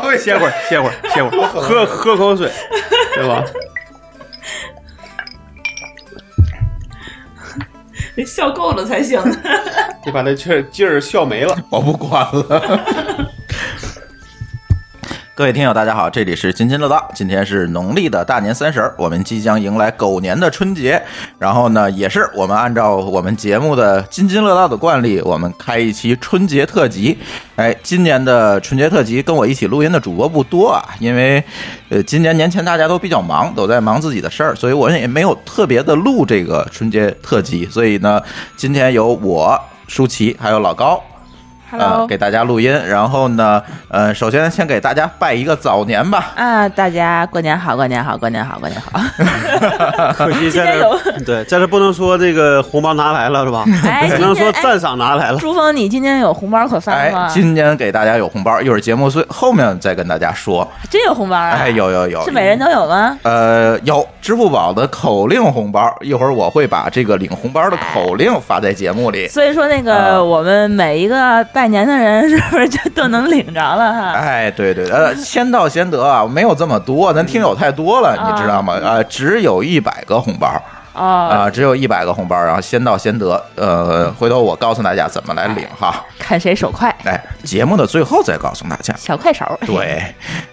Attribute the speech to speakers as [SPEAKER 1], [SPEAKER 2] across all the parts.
[SPEAKER 1] 会
[SPEAKER 2] 歇会儿，歇会儿，歇会儿，喝喝口水，对吧？
[SPEAKER 3] 得 笑够了才行。
[SPEAKER 1] 你把那劲儿劲儿笑没了，
[SPEAKER 2] 我不管了。
[SPEAKER 4] 各位听友，大家好，这里是津津乐道。今天是农历的大年三十儿，我们即将迎来狗年的春节。然后呢，也是我们按照我们节目的津津乐道的惯例，我们开一期春节特辑。哎，今年的春节特辑跟我一起录音的主播不多啊，因为呃，今年年前大家都比较忙，都在忙自己的事儿，所以我也没有特别的录这个春节特辑。所以呢，今天由我舒淇还有老高。呃，给大家录音。然后呢，呃，首先先给大家拜一个早年吧。
[SPEAKER 3] 啊，大家过年好，过年好，过年好，过年 好！
[SPEAKER 2] 可惜在这，对，在这不能说这个红包拿来了是吧？
[SPEAKER 3] 哎
[SPEAKER 2] 只能说赞赏拿来了。
[SPEAKER 3] 朱峰，你今天有红包可发
[SPEAKER 4] 哎
[SPEAKER 3] 吗，？
[SPEAKER 4] 今年给大家有红包，一会儿节目最后面再跟大家说。
[SPEAKER 3] 真有红包啊！
[SPEAKER 4] 哎，有有有，
[SPEAKER 3] 是每人都有吗？
[SPEAKER 4] 呃有支付宝的口令红包，一会儿我会把这个领红包的口令发在节目里。
[SPEAKER 3] 所以说，那
[SPEAKER 4] 啊
[SPEAKER 3] 个我们每一个拜年的人，是不是就都能领着了哈？
[SPEAKER 4] 哎，对对，呃，先到先得啊，没有这么多，咱听友太多了，
[SPEAKER 3] 啊
[SPEAKER 4] 你知道吗？啊，只有一百个红包
[SPEAKER 3] 哦，
[SPEAKER 4] 啊，只有一百个红包，然后先到先得。呃，回头我告诉大家怎么来领哈。
[SPEAKER 3] 看谁手快，
[SPEAKER 4] 哎，节目的最后再告诉大家。
[SPEAKER 3] 小快手。
[SPEAKER 4] 对，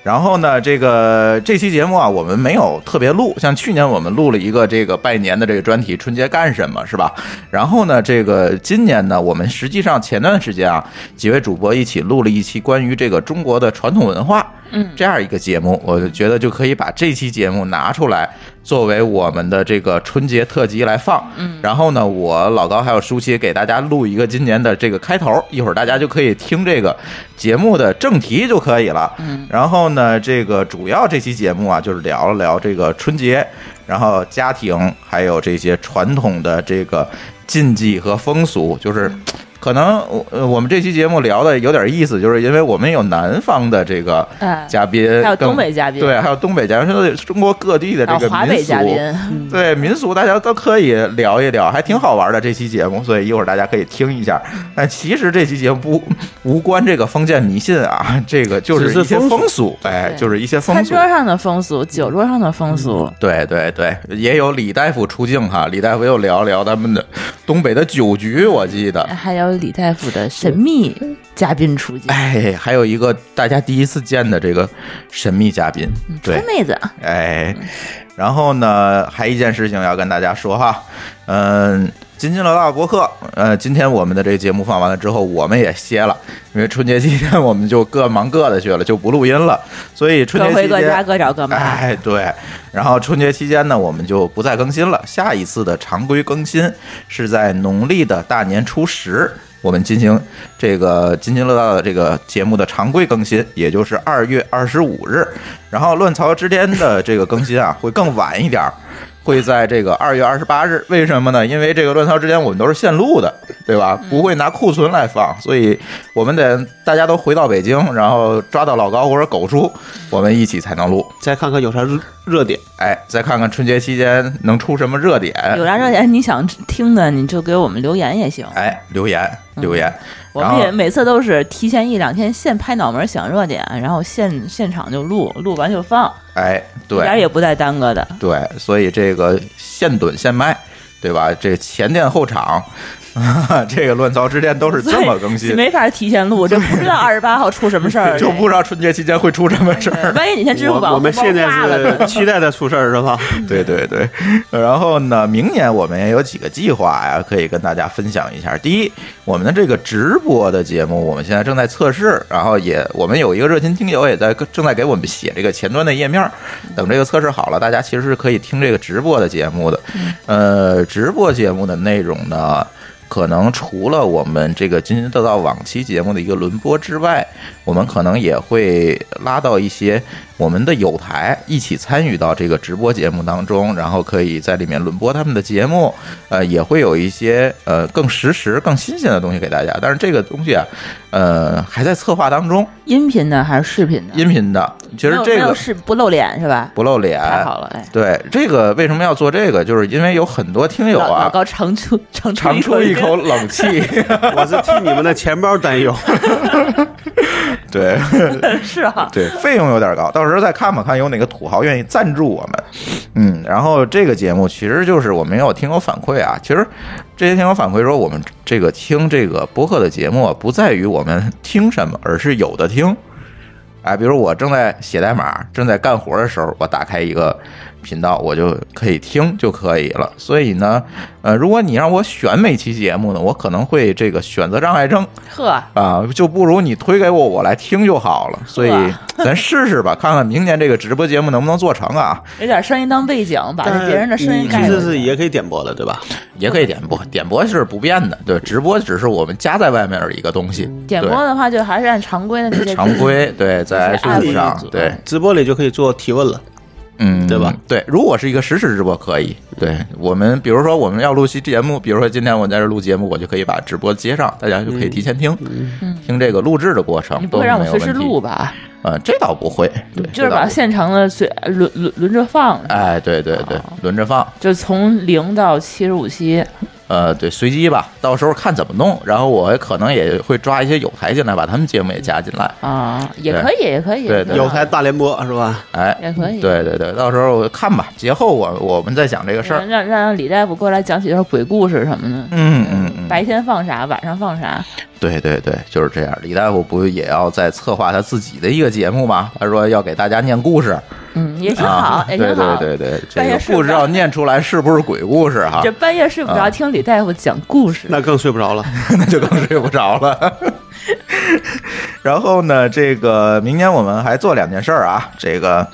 [SPEAKER 4] 然后呢，这个这期节目啊，我们没有特别录，像去年我们录了一个这个拜年的这个专题，春节干什么是吧？然后呢，这个今年呢，我们实际上前段时间啊，几位主播一起录了一期关于这个中国的传统文化，嗯，这样一个节目，我就觉得就可以把这期节目拿出来。作为我们的这个春节特辑来放，嗯，然后呢，我老高还有舒淇给大家录一个今年的这个开头，一会儿大家就可以听这个节目的正题就可以了，嗯，然后呢，这个主要这期节目啊，就是聊了聊这个春节，然后家庭还有这些传统的这个禁忌和风俗，就是。可能我呃我们这期节目聊的有点意思，就是因为我们有南方的这个
[SPEAKER 3] 嗯
[SPEAKER 4] 嘉宾，
[SPEAKER 3] 还有
[SPEAKER 4] 跟
[SPEAKER 3] 东北嘉宾
[SPEAKER 4] 对，还有东北嘉宾，现在中国各地的这
[SPEAKER 3] 然后
[SPEAKER 4] 个
[SPEAKER 3] 华
[SPEAKER 4] 民
[SPEAKER 3] 北
[SPEAKER 4] 俗，
[SPEAKER 3] 嘉宾，嗯
[SPEAKER 4] 对民俗大家都可以聊一聊，还挺好玩的这期节目，所以一会儿大家可以听一下。但其实这期节目不无关这个封建迷信啊，这个就是
[SPEAKER 2] 只是
[SPEAKER 4] 一些
[SPEAKER 2] 风俗
[SPEAKER 4] 风俗，哎，
[SPEAKER 3] 对
[SPEAKER 4] 就是一些风
[SPEAKER 3] 餐
[SPEAKER 4] 俗
[SPEAKER 3] 桌。上的风俗，酒桌上的风俗，
[SPEAKER 4] 对对对，也有李大夫出镜哈，李大夫又聊聊他们的东北的酒局，我记得。
[SPEAKER 3] 还有李大夫的神秘嘉宾出镜，
[SPEAKER 4] 哎，还有一个大家第一次见的这个神秘嘉宾，对
[SPEAKER 3] 川，妹子，
[SPEAKER 4] 哎，然后呢，还一件事情要跟大家说哈，嗯，津津乐道博客，呃，今天我们的这个节目放完了之后，我们也歇了，因为春节期间我们就各忙各的去了，就不录音了，所以春
[SPEAKER 3] 各
[SPEAKER 4] 节期
[SPEAKER 3] 回
[SPEAKER 4] 间
[SPEAKER 3] 各家，各找各妈。
[SPEAKER 4] 哎，对，然后春节期间呢，我们就不再更新了，下一次的常规更新是在农历的大年初十。我们进行这个津津乐道的这个节目的常规更新，也就是二月二十五日。然后乱曹之巅的这个更新啊，会更晚一点儿，会在这个二月二十八日。为什么呢？因为这个乱曹之巅我们都是现录的，对吧？不会拿库存来放，所以我们得大家都回到北京，然后抓到老高或者狗叔，我们一起才能录。
[SPEAKER 2] 再看看有啥热热点，
[SPEAKER 4] 哎，再看看春节期间能出什么热点。
[SPEAKER 3] 有啥热点你想听的，你就给我们留言也行。
[SPEAKER 4] 哎，留言
[SPEAKER 3] 嗯
[SPEAKER 4] 留言，
[SPEAKER 3] 我
[SPEAKER 4] 然
[SPEAKER 3] 们
[SPEAKER 4] 后
[SPEAKER 3] 也每次都是提前一两天现拍脑门想热点，然后现现场就录，录完就放，
[SPEAKER 4] 哎，
[SPEAKER 3] 一点
[SPEAKER 4] 对
[SPEAKER 3] 儿也不带耽搁的。
[SPEAKER 4] 对，所以这个现怼现卖，对吧？这前店后厂， 这个乱糟之间都是这么更
[SPEAKER 3] 所以
[SPEAKER 4] 新，
[SPEAKER 3] 没法提前录，这不知道二十八号出什么 事儿，
[SPEAKER 4] 就不知道春节期间会出什么事
[SPEAKER 3] 对
[SPEAKER 4] 儿。
[SPEAKER 3] 万一哪天支付
[SPEAKER 2] 我
[SPEAKER 3] 宝
[SPEAKER 2] 我们
[SPEAKER 3] 红包
[SPEAKER 2] 现在
[SPEAKER 3] 挂了呢
[SPEAKER 2] 是 期待它出事儿是吧？
[SPEAKER 4] 对对对， 然后呢，明年我们也有几个计划呀，可以跟大家分享一下。第一，我们的这个直播的节目，我们现在正在测试，然后也我们有一个热心听友也在正在给我们写这个前端的页面，等这个测试好了，大家其实是可以听这个直播的节目的。呃，直播节目的内容呢？可能除了我们这个津津乐道往期节目的一个轮播之外，我们可能也会拉到一些我们的友台一起参与到这个直播节目当中，然后可以在里面轮播他们的节目，呃，也会有一些呃更实时、更新鲜的东西给大家。但是这个东西啊，呃，还在策划当中，
[SPEAKER 3] 音频的还是视频的？
[SPEAKER 4] 音频的，其
[SPEAKER 3] 没
[SPEAKER 4] 实
[SPEAKER 3] 有
[SPEAKER 4] 这
[SPEAKER 3] 没有
[SPEAKER 4] 个
[SPEAKER 3] 是不露脸是吧？
[SPEAKER 4] 不露脸，
[SPEAKER 3] 太好了，哎，
[SPEAKER 4] 对这个为什么要做这个？就是因为有很多听友
[SPEAKER 3] 老老
[SPEAKER 4] 啊，
[SPEAKER 3] 高长出长出
[SPEAKER 4] 长出一口冷气。
[SPEAKER 2] 我是替你们的钱包担忧。
[SPEAKER 4] 对
[SPEAKER 3] 是啊 哈，
[SPEAKER 4] 对，费用有点高，到时候再看吧，看有哪个土豪愿意赞助我们。嗯，然后这个节目其实就是我们也有听友反馈啊，其实这些听友反馈说，我们这个听这个播客的节目啊，不在于我们听什么，而是有的听。哎，比如我正在写代码、正在干活的时候，我打开一个频道，我就可以听就可以了。所以呢，呃，如果你让我选每期节目呢，我可能会这个选择障碍症，
[SPEAKER 3] 呵，
[SPEAKER 4] 啊，就不如你推给我，我来听就好了。所以
[SPEAKER 3] 哇
[SPEAKER 4] 咱试试吧，看看明年这个直播节目能不能做成啊？
[SPEAKER 3] 有点声音当背景， 把别人的声音
[SPEAKER 2] 但
[SPEAKER 3] 盖
[SPEAKER 2] 是
[SPEAKER 3] 住
[SPEAKER 2] 你。其实是也可以点播的，对吧？
[SPEAKER 4] 也可以点播，点播是不变的，对，直播只是我们加在外面的一个东西。
[SPEAKER 3] 点播的话，就还是按常规的那些
[SPEAKER 4] 对常。规，对，在
[SPEAKER 3] 就是
[SPEAKER 4] app
[SPEAKER 3] 按
[SPEAKER 4] 上
[SPEAKER 3] 为主，
[SPEAKER 4] 啊对，
[SPEAKER 2] 嗯直播里就可以做提问了。
[SPEAKER 4] 嗯，
[SPEAKER 2] 对吧？
[SPEAKER 4] 对，如果是一个实时直播，可以。对我们，比如说我们要录期节目，比如说今天我在这录节目，我就可以把直播接上，大家就可以提前听，听这个录制的过程。
[SPEAKER 3] 嗯你不会让我
[SPEAKER 4] 都没有
[SPEAKER 3] 随时
[SPEAKER 4] 问题
[SPEAKER 3] 录？嗯吧？
[SPEAKER 4] 呃，这倒不会，对，
[SPEAKER 3] 就是
[SPEAKER 4] 这倒
[SPEAKER 3] 把
[SPEAKER 4] 不会
[SPEAKER 3] 现成的随轮轮轮着放，
[SPEAKER 4] 哎，对对对，轮着放。
[SPEAKER 3] 就从零到七十五期。
[SPEAKER 4] 呃，对，随机吧，到时候看怎么弄。然后我可能也会抓一些有台进来，把他们节目也加进来。
[SPEAKER 3] 啊，也
[SPEAKER 4] 对
[SPEAKER 3] 可以，也可以，
[SPEAKER 4] 对对
[SPEAKER 2] 有台大联播是吧？
[SPEAKER 4] 哎，
[SPEAKER 3] 也可以
[SPEAKER 4] 对对对，到时候看吧，节后我我们再讲这个事儿
[SPEAKER 3] 让。让让李大夫过来讲几段鬼故事什么的。
[SPEAKER 4] 嗯嗯嗯，
[SPEAKER 3] 白天放啥，晚上放啥？
[SPEAKER 4] 对对对，就是这样。李大夫不也要在策划他自己的一个节目吗？他说要给大家念故事，
[SPEAKER 3] 嗯，也挺好
[SPEAKER 4] 啊，，
[SPEAKER 3] 也
[SPEAKER 4] 对
[SPEAKER 3] 挺好。
[SPEAKER 4] 对对对，这
[SPEAKER 3] 半夜
[SPEAKER 4] 个
[SPEAKER 3] 睡不
[SPEAKER 4] 不知道念出来是不是鬼故事哈
[SPEAKER 3] 这，半夜睡不
[SPEAKER 4] 啊
[SPEAKER 3] 着，听李大夫讲故事。
[SPEAKER 2] 那更睡不着了。
[SPEAKER 4] 那就更睡不着了。 然后呢，这个明年我们还做两件事儿啊，这个。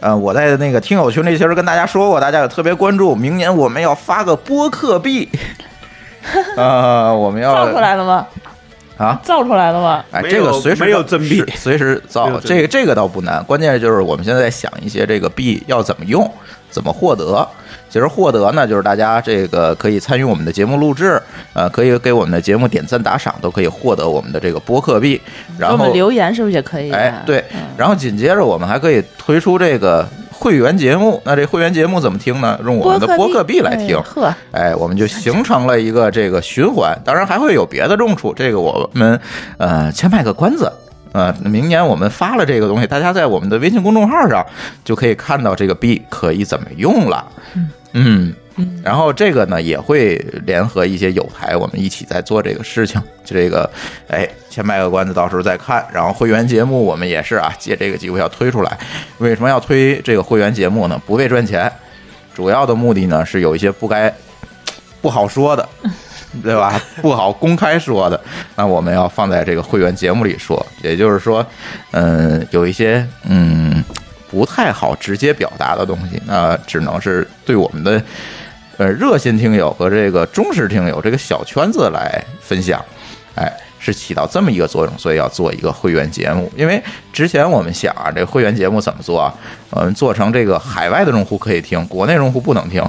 [SPEAKER 4] 呃，我在那个听友群里其实跟大家说过，大家也特别关注，明年我们要发个播客币， 呃，我们要
[SPEAKER 3] 造出来了吗？
[SPEAKER 4] 啊，
[SPEAKER 3] 造出来了吗？
[SPEAKER 4] 哎，
[SPEAKER 2] 没
[SPEAKER 4] 这
[SPEAKER 2] 有
[SPEAKER 4] 个随时
[SPEAKER 2] 没有真币
[SPEAKER 4] 是 随时
[SPEAKER 2] 没
[SPEAKER 4] 造，
[SPEAKER 2] 有真币
[SPEAKER 4] 这个这个倒不难，关键就是我们现在在想一些这个币要怎么用，怎么获得。其实获得呢，就是大家这个可以参与我们的节目录制，呃，可以给我们的节目点赞打赏，都可以获得我们的这个播客币。然
[SPEAKER 3] 给我
[SPEAKER 4] 后
[SPEAKER 3] 们留言是不是也可以啊？
[SPEAKER 4] 哎，对，
[SPEAKER 3] 嗯
[SPEAKER 4] 然后紧接着我们还可以推出这个会员节目。那这会员节目怎么听呢？用我们的播客币来听
[SPEAKER 3] 哎。呵，
[SPEAKER 4] 哎，我们就形成了一个这个循环，当然还会有别的用处，这个我们呃先卖个关子。呃，明年我们发了这个东西，大家在我们的微信公众号上就可以看到这个币可以怎么用了。嗯，然后这个呢也会联合一些友台，我们一起在做这个事情。这个，哎，先卖个关子，到时候再看。然后会员节目我们也是啊，借这个机会要推出来。为什么要推这个会员节目呢？不为赚钱，主要的目的呢是有一些不该不好说的，对吧？不好公开说的，那我们要放在这个会员节目里说。也就是说，嗯，有一些嗯不太好直接表达的东西，那只能是对我们的呃热心听友和这个忠实听友这个小圈子来分享，哎。是起到这么一个作用，所以要做一个会员节目。因为之前我们想啊，这个会员节目怎么做啊？嗯、做成这个海外的用户可以听，国内用户不能听。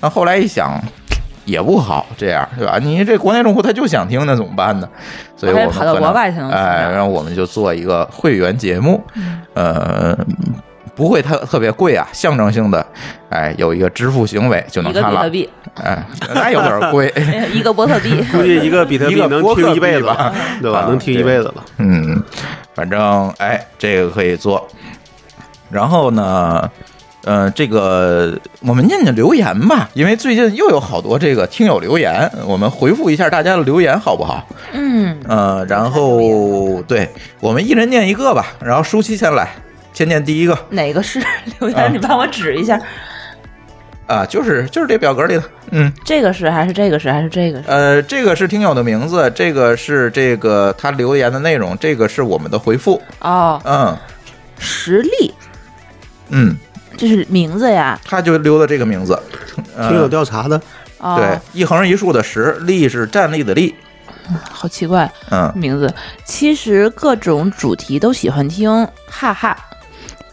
[SPEAKER 4] 那后来一想，也不好，这样对吧？你这国内用户他就想听，那怎么办呢？所以我
[SPEAKER 3] 还
[SPEAKER 4] 们
[SPEAKER 3] 得跑到
[SPEAKER 4] 可能
[SPEAKER 3] 国外才能听
[SPEAKER 4] 哎，
[SPEAKER 3] 到
[SPEAKER 4] 然后我们就做一个会员节目，呃，不会特特别贵啊，象征性的，哎，有一个支付行为就能
[SPEAKER 3] 一个
[SPEAKER 4] 看
[SPEAKER 3] 比
[SPEAKER 4] 了
[SPEAKER 3] 特，币，
[SPEAKER 4] 哎，那有点 贵，
[SPEAKER 3] 哎一个伯特 币，
[SPEAKER 2] 估计一个比特币
[SPEAKER 4] 一个
[SPEAKER 2] 能
[SPEAKER 4] 播客
[SPEAKER 2] 听一辈子
[SPEAKER 4] 币吧，
[SPEAKER 2] 对吧？
[SPEAKER 4] 啊
[SPEAKER 2] 能听一
[SPEAKER 4] 对
[SPEAKER 2] 辈子吧？
[SPEAKER 4] 嗯，反正哎，这个可以做。然后呢，呃，这个我们念念留言吧，因为最近又有好多这个听友留言，我们回复一下大家的留言好不好？
[SPEAKER 3] 嗯，
[SPEAKER 4] 呃，然后对我们一人念一个吧，然后舒淇先来，先念第一个
[SPEAKER 3] 哪个是留
[SPEAKER 4] 啊
[SPEAKER 3] 言？你帮我指一下，
[SPEAKER 4] 啊，就是就是这表格里的，嗯，
[SPEAKER 3] 这个是还是这个是还是这个是？
[SPEAKER 4] 呃，这个是听友的名字，这个是这个他留言的内容，这个是我们的回复，
[SPEAKER 3] 哦，
[SPEAKER 4] 嗯
[SPEAKER 3] 实力，
[SPEAKER 4] 嗯，
[SPEAKER 3] 这是名字呀。
[SPEAKER 4] 他就留的这个名字，呃
[SPEAKER 2] 听友调查的，
[SPEAKER 3] 哦，
[SPEAKER 4] 对，一横一竖的十，立是站立的立，
[SPEAKER 3] 好奇怪
[SPEAKER 4] 嗯，
[SPEAKER 3] 名字。其实各种主题都喜欢听，哈哈。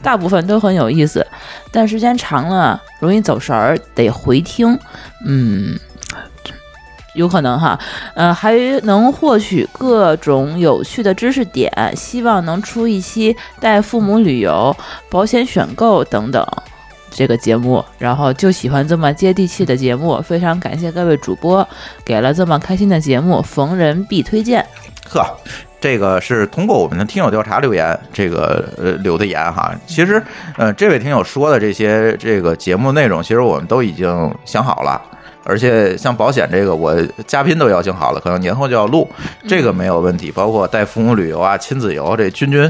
[SPEAKER 3] 大部分都很有意思，但时间长了容易走神儿，得回听，嗯。有可能哈，呃，还能获取各种有趣的知识点，希望能出一期带父母旅游、保险选购等等这个节目。然后就喜欢这么接地气的节目，非常感谢各位主播给了这么开心的节目，逢人必推荐。
[SPEAKER 4] 呵，这个是通过我们的听友调查留言，这个呃留的言哈。其实，呃，这位听友说的这些这个节目内容，其实我们都已经想好了。而且像保险这个，我嘉宾都邀请好了，可能年后就要录，这个没有问题。包括带父母旅游啊、亲子游，这君君，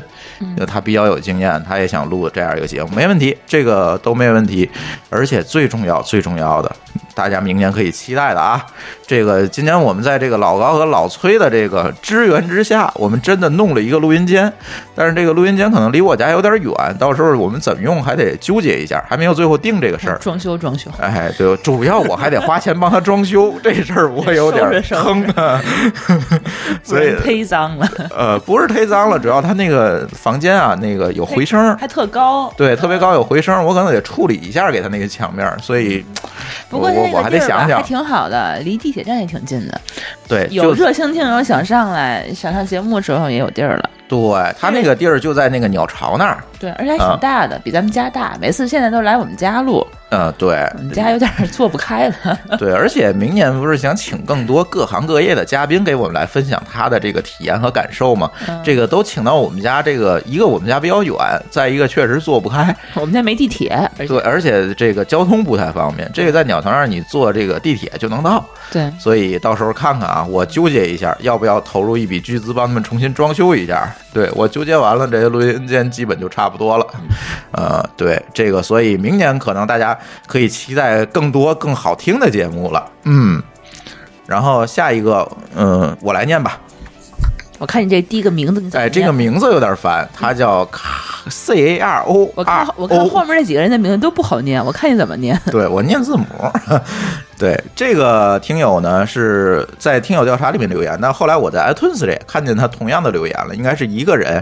[SPEAKER 4] 呃他比较有经验，他也想录这样一个节目，没问题，这个都没问题。而且最重要、最重要的，大家明年可以期待的啊！这个今年我们在这个老高和老崔的这个支援之下，我们真的弄了一个录音间，但是这个录音间可能离我家有点远，到时候我们怎么用还得纠结一下，还没有最后定这 个事儿。
[SPEAKER 3] 装修装修，
[SPEAKER 4] 哎，对，主要我还得花钱帮他装修，这事儿我有点
[SPEAKER 3] 收着
[SPEAKER 4] 坑啊，
[SPEAKER 3] 不
[SPEAKER 4] 所以
[SPEAKER 3] 然忒脏 了，
[SPEAKER 4] 呃，不是忒脏了，主要他那个房间啊，那个有回声儿，
[SPEAKER 3] 还特高。
[SPEAKER 4] 对，特别高有回声儿，我可能得处理一下给他那个墙面儿，所以
[SPEAKER 3] 不过
[SPEAKER 4] 我
[SPEAKER 3] 那
[SPEAKER 4] 我
[SPEAKER 3] 个
[SPEAKER 4] 还
[SPEAKER 3] 地
[SPEAKER 4] 得
[SPEAKER 3] 儿吧
[SPEAKER 4] 想，
[SPEAKER 3] 还
[SPEAKER 4] 想，
[SPEAKER 3] 挺好的，离地铁站也挺近的。
[SPEAKER 4] 对，
[SPEAKER 3] 有
[SPEAKER 4] 就
[SPEAKER 3] 热心听友想上来，想上节目的时候也有地儿了。
[SPEAKER 4] 对他那个地儿就在那个鸟巢那儿，
[SPEAKER 3] 对，而且还
[SPEAKER 4] 啊
[SPEAKER 3] 挺大的，比咱们家大。每次现在都来我们家录，
[SPEAKER 4] 嗯，对
[SPEAKER 3] 我们家有点儿 坐不开了。
[SPEAKER 4] 对，而且明年不是想请更多各行各业的嘉宾给我们来分享他的这个体验和感受吗？这个都请到我们家，这个一个我们家比较远，再一个确实坐不开，
[SPEAKER 3] 我们家没地铁，而且
[SPEAKER 4] 对，而且这个交通不太方便，这个在鸟巢那儿你坐这个地铁就能到，
[SPEAKER 3] 对，
[SPEAKER 4] 所以到时候看看啊，我纠结一下，要不要投入一笔巨资帮他们重新装修一下？对我纠结完了，这些录音间基本就差不多了。
[SPEAKER 3] 嗯
[SPEAKER 4] 呃，对这个，所以明年可能大家可以期待更多更好听的节目了。嗯，然后下一个，嗯，我来念吧。
[SPEAKER 3] 我看你这第一个名字，你怎么
[SPEAKER 4] 哎，
[SPEAKER 3] 念
[SPEAKER 4] 这个名字有点烦，它叫 C A R O
[SPEAKER 3] 我
[SPEAKER 4] R
[SPEAKER 3] 看我看
[SPEAKER 4] O
[SPEAKER 3] 后面那几个人的名字都不好念，我看你怎么念。
[SPEAKER 4] 对我念字母。 对这个听友呢是在听友调查里面留言，但后来我在 iTunes 里也看见他同样的留言了，应该是一个人。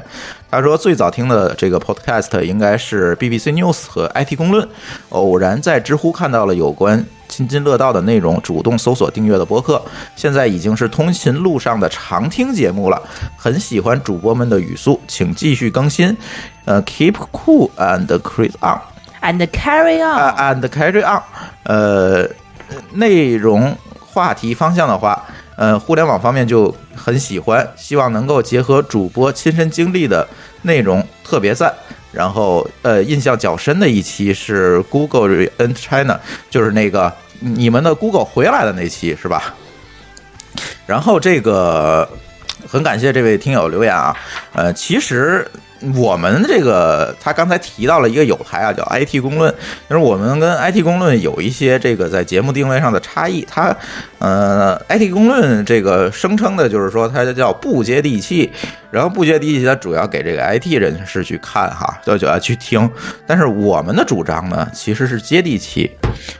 [SPEAKER 4] 他说最早听的这个 podcast 应该是 BBC News 和 IT 公论，偶然在知乎看到了有关津津乐道的内容，主动搜索订阅的播客，现在已经是通勤路上的常听节目了。很喜欢主播们的语速，请继续更新。呃，keep cool and crazy on。
[SPEAKER 3] And carry on，
[SPEAKER 4] 啊 and carry on，呃，内容话题方向的话，呃，互联网方面就很喜欢，希望能够结合主播亲身经历的内容，特别赞。然后，呃，印象较深的一期是 Google and China，就是那个你们的 Google 回来的那期，是吧？然后这个很感谢这位听友留言啊，呃，其实我们这个他刚才提到了一个有台啊，叫 IT 公论，就是我们跟 IT 公论有一些这个在节目定位上的差异。它，呃，IT 公论这个声称的就是说它叫不接地气，然后不接地气它主要给这个 IT 人士去看哈，就就要去听。但是我们的主张呢，其实是接地气，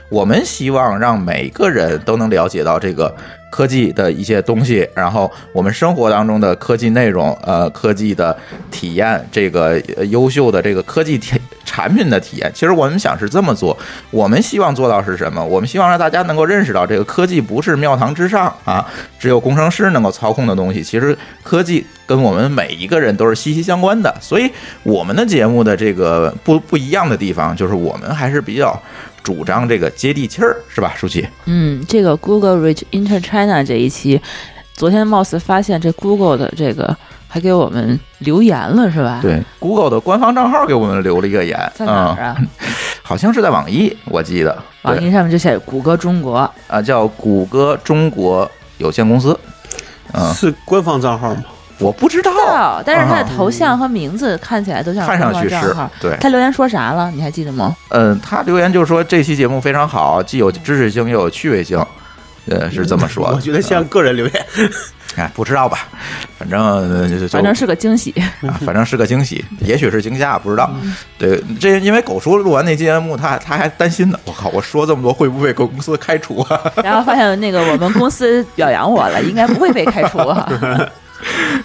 [SPEAKER 4] 我们希望让每个人都能了解到这个科技的一些东西，然后我们生活当中的科技内容，呃，科技的体验，这个呃优秀的这个科技体产品的体验。其实我们想是这么做，我们希望做到是什么？我们希望让大家能够认识到，这个科技不是庙堂之上啊，只有工程师能够操控的东西。其实科技跟我们每一个人都是息息相关的，所以我们的节目的这个不不一样的地方，就是我们还是比较。主张这个接地气儿，是吧，舒淇？
[SPEAKER 3] 嗯，这个 Google Reach Inter China 这一期，昨天貌似发现这 Google 的这个还给我们留言了，是吧？，
[SPEAKER 4] 对，Google 的官方账号给我们留了一个言，
[SPEAKER 3] 啊在哪儿
[SPEAKER 4] 嗯？
[SPEAKER 3] 啊？
[SPEAKER 4] 好像是在网易，我记得。
[SPEAKER 3] 网
[SPEAKER 4] 对
[SPEAKER 3] 易上面就写谷歌中国，
[SPEAKER 4] 啊，叫谷歌中国有限公司。嗯，
[SPEAKER 2] 是官方账号吗？
[SPEAKER 4] 我不知道，
[SPEAKER 3] 到，但是他的
[SPEAKER 4] 啊
[SPEAKER 3] 头像和名字看起来都像
[SPEAKER 4] 哦看上去
[SPEAKER 3] 官方
[SPEAKER 4] 是
[SPEAKER 3] 账号
[SPEAKER 4] 对。
[SPEAKER 3] 他留言说啥了？你还记得吗？
[SPEAKER 4] 嗯，他留言就说这期节目非常好，既有知识性又有趣味性。呃，是这么说 的。
[SPEAKER 2] 我觉得像个人留言，
[SPEAKER 4] 哎，不知道吧，反正呃就就
[SPEAKER 3] 反正是个惊 喜。
[SPEAKER 4] 啊，反正是个惊喜，也许是惊吓，不知道。
[SPEAKER 3] 嗯
[SPEAKER 4] 对，这因为狗叔录完那期节目，他他还担心呢。我靠，我说这么多会不会被公司开除啊？
[SPEAKER 3] 然后发现那个我们公司表扬我了，应该不会被开除啊。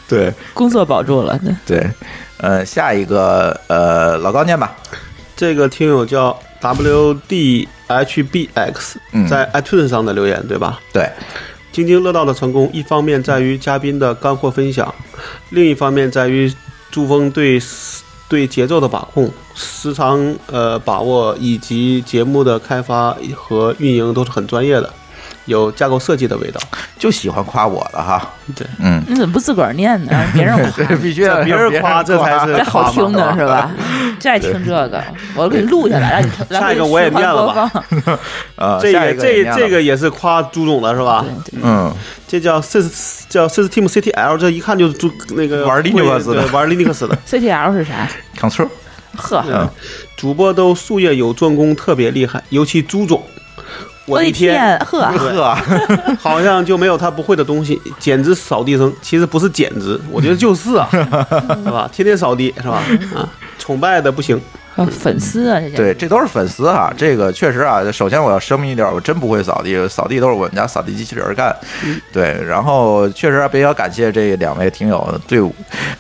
[SPEAKER 4] 对
[SPEAKER 3] 工作保住了，对
[SPEAKER 4] 对，呃，下一个呃，老高念吧，
[SPEAKER 2] 这个听友叫 WDHBX，
[SPEAKER 4] 嗯
[SPEAKER 2] 在 iTunes 上的留言，对吧？
[SPEAKER 4] 对，
[SPEAKER 2] 津津乐道的成功，一方面在于嘉宾的干货分享，另一方面在于朱峰对对节奏的把控、时长呃把握以及节目的开发和运营都是很专业的，有架构设计的味道。
[SPEAKER 4] 就喜欢夸我了哈，
[SPEAKER 2] 对，
[SPEAKER 4] 嗯，
[SPEAKER 3] 你怎么不自个儿念呢？让别人啊夸，
[SPEAKER 4] 这必须
[SPEAKER 2] 这
[SPEAKER 4] 要
[SPEAKER 2] 别人夸这才是
[SPEAKER 3] 这哎好听的是吧？ 就爱听这个，我给你录下来， 让你来
[SPEAKER 2] 下一个我也念了吧。
[SPEAKER 4] 呃，
[SPEAKER 2] 这
[SPEAKER 4] 下一
[SPEAKER 2] 个这
[SPEAKER 4] 念了
[SPEAKER 2] 这个也是夸朱总的是吧？
[SPEAKER 3] 对
[SPEAKER 4] 嗯，
[SPEAKER 2] 这叫 sys 叫 system CTL，这一看就是朱那个
[SPEAKER 4] 玩
[SPEAKER 2] 会
[SPEAKER 4] Linux 的
[SPEAKER 2] 对玩 Linux 的。
[SPEAKER 3] 对，CTL 是啥？
[SPEAKER 4] ，Ctrl，
[SPEAKER 3] 呵，
[SPEAKER 2] 嗯，主播都术业有专攻，特别厉害，尤其朱总，我
[SPEAKER 3] 的
[SPEAKER 2] 一
[SPEAKER 3] 天，呵，
[SPEAKER 2] 啊
[SPEAKER 4] 呵，
[SPEAKER 2] 好像就没有他不会的东西，简直扫地僧。其实不是简直，我觉得就是 啊，是吧？天天扫地是 吧？啊，崇拜的不行。
[SPEAKER 3] 啊粉丝啊，这叫
[SPEAKER 4] 对，这都是粉丝啊，这个确实啊，首先我要声明一点，我真不会扫地，扫地都是我们家扫地机器人干。
[SPEAKER 3] 嗯
[SPEAKER 4] 对，然后确实啊，比较感谢这两位听友对我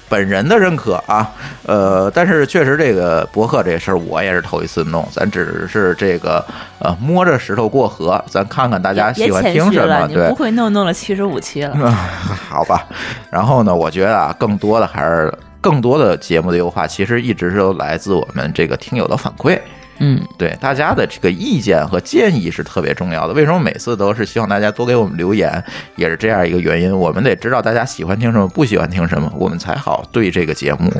[SPEAKER 4] 本人的认可啊，呃，但是确实这个博客这事儿我也是头一次弄，咱只是这个呃摸着石头过河，咱看看大家
[SPEAKER 3] 别
[SPEAKER 4] 喜欢
[SPEAKER 3] 谦
[SPEAKER 4] 听
[SPEAKER 3] 虚
[SPEAKER 4] 什
[SPEAKER 3] 了，
[SPEAKER 4] 么，
[SPEAKER 3] 你
[SPEAKER 4] 对
[SPEAKER 3] 不。会弄弄了七十五期了，
[SPEAKER 4] 好吧。然后呢，我觉得啊，更多的还是更多的节目的优化，其实一直是都来自我们这个听友的反馈。
[SPEAKER 3] 嗯，
[SPEAKER 4] 对大家的这个意见和建议是特别重要的。为什么每次都是希望大家多给我们留言，也是这样一个原因。我们得知道大家喜欢听什么，不喜欢听什么，我们才好对这个节目，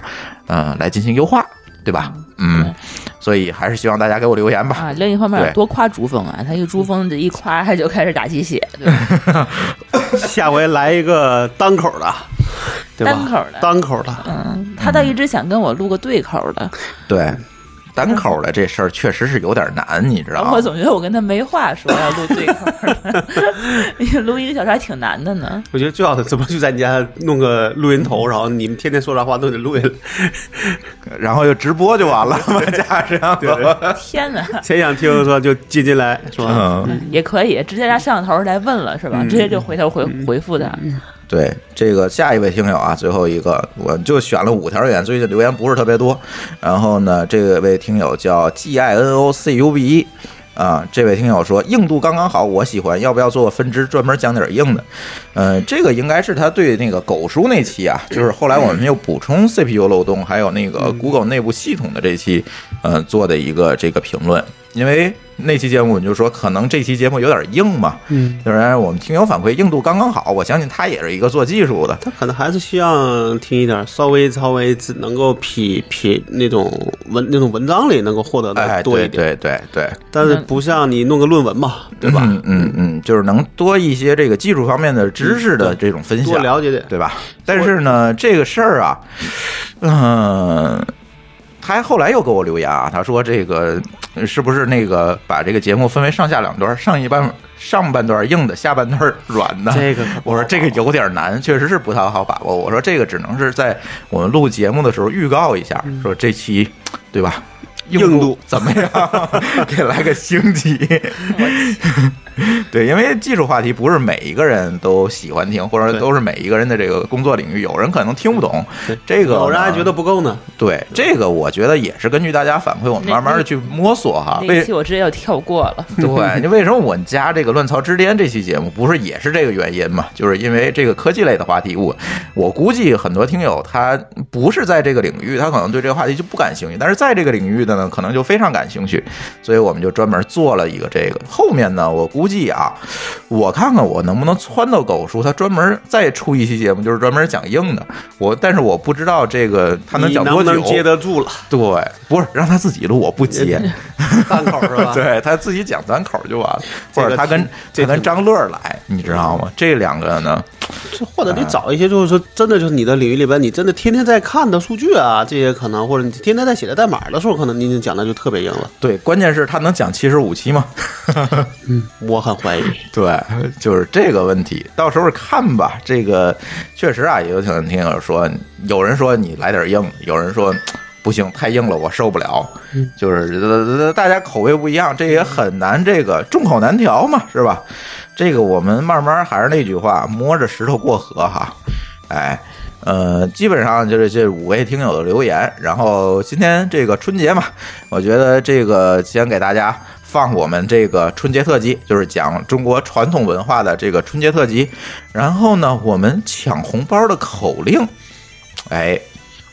[SPEAKER 4] 呃，来进行优化，对吧？嗯，所以还是希望大家给我留言吧。
[SPEAKER 3] 啊，另一方面
[SPEAKER 4] 对
[SPEAKER 3] 多夸珠峰啊，他一珠峰这一夸他就开始打鸡血，对吧
[SPEAKER 2] 下回来一个单口的，对吧？
[SPEAKER 3] 单口的
[SPEAKER 2] 单口的，
[SPEAKER 3] 嗯，他倒一直想跟我录个对口的，
[SPEAKER 4] 对，单口的这事儿确实是有点难，你知道
[SPEAKER 3] 然
[SPEAKER 4] 吗？
[SPEAKER 3] 后我总觉得我跟他没话说，要录对口的， 录一个小时还挺难的呢。
[SPEAKER 2] 我觉得最好的直播就在你家弄个录音头，然后你们天天说啥话都得录下来。
[SPEAKER 4] 然后就直播就完了嘛，加上
[SPEAKER 2] 对对
[SPEAKER 3] 天哪，
[SPEAKER 2] 谁想听说就进进来，是吧？
[SPEAKER 4] 嗯，
[SPEAKER 3] 也可以直接拿摄像头来问了是吧？直接就回头回回复他，
[SPEAKER 4] 对，这个下一位听友啊，最后一个，我就选了五条留言，最近留言不是特别多。然后呢，这位听友叫 G I N O C U B E。啊，这位听友说硬度刚刚好，我喜欢，要不要做个分支专门讲点硬的？呃，这个应该是他对那个狗叔那期啊，就是后来我们又补充 CPU 漏洞，还有那个 Google 内部系统的这期，呃，做的一个这个评论。因为那期节目我们就说，可能这期节目有点硬嘛，
[SPEAKER 2] 嗯，
[SPEAKER 4] 当然，哎我们听友反馈硬度刚刚好，我相信他也是一个做技术的。
[SPEAKER 2] 他可能还是希望听一点，稍微稍微只能够匹匹那种文那种文章里能够获得
[SPEAKER 4] 哎，
[SPEAKER 2] 的多
[SPEAKER 4] 对
[SPEAKER 2] 一点，
[SPEAKER 4] 对对对，
[SPEAKER 2] 但是不像你弄个论文嘛，对吧？
[SPEAKER 4] 嗯嗯嗯，就是能多一些这个技术方面的知识的这种分
[SPEAKER 2] 嗯多
[SPEAKER 4] 享，
[SPEAKER 2] 了解点。
[SPEAKER 4] 对吧？但是呢，这个事儿啊，嗯、他后来又给我留言啊，他说这个呃是不是那个把这个节目分为上下两段儿，上一半上半段硬的，下半段软的？
[SPEAKER 2] 这个可不
[SPEAKER 4] 我说这个有点难，确实是不太好把握。我说这个只能是在我们录节目的时候预告一下，说这期对吧？
[SPEAKER 2] 嗯硬
[SPEAKER 4] 硬
[SPEAKER 2] 度
[SPEAKER 4] 怎么 样？ 给来个星级。对，因为技术话题不是每一个人都喜欢听，或者
[SPEAKER 2] 对
[SPEAKER 4] 都是每一个人的这个工作领域，有人可能听不懂
[SPEAKER 2] 对。
[SPEAKER 4] 这个
[SPEAKER 2] 有人还
[SPEAKER 4] 呢
[SPEAKER 2] 觉得不够呢，
[SPEAKER 4] 对，这个我觉得也是根据大家反馈，我们
[SPEAKER 3] 那
[SPEAKER 4] 慢慢的去摸索哈。
[SPEAKER 3] 那
[SPEAKER 4] 为
[SPEAKER 3] 一期我直接就跳过了。
[SPEAKER 2] 嗯
[SPEAKER 4] 对，你为什么我们家这个《乱曹之巅》这期节目不是也是这个原因嘛？就是因为这个科技类的话题，我我估计很多听友他不是在这个领域，他可能对这个话题就不感兴趣；但是在这个领域的呢，可能就非常感兴趣。所以我们就专门做了一个这个。后面呢，我估计啊，我看看我能不能撺到狗叔，他专门再出一期节目，就是专门讲硬的。我但是我不知道这个他能
[SPEAKER 2] 你
[SPEAKER 4] 讲
[SPEAKER 2] 能
[SPEAKER 4] 多
[SPEAKER 2] 不
[SPEAKER 4] 久。
[SPEAKER 2] 能接得住 了？
[SPEAKER 4] 对，不是让他自己录，我 不接。
[SPEAKER 2] 单口是吧？
[SPEAKER 4] 对他自己讲单口就完了，
[SPEAKER 2] 这
[SPEAKER 4] 或
[SPEAKER 2] 个
[SPEAKER 4] 者他跟
[SPEAKER 2] 挺
[SPEAKER 4] 他
[SPEAKER 2] 这
[SPEAKER 4] 跟
[SPEAKER 2] 挺嗯
[SPEAKER 4] 张乐来，你知道吗？这两个呢，
[SPEAKER 2] 或者你找一些，就是说真的就是你的领域里边，你真的天天在看的数据啊，这些可能，或者你天天在写的代码的时候，可能你已经讲的就特别硬了。
[SPEAKER 4] 对，关键是他能讲七十五期吗？
[SPEAKER 2] 我很怀疑，
[SPEAKER 4] 对，就是这个问题，到时候看吧。这个确实啊，也有听听友说，有人说你来点硬，有人说。不行，太硬了，我受不了。就是呃大家口味不一样，这也很难，这个众口难调嘛，是吧？这个我们慢慢还是那句话，摸着石头过河哈。哎，呃，基本上就是这五位听友的留言。然后今天这个春节嘛，我觉得这个先给大家放我们这个春节特辑，就是讲中国传统文化的这个春节特辑。然后呢，我们抢红包的口令，哎，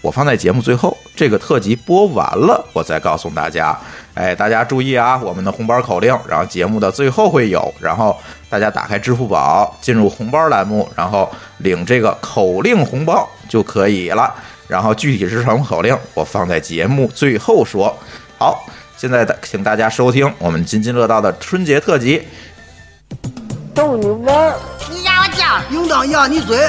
[SPEAKER 4] 我放在节目最后，这个特辑播完了，我再告诉大家。哎，大家注意啊，我们的红包口令，然后节目的最后会有，然后大家打开支付宝，进入红包栏目，然后领这个口令红包就可以了。然后具体是什么口令，我放在节目最后说。好，现在的请大家收听我们津津乐道的春节特辑。
[SPEAKER 5] 逗你玩儿。
[SPEAKER 6] 你压我脚，
[SPEAKER 2] 应当压你嘴。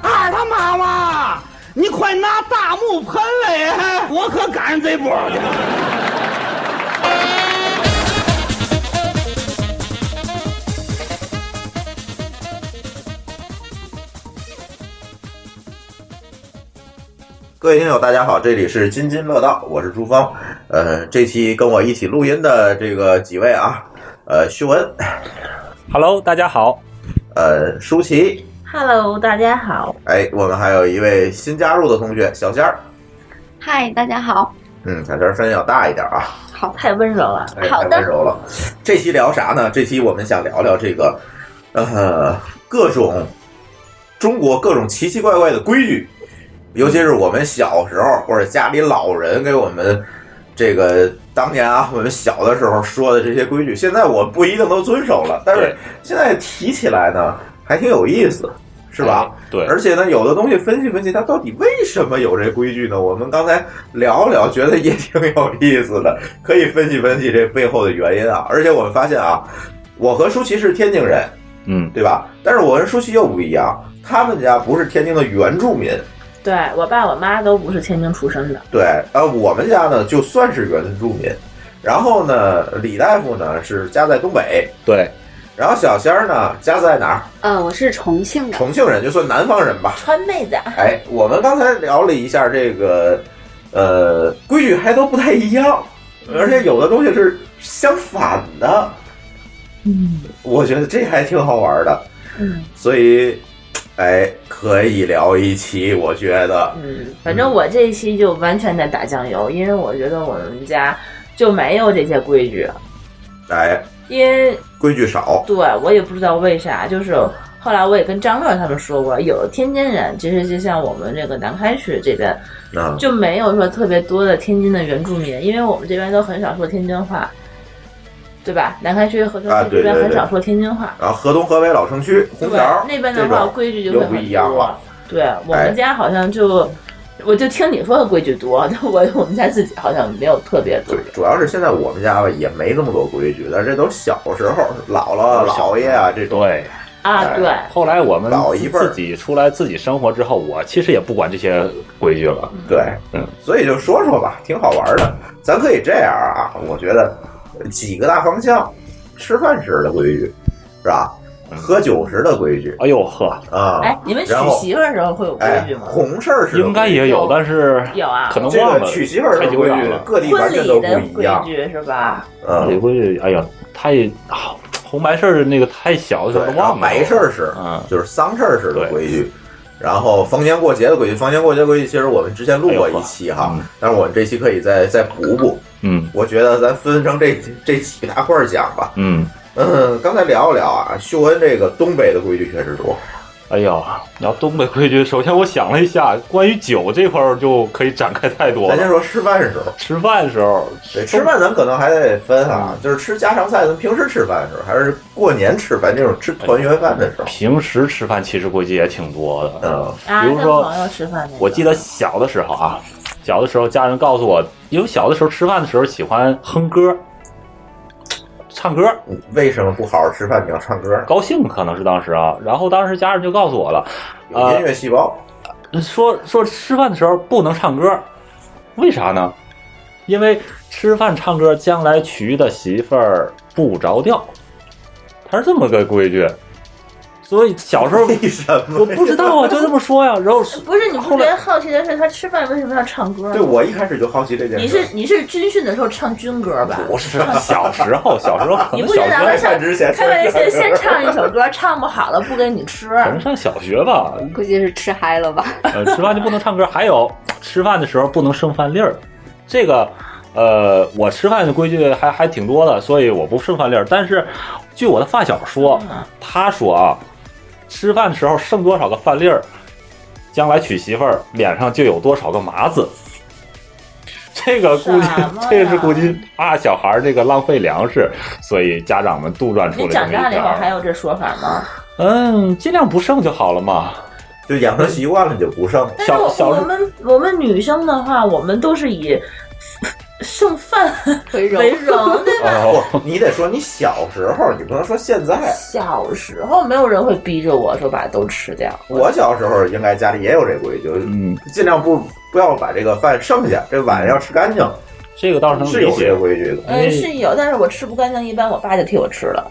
[SPEAKER 2] 二他妈妈，你快拿大木盆来，我可赶上这波去了。
[SPEAKER 4] 各位听友，大家好，这里是津津乐道，我是朱峰。呃，这期跟我一起录音的这个几位啊，呃，徐文，
[SPEAKER 7] Hello，大家好，
[SPEAKER 4] 呃，舒淇，
[SPEAKER 3] Hello，大家好。
[SPEAKER 4] 哎，我们还有一位新加入的同学小仙儿，
[SPEAKER 3] 嗨，大家好。
[SPEAKER 4] 嗯，小仙儿声音要大一点啊。
[SPEAKER 3] 好，太温柔了。
[SPEAKER 4] 哎
[SPEAKER 3] 好
[SPEAKER 4] 太温
[SPEAKER 3] 的，
[SPEAKER 4] 柔了。这期聊啥呢？这期我们想聊聊这个，呃，各种中国各种奇奇怪怪的规矩，尤其是我们小时候或者家里老人给我们这个当年啊，我们小的时候说的这些规矩，现在我不一定都遵守了，但是
[SPEAKER 7] 对
[SPEAKER 4] 现在提起来呢，还挺有意思。是吧？
[SPEAKER 7] 对
[SPEAKER 4] 而且呢，有的东西分析分析，它到底为什么有这规矩呢？我们刚才聊聊，觉得也挺有意思的，可以分析分析这背后的原因啊。而且我们发现啊，我和舒淇是天津人，
[SPEAKER 7] 嗯，
[SPEAKER 4] 对吧？但是我跟舒淇又不一样，他们家不是天津的原住民，
[SPEAKER 3] 对我爸我妈都不是天津出生的，
[SPEAKER 4] 对，呃，我们家呢就算是原住民。然后呢，李大夫呢是家在东北，
[SPEAKER 7] 对，
[SPEAKER 4] 然后小仙儿呢家在哪儿？
[SPEAKER 8] 呃，我是重庆的，
[SPEAKER 4] 重庆人，就算南方人吧。
[SPEAKER 3] 川妹子。啊
[SPEAKER 4] 哎，我们刚才聊了一下这个，呃，规矩还都不太一样，而且有的东西是相反的。
[SPEAKER 3] 嗯，
[SPEAKER 4] 我觉得这还挺好玩的，
[SPEAKER 3] 嗯
[SPEAKER 4] 所以，哎，可以聊一期。我觉得，
[SPEAKER 3] 嗯，反正我这一期就完全在打酱油，因为我觉得我们家就没有这些规矩，
[SPEAKER 4] 哎，
[SPEAKER 3] 因为
[SPEAKER 4] 规矩少，
[SPEAKER 3] 对我也不知道为啥，就是后来我也跟张乐他们说过，有的天津人其实就像我们这个南开区这边
[SPEAKER 4] 啊，
[SPEAKER 3] 就没有说特别多的天津的原住民，因为我们这边都很少说天津话，对吧？南开区和河
[SPEAKER 4] 啊
[SPEAKER 3] 区这
[SPEAKER 4] 对
[SPEAKER 3] 边
[SPEAKER 4] 对
[SPEAKER 3] 很
[SPEAKER 4] 对
[SPEAKER 3] 少说天津话，
[SPEAKER 4] 然后河东、河北老城区、
[SPEAKER 3] 对
[SPEAKER 4] 红桥
[SPEAKER 3] 那边
[SPEAKER 4] 这
[SPEAKER 3] 的话
[SPEAKER 4] 种
[SPEAKER 3] 规矩就
[SPEAKER 4] 又
[SPEAKER 3] 会
[SPEAKER 4] 不
[SPEAKER 3] 很
[SPEAKER 4] 一样
[SPEAKER 3] 多
[SPEAKER 4] 了。
[SPEAKER 3] 对我
[SPEAKER 4] 哎
[SPEAKER 3] 们家好像就，我就听你说的规矩多， 但我我们家自己好像没有特别多
[SPEAKER 4] 对。，主要是现在我们家吧也没那么多规矩，但是这都是小时候姥姥、姥爷啊这种。
[SPEAKER 7] 对。
[SPEAKER 3] 啊，
[SPEAKER 4] 哎
[SPEAKER 3] 对，
[SPEAKER 7] 后来我们
[SPEAKER 4] 老一辈儿
[SPEAKER 7] 自己出来自己生活之后，我其实也不管这些规矩了。
[SPEAKER 4] 对，
[SPEAKER 7] 嗯，
[SPEAKER 4] 所以就说说吧，挺好玩的。咱可以这样啊，我觉得呃几个大方向：吃饭时的规矩，是吧？喝酒时的规矩
[SPEAKER 7] 哎呦呵，
[SPEAKER 4] 啊，
[SPEAKER 3] 哎，你们娶
[SPEAKER 4] 然后
[SPEAKER 3] 媳妇儿的时候会有规
[SPEAKER 4] 哎
[SPEAKER 3] 矩，吗？
[SPEAKER 4] 红事儿时的规矩
[SPEAKER 7] 应该也有，但是
[SPEAKER 3] 有啊
[SPEAKER 7] 可能
[SPEAKER 4] 这
[SPEAKER 7] 忘
[SPEAKER 4] 个
[SPEAKER 7] 了
[SPEAKER 4] 娶媳妇儿
[SPEAKER 7] 太
[SPEAKER 4] 的
[SPEAKER 7] 久
[SPEAKER 4] 规
[SPEAKER 7] 远
[SPEAKER 4] 矩，
[SPEAKER 7] 了。
[SPEAKER 4] 各地
[SPEAKER 3] 婚
[SPEAKER 4] 完全都
[SPEAKER 3] 礼的
[SPEAKER 4] 不一
[SPEAKER 3] 规
[SPEAKER 4] 样。
[SPEAKER 3] 矩是吧？
[SPEAKER 7] 这
[SPEAKER 4] 嗯，
[SPEAKER 7] 规矩，哎呀，太啊红白事儿那个太小的时候
[SPEAKER 4] 对，
[SPEAKER 7] 都
[SPEAKER 4] 然
[SPEAKER 7] 忘
[SPEAKER 4] 后
[SPEAKER 7] 了。
[SPEAKER 4] 白事儿时
[SPEAKER 7] 嗯，
[SPEAKER 4] 就是丧事儿时的
[SPEAKER 7] 对
[SPEAKER 4] 规矩。然后逢年过节的规矩，逢年过节规矩，其实我们之前录过一期
[SPEAKER 7] 哎
[SPEAKER 4] 哈
[SPEAKER 7] 呦呵嗯，
[SPEAKER 4] 但是我们这期可以再再补补。
[SPEAKER 7] 嗯
[SPEAKER 4] 我觉得咱分成这这几大块儿讲吧。
[SPEAKER 7] 嗯，
[SPEAKER 4] 嗯，刚才聊一聊啊，秀恩这个东北的规矩确实多，
[SPEAKER 7] 哎呀，你要东北规矩，首先我想了一下，关于酒这块儿就可以展开太多
[SPEAKER 4] 咱先
[SPEAKER 7] 了。
[SPEAKER 4] 说吃饭时候，
[SPEAKER 7] 吃饭的时候，
[SPEAKER 4] 对，吃饭咱可能还得分啊，
[SPEAKER 7] 嗯
[SPEAKER 4] 就是吃家常菜，咱平时吃饭的时候，还是过年吃饭这种吃团圆饭的时候，
[SPEAKER 7] 平时吃饭其实规矩也挺多的。
[SPEAKER 4] 嗯，
[SPEAKER 3] 啊，
[SPEAKER 7] 比如
[SPEAKER 3] 跟
[SPEAKER 7] 说
[SPEAKER 3] 朋友吃饭那个，
[SPEAKER 7] 我记得小的时候啊，小的时候家人告诉我，因为小的时候吃饭的时候喜欢哼歌、唱歌，
[SPEAKER 4] 为什么不好好吃饭？你要唱歌，
[SPEAKER 7] 高兴可能是当时啊。然后当时家人就告诉我了，
[SPEAKER 4] 有音乐细胞，
[SPEAKER 7] 说说吃饭的时候不能唱歌，为啥呢？因为吃饭唱歌，将来娶的媳妇儿不着调，它是这么个规矩。所以小 时候为什么我不知道啊，就这么说呀。然后
[SPEAKER 3] 不是你不觉得好奇的是，他吃饭为什么要唱歌？
[SPEAKER 4] 对我一开始就好奇这件事。
[SPEAKER 3] 你是你是军训的时候唱军歌 吧？
[SPEAKER 7] 不是小时候，小时候可
[SPEAKER 3] 你
[SPEAKER 7] 能
[SPEAKER 3] 不觉
[SPEAKER 7] 小
[SPEAKER 3] 得咱们上
[SPEAKER 7] 学
[SPEAKER 3] 开玩笑，先唱一首
[SPEAKER 7] 歌，
[SPEAKER 3] 歌，唱不好了不给你吃。
[SPEAKER 7] 可能上小学吧。
[SPEAKER 8] 估计是吃嗨了吧？
[SPEAKER 7] 呃，吃饭就不能唱歌，还有吃饭的时候不能剩饭粒儿。这个，呃，我吃饭的规矩还还挺多的，所以我不剩饭粒儿。但是，据我的发小说，
[SPEAKER 3] 嗯
[SPEAKER 7] 他说啊，吃饭的时候剩多少个饭粒儿，将来娶媳妇儿脸上就有多少个麻子。这个估计
[SPEAKER 3] 什么呀，
[SPEAKER 7] 这是估计啊，小孩儿这个浪费粮食，所以家长们杜撰出
[SPEAKER 3] 你
[SPEAKER 7] 了这么
[SPEAKER 3] 长
[SPEAKER 7] 一
[SPEAKER 3] 大了以后
[SPEAKER 7] 招。
[SPEAKER 3] 还有这说法吗？
[SPEAKER 7] 嗯，尽量不剩就好了嘛，
[SPEAKER 9] 就养成习惯了，你就不剩了。
[SPEAKER 3] 但是
[SPEAKER 7] 小
[SPEAKER 3] 我
[SPEAKER 7] 小时
[SPEAKER 3] 我
[SPEAKER 7] 候
[SPEAKER 3] 们我们女生的话，我们都是以 剩饭 为
[SPEAKER 8] 荣
[SPEAKER 3] 为荣，对吧？
[SPEAKER 4] 啊
[SPEAKER 7] 哦
[SPEAKER 4] 不，你得说你小时候，你不能说现在。
[SPEAKER 3] 小时候没有人会逼着我说把它都吃掉。
[SPEAKER 4] 我小时候应该家里也有这规矩，
[SPEAKER 7] 嗯，
[SPEAKER 4] 尽量不不要把这个饭剩下，这碗要吃干净。
[SPEAKER 7] 这个倒是能
[SPEAKER 4] 是有
[SPEAKER 7] 理解
[SPEAKER 4] 这个规矩的。
[SPEAKER 3] 嗯，是有，但是我吃不干净，一般我爸就替我吃了。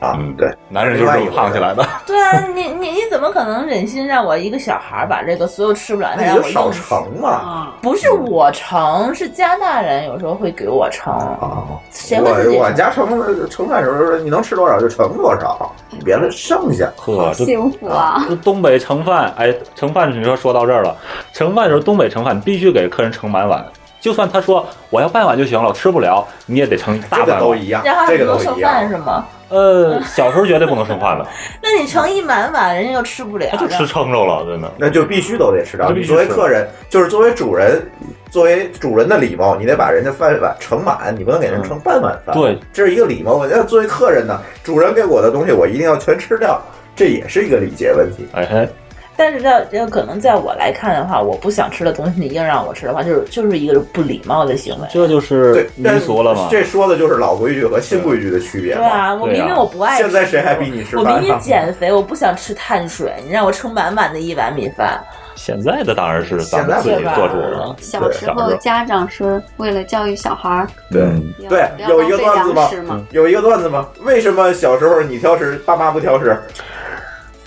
[SPEAKER 4] 啊，对，
[SPEAKER 7] 男人就是这么胖起来的。
[SPEAKER 3] 对啊，你你你怎么可能忍心让我一个小孩儿把这个所有吃不了，还
[SPEAKER 4] 那
[SPEAKER 3] 让
[SPEAKER 4] 你
[SPEAKER 3] 我
[SPEAKER 4] 就
[SPEAKER 3] 硬
[SPEAKER 4] 少
[SPEAKER 3] 吃
[SPEAKER 4] 盛嘛。
[SPEAKER 3] 不是我盛，是加拿大人有时候会给我盛。
[SPEAKER 4] 啊嗯
[SPEAKER 3] 谁会自己
[SPEAKER 4] 我我
[SPEAKER 3] 盛
[SPEAKER 4] 家盛盛饭时候，你能吃多少就盛多少，你别剩下。
[SPEAKER 7] 呵，这
[SPEAKER 8] 福啊！
[SPEAKER 7] 这东北盛饭，哎，盛饭你说说到这儿了，盛饭的时候东北盛饭你必须给客人盛满碗，就算他说我要半碗就行了，我吃不了，你也得盛一大半碗。
[SPEAKER 4] 这个都一样
[SPEAKER 3] 然后还不能剩饭是吗？
[SPEAKER 7] 呃，小时候绝对不能剩饭的，哎
[SPEAKER 3] 那你盛一满碗，人家又吃不了。
[SPEAKER 7] 就吃撑着了，真的。
[SPEAKER 4] 那就必须都得吃到。
[SPEAKER 7] 就必
[SPEAKER 4] 你
[SPEAKER 7] 须
[SPEAKER 4] 作为
[SPEAKER 7] 吃
[SPEAKER 4] 客人，就是作为主人，作为主人的礼貌，你得把人家饭碗盛满，你不能给人盛半碗饭。
[SPEAKER 7] 对，
[SPEAKER 4] 这是一个礼貌问题。那作为客人呢，主人给我的东西，我一定要全吃掉，这也是一个礼节问题。
[SPEAKER 7] 哎，
[SPEAKER 3] 但是在有可能在我来看的话，我不想吃的东西，你硬让我吃的话，就是就是一个不礼貌的行为。
[SPEAKER 7] 这就是民俗了嘛。
[SPEAKER 4] 这说的就是老规矩和新规矩的区别
[SPEAKER 3] 对
[SPEAKER 4] 嘛。
[SPEAKER 3] 啊，我明明我不爱吃，
[SPEAKER 4] 现在谁还逼你吃
[SPEAKER 3] 我
[SPEAKER 4] 饭？啊
[SPEAKER 3] 明明减肥，我不想吃碳水，你让我盛满满的一碗米饭，
[SPEAKER 7] 现在的当然是咱们自己做主了。
[SPEAKER 8] 小时候家长是为了教育小孩儿，
[SPEAKER 4] 对对，有一个段子
[SPEAKER 8] 不要浪费粮食嘛
[SPEAKER 4] 嘛，嗯有一个段子嘛，为什么小时候你挑食，爸妈不挑食？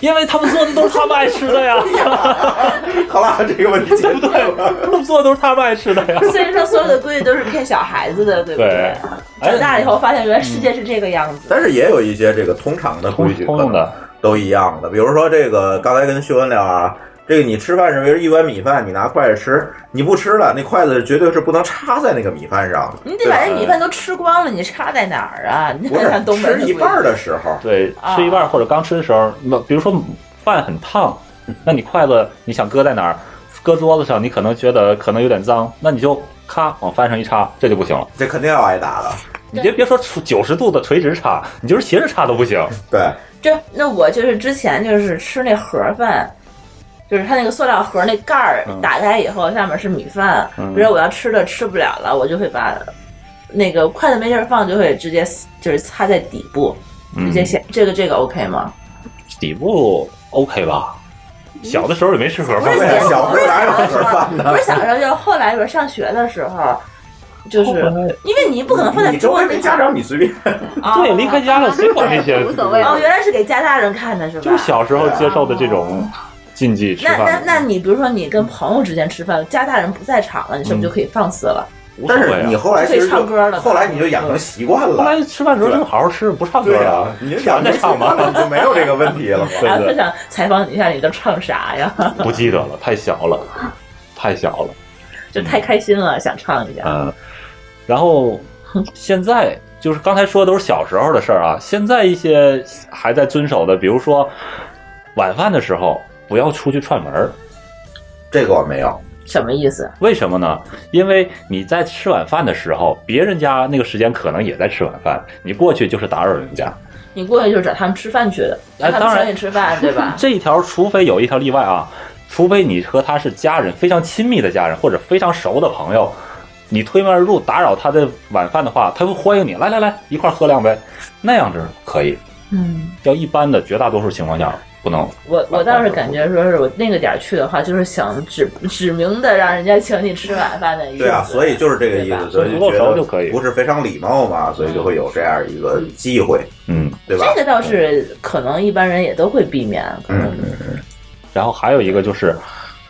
[SPEAKER 7] 因为他们做的都是他们爱吃的 呀。
[SPEAKER 4] 好了，这个问题解决了。
[SPEAKER 7] 他们做的都是他们爱吃的呀。
[SPEAKER 3] 所以说所有的规矩都是骗小孩子的，对不
[SPEAKER 7] 对，哎
[SPEAKER 3] 长大以后发现原来世界是这个样子。
[SPEAKER 4] 但是也有一些这个通常的规矩，
[SPEAKER 7] 通用的
[SPEAKER 4] 都一样的。比如说这个，刚才跟秀恩聊啊，这个你吃饭是围着一碗米饭，你拿筷子吃，你不吃了，那筷子绝对是不能插在那个米饭上的。
[SPEAKER 3] 你得把这米饭都吃光了，你插在哪儿啊？你
[SPEAKER 4] 不是
[SPEAKER 3] 看 东北人
[SPEAKER 4] 吃一半儿的时候，
[SPEAKER 7] 对，
[SPEAKER 3] 啊
[SPEAKER 7] 吃一半儿或者刚吃的时候，那比如说饭很烫，
[SPEAKER 3] 嗯
[SPEAKER 7] 那你筷子你想搁在哪儿？搁桌子上，你可能觉得可能有点脏，那你就咔往饭上一插，这就不行了。
[SPEAKER 4] 这肯定要挨打的。
[SPEAKER 7] 你别别说九十度的垂直插，你就是斜着插都不行。
[SPEAKER 4] 对，
[SPEAKER 3] 就那我就是之前就是吃那盒饭，就是它那个塑料盒那盖儿
[SPEAKER 7] 嗯
[SPEAKER 3] 打开以后，下面是米饭。
[SPEAKER 7] 嗯
[SPEAKER 3] 比如我要吃的吃不了了，我就会把那个筷子没地儿放，就会直接就是擦在底部，直接先、这个这个 OK 吗？
[SPEAKER 7] 嗯底部 OK 吧？小的时候也没吃盒饭
[SPEAKER 3] 嗯不是小，
[SPEAKER 4] 小时候哪有盒饭呢
[SPEAKER 3] 不是小时候，就是后来就是上学的时候，就是
[SPEAKER 7] 后来
[SPEAKER 3] 因为你不可能放在
[SPEAKER 4] 你周
[SPEAKER 3] 桌
[SPEAKER 4] 围
[SPEAKER 3] 子上
[SPEAKER 4] 没家长，你随便。
[SPEAKER 3] 啊
[SPEAKER 7] 对，离开家了谁管这些？
[SPEAKER 3] 哦，原来是给加拿大人看的是吧？
[SPEAKER 7] 就是小时候接受的这种禁忌吃
[SPEAKER 3] 那啊那
[SPEAKER 7] 饭。
[SPEAKER 3] 那你比如说你跟朋友之间吃饭，家大人不在场了，你是不是
[SPEAKER 7] 嗯
[SPEAKER 3] 就可以放肆了？
[SPEAKER 4] 但
[SPEAKER 7] 啊
[SPEAKER 4] 是你后来其
[SPEAKER 3] 可以
[SPEAKER 4] 实
[SPEAKER 3] 唱歌
[SPEAKER 4] 就
[SPEAKER 3] 了，
[SPEAKER 4] 后来你就养成习惯了。
[SPEAKER 7] 后来吃饭的时候就好好吃，不唱歌
[SPEAKER 4] 对
[SPEAKER 7] 了
[SPEAKER 4] 啊，，你就
[SPEAKER 7] 吃
[SPEAKER 4] 养
[SPEAKER 7] 完
[SPEAKER 4] 成
[SPEAKER 7] 再
[SPEAKER 4] 习
[SPEAKER 7] 唱
[SPEAKER 4] 惯
[SPEAKER 7] 吧
[SPEAKER 4] 了，你。就没有这个问题了嘛。
[SPEAKER 3] 啊，特想采访你一下，你都唱啥呀？
[SPEAKER 7] 不记得了，太小了，太小了。
[SPEAKER 3] 就太开心了，想唱一下。
[SPEAKER 4] 啊
[SPEAKER 7] 嗯，然后现在就是刚才说的都是小时候的事儿啊，现在一些还在遵守的，比如说晚饭的时候不要出去串门儿，
[SPEAKER 4] 这个我没有。
[SPEAKER 3] 什么意思？
[SPEAKER 7] 为什么呢？因为你在吃晚饭的时候，别人家那个时间可能也在吃晚饭，你过去就是打扰人家。
[SPEAKER 3] 你过去就是找他们吃饭去
[SPEAKER 4] 啊
[SPEAKER 3] 的，
[SPEAKER 7] 哎
[SPEAKER 3] 让他们
[SPEAKER 7] 当然？
[SPEAKER 3] 请你吃饭，对吧
[SPEAKER 7] 这一条，除非有一条例外啊，除非你和他是家人，非常亲密的家人或者非常熟的朋友，你推门而入打扰他的晚饭的话，他会欢迎你，来来来，一块儿喝两杯，那样子可以。
[SPEAKER 3] 嗯，
[SPEAKER 7] 要一般的，绝大多数情况下不能。
[SPEAKER 3] 我
[SPEAKER 4] 啊
[SPEAKER 3] 我倒是感觉说是我那个点儿去的话，就是想指指明的让人家请你吃晚饭的意思。
[SPEAKER 4] 对啊，所以就是这个意
[SPEAKER 3] 对
[SPEAKER 4] 思
[SPEAKER 3] 吧，
[SPEAKER 4] 所以
[SPEAKER 7] 足
[SPEAKER 4] 就
[SPEAKER 7] 够
[SPEAKER 4] 觉
[SPEAKER 7] 熟
[SPEAKER 4] 得
[SPEAKER 7] 就可以
[SPEAKER 4] 不是非常礼貌嘛，所以就会有这样一个机会，
[SPEAKER 7] 嗯，
[SPEAKER 4] 对吧？
[SPEAKER 3] 这个倒是可能一般人也都会避
[SPEAKER 4] 嗯
[SPEAKER 3] 免。
[SPEAKER 7] 然后还有一个就是，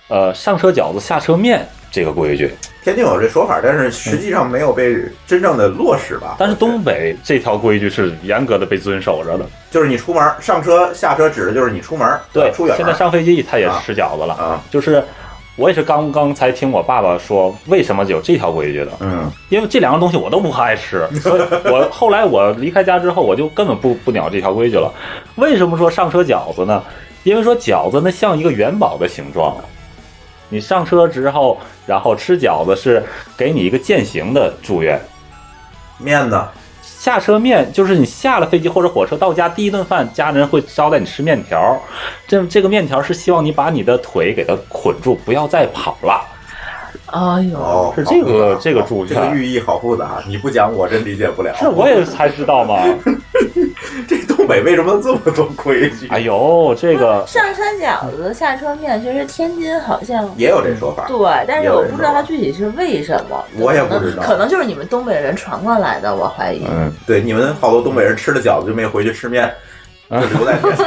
[SPEAKER 7] 呃，上车饺子下车面这个规矩，
[SPEAKER 4] 天津有这说法，但是实际上没有被真正的落实吧。
[SPEAKER 7] 但是东北这条规矩是严格的被遵守着的。
[SPEAKER 4] 就是你出门上车下车指的就是你出门，
[SPEAKER 7] 对，
[SPEAKER 4] 出远门。
[SPEAKER 7] 现在上飞机他也是吃饺子了，
[SPEAKER 4] 啊，
[SPEAKER 7] 就是我也是刚刚才听我爸爸说为什么有这条规矩的，
[SPEAKER 4] 嗯，
[SPEAKER 7] 因为这两样东西我都不爱吃，所以我后来我离开家之后，我就根本不不鸟这条规矩了。为什么说上车饺子呢？因为说饺子那像一个元宝的形状，你上车之后，然后吃饺子是给你一个践行的祝愿。
[SPEAKER 4] 面呢？
[SPEAKER 7] 下车面就是你下了飞机或者火车到家第一顿饭，家人会招待你吃面条。这这个面条是希望你把你的腿给它捆住，不要再跑了。
[SPEAKER 3] 哎
[SPEAKER 4] 呦，
[SPEAKER 7] 是这个这个祝
[SPEAKER 4] 这个
[SPEAKER 7] 愿。
[SPEAKER 4] 寓意好复杂，你不讲我真理解不了。
[SPEAKER 7] 这我也才知道嘛。
[SPEAKER 4] 这东北为什么这么多规矩？
[SPEAKER 7] 哎呦，这 个
[SPEAKER 3] 上车饺子，下车面，其实天津好像
[SPEAKER 4] 也有这说法。
[SPEAKER 3] 对，但
[SPEAKER 4] 也
[SPEAKER 3] 是
[SPEAKER 4] 有
[SPEAKER 3] 我
[SPEAKER 4] 这
[SPEAKER 3] 不知道它具体是为什么。
[SPEAKER 4] 我也不知道
[SPEAKER 3] 可能就是你们东北人传过来的，我怀疑。
[SPEAKER 4] 嗯，对，你们好多东北人吃了饺子就没回去吃面，就留在天津。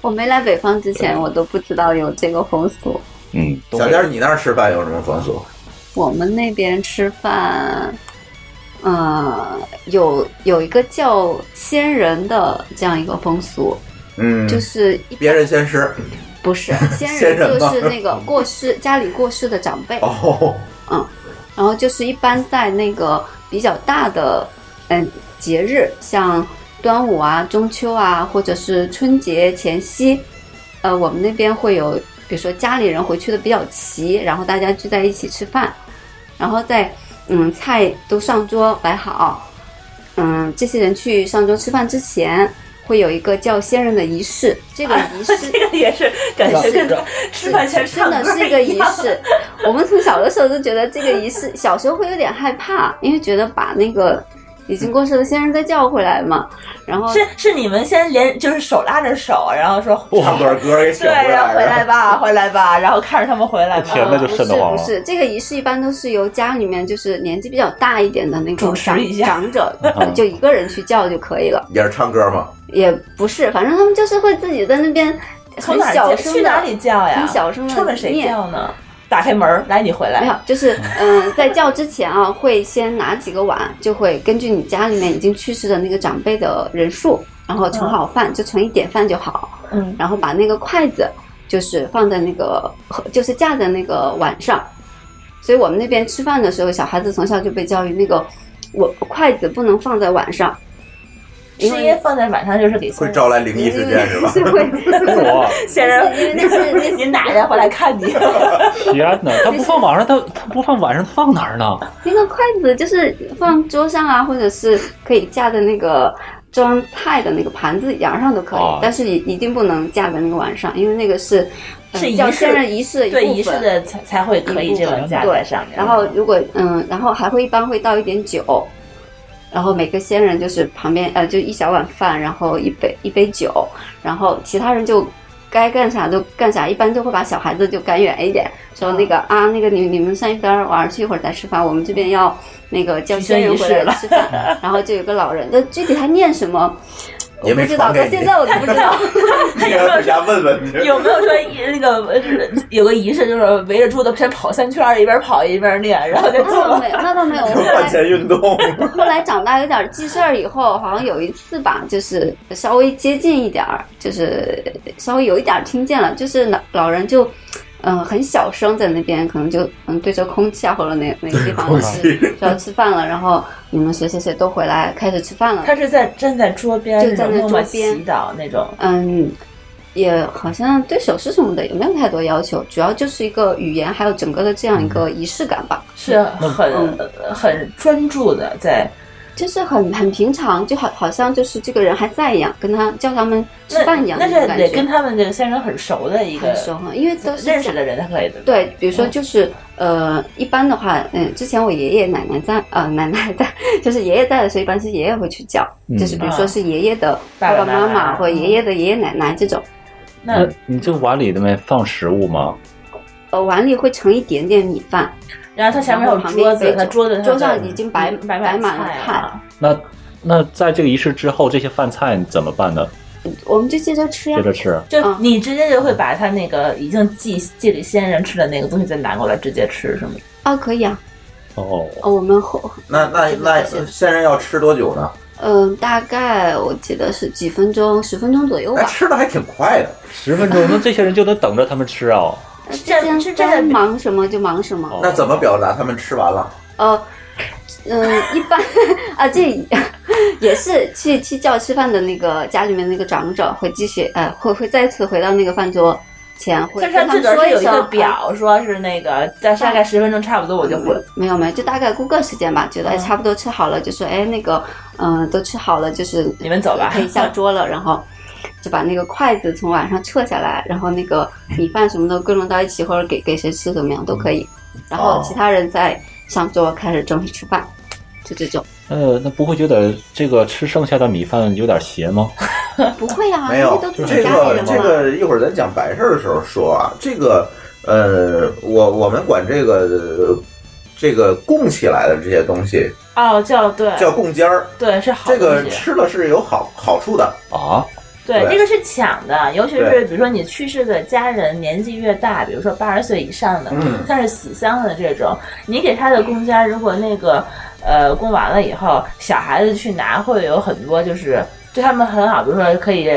[SPEAKER 8] 我没来北方之前，我都不知道有这个风俗。
[SPEAKER 7] 嗯，
[SPEAKER 4] 小佳，你那儿吃饭有什么风俗？
[SPEAKER 8] 我们那边吃饭，呃，有有一个叫仙人的这样一个风俗，
[SPEAKER 4] 嗯，
[SPEAKER 8] 就是一
[SPEAKER 4] 别人先吃。
[SPEAKER 8] 不是仙
[SPEAKER 4] 仙
[SPEAKER 8] 人
[SPEAKER 4] 人
[SPEAKER 8] 就
[SPEAKER 4] 吗
[SPEAKER 8] 是那个过世家里过世的长辈，
[SPEAKER 4] 哦，
[SPEAKER 8] 嗯，然后就是一般在那个比较大的嗯节日，像端午啊、中秋啊，或者是春节前夕，呃，我们那边会有，比如说家里人回去的比较齐，然后大家聚在一起吃饭，然后再嗯菜都上桌摆好，嗯，这些人去上桌吃饭之前。会有一个叫仙人的仪式，这个仪式、
[SPEAKER 3] 这个也是感觉跟吃饭前
[SPEAKER 8] 真
[SPEAKER 3] 唱
[SPEAKER 8] 的
[SPEAKER 3] 歌
[SPEAKER 8] 是一个
[SPEAKER 3] 一
[SPEAKER 8] 仪
[SPEAKER 3] 样
[SPEAKER 8] 式。我们从小的时候就觉得这个仪式，小时候会有点害怕，因为觉得把那个已经过世的先生再叫回来嘛。然后
[SPEAKER 3] 是是你们先连就是手拉着手，然后 说
[SPEAKER 4] 唱段歌给请
[SPEAKER 3] 对，
[SPEAKER 4] 回来
[SPEAKER 3] 然后回来吧，回来吧，然后看着他们回来吧。
[SPEAKER 7] 天呐就瘆得慌
[SPEAKER 8] 不
[SPEAKER 7] 了
[SPEAKER 8] 是这个仪式，一般都是由家里面就是年纪比较大一点的那个长长者
[SPEAKER 4] 嗯，
[SPEAKER 8] 就一个人去叫就可以了。
[SPEAKER 4] 也是唱歌吗？
[SPEAKER 8] 也不是，反正他们就是会自己在那边
[SPEAKER 3] 从
[SPEAKER 8] 很
[SPEAKER 3] 哪儿
[SPEAKER 8] 小
[SPEAKER 3] 叫
[SPEAKER 8] 声
[SPEAKER 3] 去
[SPEAKER 8] 地
[SPEAKER 3] 哪里叫呀？
[SPEAKER 8] 很小声的
[SPEAKER 3] 冲着谁叫呢？打开门儿，来你回来。
[SPEAKER 8] 没有，就是嗯、在叫之前啊，会先拿几个碗，就会根据你家里面已经去世的那个长辈的人数，然后盛好饭，就盛一点饭就好。
[SPEAKER 3] 嗯，
[SPEAKER 8] 然后把那个筷子就是放在那个，呃就是架在那个碗上。所以我们那边吃饭的时候，小孩子从小就被教育那个，我筷子不能放在碗上，
[SPEAKER 3] 是因为放在晚上就是给
[SPEAKER 4] 会招来灵异事件是吧？
[SPEAKER 7] 哇，
[SPEAKER 3] 先生，您奶奶回来看 你。
[SPEAKER 7] 天哪！他不放晚上，他他不放晚上，他放哪儿呢？
[SPEAKER 8] 那个筷子就是放桌上啊，或者是可以架在那个装菜的那个盘子沿儿上都可以，
[SPEAKER 7] 哦
[SPEAKER 8] 但是一一定不能架在那个碗上，因为那个是、呃
[SPEAKER 3] 是仪
[SPEAKER 8] 叫
[SPEAKER 3] 式
[SPEAKER 8] 先人仪式的一部
[SPEAKER 3] 对
[SPEAKER 8] 分，
[SPEAKER 3] 仪式的才才会可以这
[SPEAKER 8] 个
[SPEAKER 3] 种架在
[SPEAKER 8] 对
[SPEAKER 3] 上面
[SPEAKER 8] 然后如果嗯，然后还会一般会倒一点酒，然后每个仙人就是旁边呃就一小碗饭，然后一杯一杯酒，然后其他人就该干啥就干啥，一般就会把小孩子就赶远一点，说那个
[SPEAKER 4] 哦
[SPEAKER 8] 啊那个你你们上一边玩去一会儿再吃饭，我们这边要那个叫仙人回来吃饭， 然后就有个老人，那具体他念什么？
[SPEAKER 4] 也
[SPEAKER 8] 我不
[SPEAKER 4] 没
[SPEAKER 8] 知
[SPEAKER 4] 传
[SPEAKER 8] 道，
[SPEAKER 4] 给
[SPEAKER 8] 到
[SPEAKER 4] 你
[SPEAKER 8] 现在我都不知 道。
[SPEAKER 3] 他有没有
[SPEAKER 4] 回家问问 去。
[SPEAKER 3] 有没有说一那个呃有个仪式，就是围着桌子先跑三圈儿，一边跑一边练，然后就做
[SPEAKER 8] 那倒
[SPEAKER 3] 了
[SPEAKER 8] 没有，那倒 没有。我后来
[SPEAKER 4] 饭前运动，
[SPEAKER 8] 后来长大有点记事儿以后，好像有一次吧，就是稍微接近一点儿，就是稍微有一点儿听见了，就是老老人就。嗯，很小声在那边，可能就嗯对着空气啊，或者哪哪个地方
[SPEAKER 3] 空
[SPEAKER 8] 吃，就要吃饭了，然后你们谁谁谁都回来开始吃饭 了。
[SPEAKER 3] 他是在站在桌边，
[SPEAKER 8] 就站在
[SPEAKER 3] 默默
[SPEAKER 8] 桌边
[SPEAKER 3] 祈祷那种。
[SPEAKER 8] 嗯，也好像对手势什么的也没有太多要求，主要就是一个语言，还有整个的这样一个仪式感吧。
[SPEAKER 3] 是很很专注的在，
[SPEAKER 8] 就是很很平常，就好好像就是这个人还在一样，跟他叫他们吃
[SPEAKER 3] 那
[SPEAKER 8] 饭一样
[SPEAKER 3] 那
[SPEAKER 8] 种
[SPEAKER 3] 是
[SPEAKER 8] 感
[SPEAKER 3] 得
[SPEAKER 8] 觉。
[SPEAKER 3] 跟他们这个先生很熟的一个，
[SPEAKER 8] 很熟哈因为都是
[SPEAKER 3] 认识的人才可以的。
[SPEAKER 8] 对，比如说就是呃，一般的话，嗯，之前我爷爷奶奶在，呃，奶奶在，就是爷爷在的时候，一般是爷爷会去叫，
[SPEAKER 7] 嗯
[SPEAKER 8] 就是比如说是爷爷的
[SPEAKER 3] 爸
[SPEAKER 8] 爸
[SPEAKER 3] 爸
[SPEAKER 8] 爸
[SPEAKER 3] 妈
[SPEAKER 8] 妈
[SPEAKER 3] 妈
[SPEAKER 8] 妈或者爷爷的爷爷奶奶这种，
[SPEAKER 3] 嗯
[SPEAKER 7] 那呃你这个碗里头没放食物吗？
[SPEAKER 8] 呃，碗里会盛一点点米饭，
[SPEAKER 3] 然后他前面
[SPEAKER 8] 然
[SPEAKER 3] 有
[SPEAKER 8] 后旁边
[SPEAKER 3] 桌子，
[SPEAKER 8] 有
[SPEAKER 3] 他桌子
[SPEAKER 8] 桌上已经摆
[SPEAKER 3] 摆
[SPEAKER 8] 摆满了嗯
[SPEAKER 3] 菜
[SPEAKER 8] 菜
[SPEAKER 3] 啊，
[SPEAKER 7] 那那在这个仪式之后，这些饭菜怎么办呢？
[SPEAKER 8] 我们就接着吃呀
[SPEAKER 7] 接着吃
[SPEAKER 3] 就你直接就会把他那个已经寄寄给先人吃的那个东西再拿过来直接吃，是吗？
[SPEAKER 8] 啊，可以啊，
[SPEAKER 7] 哦，
[SPEAKER 8] 呃我们后
[SPEAKER 4] 那那那现任要吃多久呢？
[SPEAKER 8] 嗯、大概我记得是几分钟，十分钟左右吧。
[SPEAKER 4] 吃的还挺快的，
[SPEAKER 7] 十分钟，那这些人就得等着他们吃啊。
[SPEAKER 8] 这是该忙什么就忙什么。
[SPEAKER 4] 那怎么表达他们吃完了？
[SPEAKER 8] 呃，嗯，一般啊，这也是去去叫吃饭的那个家里面那个长者会继续，呃，会会再次回到那个饭桌前，会
[SPEAKER 3] 但是
[SPEAKER 8] 跟
[SPEAKER 3] 他
[SPEAKER 8] 他
[SPEAKER 3] 自
[SPEAKER 8] 们
[SPEAKER 3] 个儿
[SPEAKER 8] 说
[SPEAKER 3] 是有一
[SPEAKER 8] 声
[SPEAKER 3] 个
[SPEAKER 8] 啊
[SPEAKER 3] 表，说是那个在大概十分钟差不多我就回。
[SPEAKER 4] 嗯
[SPEAKER 8] 没有没有，就大概估个时间吧，觉得
[SPEAKER 3] 嗯
[SPEAKER 8] 哎差不多吃好了，就说哎那个嗯、呃都吃好了，就是
[SPEAKER 3] 你们走吧
[SPEAKER 8] 可以 下桌了，然后就把那个筷子从碗上撤下来，然后那个米饭什么的归拢到一起，或者给给谁吃怎么样都可以，
[SPEAKER 3] 嗯
[SPEAKER 8] 然
[SPEAKER 3] 哦
[SPEAKER 8] 后其他人再上桌开始正式吃饭，就这种。
[SPEAKER 7] 呃，那不会觉得这个吃剩下的米饭有点邪吗？
[SPEAKER 8] 不会呀、
[SPEAKER 4] 没
[SPEAKER 8] 啊因
[SPEAKER 4] 有
[SPEAKER 8] 为都自己
[SPEAKER 4] 这
[SPEAKER 8] 家里
[SPEAKER 4] 个
[SPEAKER 8] 人嘛。
[SPEAKER 4] 这个一会儿咱讲白事儿的时候说啊，这个呃，我我们管这个这个供起来的这些东西
[SPEAKER 3] 哦，叫对，
[SPEAKER 4] 叫供尖儿，
[SPEAKER 3] 对是好
[SPEAKER 4] 这个
[SPEAKER 3] 东西
[SPEAKER 4] 吃了是有好好处的
[SPEAKER 7] 啊。
[SPEAKER 3] 对，
[SPEAKER 4] 对
[SPEAKER 3] 这个是抢的，尤其是
[SPEAKER 4] 对
[SPEAKER 3] 比如说你去世的家人年纪越大，比如说八十岁以上的，
[SPEAKER 4] 嗯
[SPEAKER 3] 像是死丧的这种，你给他的公家，如果那个呃供完了以后，小孩子去拿，会有很多就是对他们很好，比如说可以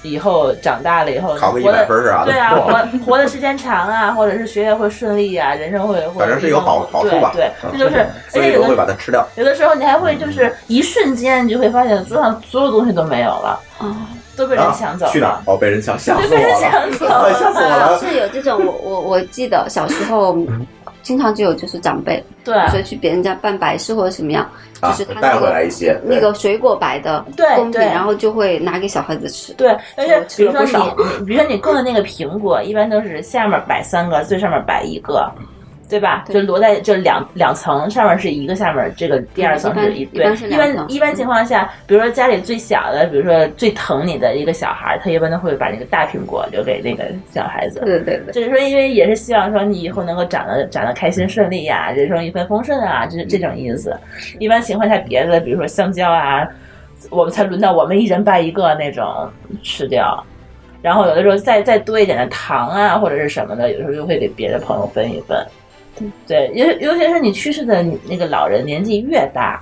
[SPEAKER 3] 以后长大了以后
[SPEAKER 4] 考个
[SPEAKER 3] 活得
[SPEAKER 4] 100分儿啥的嗯
[SPEAKER 3] 对啊，
[SPEAKER 4] 哇
[SPEAKER 3] 活活的时间长啊，或者是学业会顺利啊，人生会会
[SPEAKER 4] 反正是有好好处吧。
[SPEAKER 3] 对，
[SPEAKER 4] 嗯
[SPEAKER 3] 对这就是，哎而
[SPEAKER 4] 所
[SPEAKER 3] 且
[SPEAKER 4] 以
[SPEAKER 3] 有
[SPEAKER 4] 都
[SPEAKER 3] 的
[SPEAKER 4] 会把它吃掉。
[SPEAKER 3] 有的时候你还会就是一瞬间，你就会发现桌上所有东西都没有了，都被人抢走
[SPEAKER 4] 啊去哪
[SPEAKER 3] 了
[SPEAKER 4] 儿。？哦，被人抢，吓死
[SPEAKER 3] 被
[SPEAKER 4] 我
[SPEAKER 3] 人
[SPEAKER 4] 了！
[SPEAKER 3] 抢 走了
[SPEAKER 4] 吓死我了！
[SPEAKER 8] 是有这种，我我我记得小时候经常就有，就是长辈
[SPEAKER 3] 对啊
[SPEAKER 8] 所以去别人家办白事或者什么样，就
[SPEAKER 4] 啊
[SPEAKER 8] 是他、那个
[SPEAKER 4] 带回来一些对
[SPEAKER 8] 那个水果摆的
[SPEAKER 3] 对
[SPEAKER 8] 贡品，
[SPEAKER 3] 对
[SPEAKER 8] 然后就会拿给小孩子吃。
[SPEAKER 3] 对，而且比
[SPEAKER 8] 吃
[SPEAKER 3] 如
[SPEAKER 8] 了
[SPEAKER 3] 说
[SPEAKER 8] 不少
[SPEAKER 3] 你，你比如说你供的那个苹果，一般都是下面摆三个，最上面摆一个，对吧？就摞在就两两层，上面是一个，下面这个第二层
[SPEAKER 8] 嗯一般
[SPEAKER 3] 是一对
[SPEAKER 8] 一般是。
[SPEAKER 3] 一
[SPEAKER 8] 两层
[SPEAKER 3] 般一般情况下，比如说家里最小的，比如说最疼你的一个小孩，他一般都会把那个大苹果留给那个小孩子。
[SPEAKER 8] 对对对
[SPEAKER 3] 就是说，因为也是希望说你以后能够长得长得开心顺利呀、人生一帆风顺啊，这这种意思。一般情况下，别的比如说香蕉啊，我们才轮到我们一人掰一个那种吃掉。然后有的时候再再多一点的糖啊，或者是什么的，有时候就会给别的朋友分一分。对，尤尤其是你去世的你那个老人年纪越大，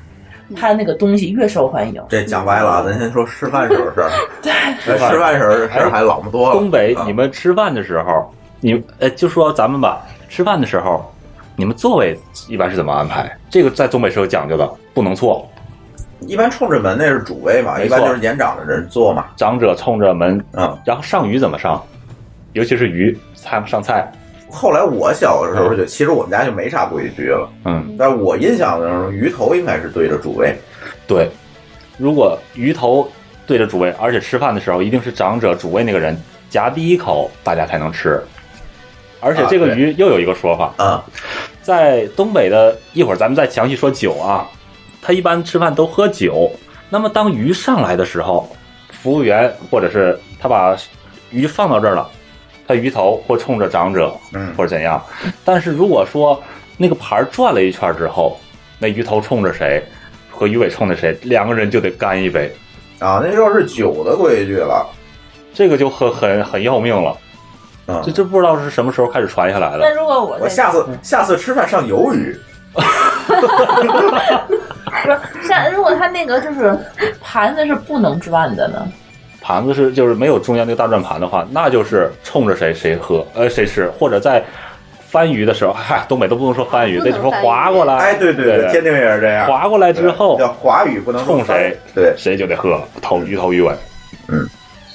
[SPEAKER 3] 他那个东西越受欢迎。
[SPEAKER 4] 这讲歪了啊，咱先说吃饭时候的事儿。对吃饭时候的事儿还老么多了。啊
[SPEAKER 7] 东北，你们吃饭的时候，你呃，就说咱们吧，吃饭的时候，你们座位一般是怎么安排？这个在东北是有讲究的，不能错。
[SPEAKER 4] 一般冲着门那是主位嘛，
[SPEAKER 7] 没
[SPEAKER 4] 一
[SPEAKER 7] 错
[SPEAKER 4] 般就是年长的人坐嘛。
[SPEAKER 7] 长者冲着门，
[SPEAKER 4] 嗯，
[SPEAKER 7] 然后上鱼怎么上？尤其是鱼上上菜，
[SPEAKER 4] 后来我小的时候就，其实我们家就没啥规矩了。
[SPEAKER 7] 嗯，
[SPEAKER 4] 但是我印象中鱼头应该是对着主位。
[SPEAKER 7] 对，如果鱼头对着主位，而且吃饭的时候一定是长者主位那个人夹第一口，大家才能吃。而且这个
[SPEAKER 4] 啊对
[SPEAKER 7] 鱼又有一个说法
[SPEAKER 4] 啊，
[SPEAKER 7] 在东北的一会儿咱们再详细说酒啊，他一般吃饭都喝酒。那么当鱼上来的时候，服务员或者是他把鱼放到这儿了，他鱼头会冲着长者，
[SPEAKER 4] 嗯，
[SPEAKER 7] 或者怎样。但是如果说那个盘儿转了一圈之后，那鱼头冲着谁和鱼尾冲着谁，两个人就得干一杯
[SPEAKER 4] 啊，那要是酒的规矩了，
[SPEAKER 7] 这个就很很很要命了。
[SPEAKER 4] 嗯
[SPEAKER 7] 这嗯这不知道是什么时候开始传下来的。
[SPEAKER 3] 那如果我在
[SPEAKER 4] 次下次吃饭上鱿鱼，
[SPEAKER 3] 像如果他那个就是盘子是不能转的呢？
[SPEAKER 7] 盘子是就是没有中间那个大转盘的话，那就是冲着谁谁喝，呃谁吃，或者在翻鱼的时候，嗨，东北都不能说翻鱼，
[SPEAKER 4] 不
[SPEAKER 7] 那
[SPEAKER 4] 能
[SPEAKER 7] 时候
[SPEAKER 4] 翻
[SPEAKER 7] 划过来，
[SPEAKER 4] 哎对
[SPEAKER 7] 啊对
[SPEAKER 4] 对对天津人也是这样
[SPEAKER 7] 划过来之后
[SPEAKER 4] 对叫华语不能说
[SPEAKER 7] 冲谁，
[SPEAKER 4] 对
[SPEAKER 7] 谁就得喝，头鱼头鱼尾，
[SPEAKER 4] 嗯，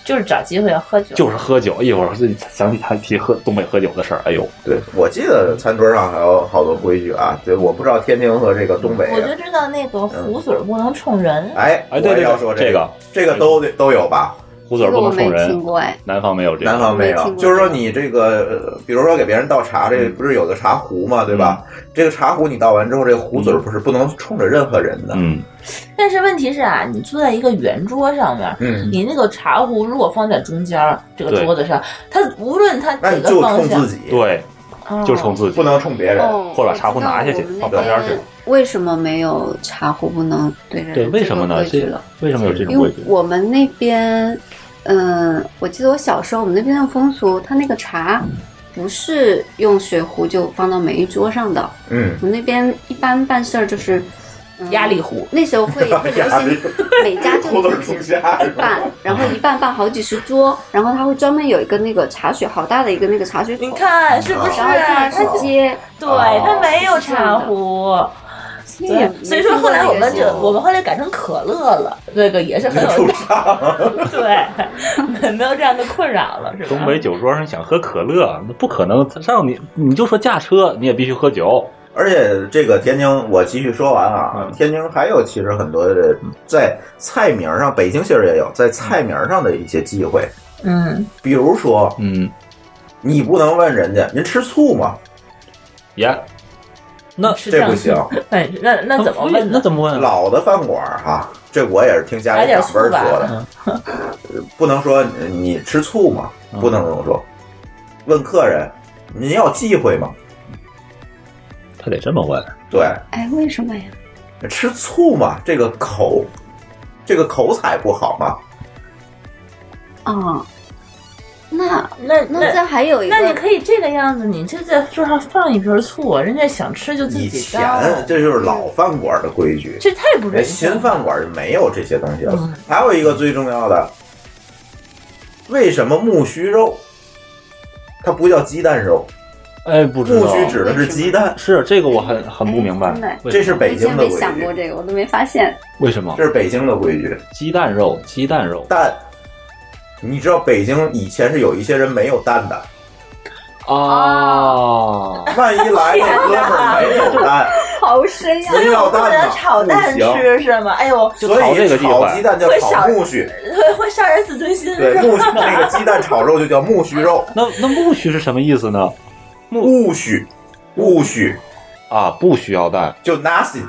[SPEAKER 3] 就是找机会要喝酒，
[SPEAKER 7] 就是喝酒。一会儿就想起他提喝东北喝酒的事儿，哎呦，
[SPEAKER 4] 对我记得餐桌上还有好多规矩啊，对，我不知道天津和这个东北啊，
[SPEAKER 3] 我就知道那个壶嘴不能冲人。
[SPEAKER 4] 哎
[SPEAKER 7] 哎对
[SPEAKER 4] 我也
[SPEAKER 7] 对
[SPEAKER 4] 要
[SPEAKER 7] 对
[SPEAKER 4] 说个
[SPEAKER 7] 这个，
[SPEAKER 4] 这个都得都有吧？
[SPEAKER 7] 胡嘴不能冲
[SPEAKER 8] 听
[SPEAKER 7] 人，
[SPEAKER 8] 过哎，
[SPEAKER 7] 南方没有这个，
[SPEAKER 4] 南方没
[SPEAKER 8] 没
[SPEAKER 4] 有
[SPEAKER 8] 听，过
[SPEAKER 4] 就是说你这个，呃比如说给别人倒茶，这不是有的茶壶嘛，对吧？这个茶壶你倒完之后，这个壶嘴儿不是不能冲着任何人的，
[SPEAKER 7] 嗯，
[SPEAKER 3] 但是问题是啊，你坐在一个圆桌上面，
[SPEAKER 4] 嗯
[SPEAKER 3] 你那个茶壶如果放在中间儿这个
[SPEAKER 7] 对
[SPEAKER 3] 桌子上，它无论它哪
[SPEAKER 4] 那你
[SPEAKER 3] 个
[SPEAKER 4] 就
[SPEAKER 3] 方
[SPEAKER 4] 冲
[SPEAKER 3] 向
[SPEAKER 4] 自，己，
[SPEAKER 7] 对，
[SPEAKER 3] 哦
[SPEAKER 7] 就冲自己，
[SPEAKER 4] 不能冲别人。
[SPEAKER 8] 哦
[SPEAKER 7] 或者把茶壶拿下去
[SPEAKER 8] 我知道
[SPEAKER 7] 放旁边
[SPEAKER 8] 我
[SPEAKER 7] 去
[SPEAKER 8] 们。那为什么没有茶壶不能对人？
[SPEAKER 7] 对，为什么呢？
[SPEAKER 8] 这
[SPEAKER 7] 这
[SPEAKER 8] 个规
[SPEAKER 7] 为
[SPEAKER 8] 矩了，
[SPEAKER 7] 什么有这种
[SPEAKER 8] 因
[SPEAKER 7] 规
[SPEAKER 8] 为
[SPEAKER 7] 矩？
[SPEAKER 8] 我们那边，嗯，我记得我小时候，我们那边的风俗，它那个茶不是用水壶就放到每一桌上的，
[SPEAKER 4] 嗯，
[SPEAKER 8] 我们那边一般办事儿就是。嗯
[SPEAKER 3] 压力壶
[SPEAKER 8] 那时候会会流
[SPEAKER 4] 压力
[SPEAKER 8] 行，每 家就
[SPEAKER 4] 都是
[SPEAKER 8] 自
[SPEAKER 4] 冲
[SPEAKER 8] 己
[SPEAKER 4] 家
[SPEAKER 8] 一半，然后一半办好几十桌，然后他会专门有一个那个茶水，好大的一个那个茶水
[SPEAKER 3] 你
[SPEAKER 8] 桶，
[SPEAKER 3] 看是不是啊？它
[SPEAKER 8] 然后自己接。
[SPEAKER 3] 对它没有茶壶。对，哎所以说后来我们就我们后来改成可乐了，这个也是很有 对， 没有这样的困扰了，是吧？
[SPEAKER 7] 东北酒桌上想喝可乐，那不可能。让你你就说驾车，你也必须喝酒。
[SPEAKER 4] 而且这个天津，我继续说完啊，天津还有其实很多的在菜名上，北京其实也有在菜名上的一些忌讳，
[SPEAKER 3] 嗯，
[SPEAKER 4] 比如说，
[SPEAKER 7] 嗯，
[SPEAKER 4] 你不能问人家您吃醋吗？
[SPEAKER 7] 也，那
[SPEAKER 3] 是
[SPEAKER 4] 这
[SPEAKER 3] 样
[SPEAKER 4] 不行，
[SPEAKER 3] 哎，那那怎么问呢？
[SPEAKER 7] 怎么问？啊
[SPEAKER 4] 老的饭馆儿哈，这我也是听家
[SPEAKER 3] 来
[SPEAKER 4] 里
[SPEAKER 3] 点
[SPEAKER 4] 长辈儿
[SPEAKER 3] 醋吧
[SPEAKER 4] 说的，，
[SPEAKER 7] 嗯
[SPEAKER 4] 不能说呃你吃醋吗？不能这么说。问客人，您要忌讳吗？
[SPEAKER 7] 他得这么问。
[SPEAKER 4] 对，
[SPEAKER 8] 哎，为什么呀？
[SPEAKER 4] 吃醋嘛，这个口，这个口才不好嘛。
[SPEAKER 8] 啊，那
[SPEAKER 3] 那
[SPEAKER 8] 那这还有一个，
[SPEAKER 3] 那你可以这个样子，你就在桌上放一瓶醋，人家想吃就自
[SPEAKER 4] 以
[SPEAKER 3] 己
[SPEAKER 4] 前
[SPEAKER 3] 倒。
[SPEAKER 4] 这就是老饭馆的规矩，
[SPEAKER 3] 这太不人
[SPEAKER 4] 人
[SPEAKER 3] 性
[SPEAKER 4] 新
[SPEAKER 3] 了。
[SPEAKER 4] 哎饭馆就没有这些东西了
[SPEAKER 3] 嗯。
[SPEAKER 4] 还有一个最重要的，为什么木须肉它不叫鸡蛋肉？
[SPEAKER 7] 哎，不知
[SPEAKER 4] 木
[SPEAKER 7] 道，
[SPEAKER 4] 须指的是鸡蛋，
[SPEAKER 7] 是这个我很很不明白
[SPEAKER 8] 真的，
[SPEAKER 4] 这是北
[SPEAKER 8] 以前
[SPEAKER 4] 京的
[SPEAKER 8] 没
[SPEAKER 4] 规
[SPEAKER 8] 想过
[SPEAKER 4] 矩，
[SPEAKER 8] 这个，我都没发现。
[SPEAKER 7] 为什么
[SPEAKER 4] 这是北京的规矩。
[SPEAKER 7] 鸡蛋肉？鸡蛋肉
[SPEAKER 4] 蛋，你知道北京以前是有一些人没有蛋的，
[SPEAKER 7] 啊，
[SPEAKER 4] 万一来那哥们儿没有蛋，
[SPEAKER 8] 好深呀！
[SPEAKER 3] 所以
[SPEAKER 4] 不
[SPEAKER 3] 我
[SPEAKER 4] 要
[SPEAKER 3] 不
[SPEAKER 4] 蛋
[SPEAKER 3] 能
[SPEAKER 4] 呢
[SPEAKER 3] 炒蛋
[SPEAKER 4] 不行
[SPEAKER 3] 吃是吗？哎呦，
[SPEAKER 7] 就
[SPEAKER 4] 所
[SPEAKER 7] 炒这
[SPEAKER 4] 以
[SPEAKER 7] 个地方
[SPEAKER 4] 炒鸡蛋叫
[SPEAKER 3] 会
[SPEAKER 4] 炒
[SPEAKER 3] 少
[SPEAKER 4] 木 须，
[SPEAKER 3] 会会伤人自尊心
[SPEAKER 4] 对
[SPEAKER 3] 是，吧？
[SPEAKER 4] 木须那个鸡蛋炒肉就叫木须肉，
[SPEAKER 7] 那那木须是什么意思呢？
[SPEAKER 4] 木须，木须
[SPEAKER 7] 啊，不需要蛋
[SPEAKER 4] 就 nothing，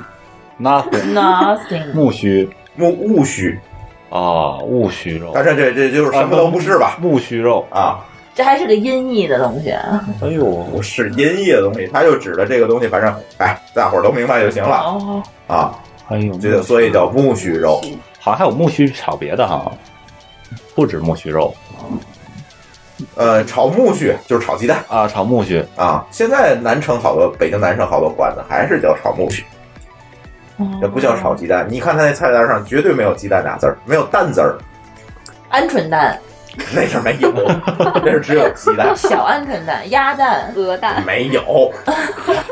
[SPEAKER 7] ，nothing，
[SPEAKER 3] Nothing，
[SPEAKER 7] 木须
[SPEAKER 4] 木木须，
[SPEAKER 7] 啊，木须肉，
[SPEAKER 4] 但是这这就是什么都不是吧？
[SPEAKER 7] 木须肉。
[SPEAKER 4] 啊，
[SPEAKER 3] 这还是个音译的东西。啊
[SPEAKER 7] 哎呦，
[SPEAKER 4] 不是音译的东西，它就指的这个东西，反正哎，大伙儿都明白就行了
[SPEAKER 3] 哦，
[SPEAKER 4] 啊，
[SPEAKER 7] 哎呦，
[SPEAKER 4] 这个所以叫木须肉。
[SPEAKER 7] 好像还有木须炒别的哈，不止木须肉
[SPEAKER 4] 呃，炒木须就是炒鸡蛋
[SPEAKER 7] 啊，炒木须
[SPEAKER 4] 啊。现在南城好多，北京南城好多馆子还是叫炒木须，
[SPEAKER 3] 哦
[SPEAKER 4] 这不叫炒鸡蛋。
[SPEAKER 7] 嗯
[SPEAKER 4] 你看他那菜单上绝对没有鸡蛋俩字儿，没有蛋字儿，
[SPEAKER 3] 鹌鹑蛋、
[SPEAKER 4] 那是没有， 那是只有鸡蛋，
[SPEAKER 3] 小鹌鹑蛋、鸭蛋，
[SPEAKER 8] 鹅蛋，
[SPEAKER 4] 没有。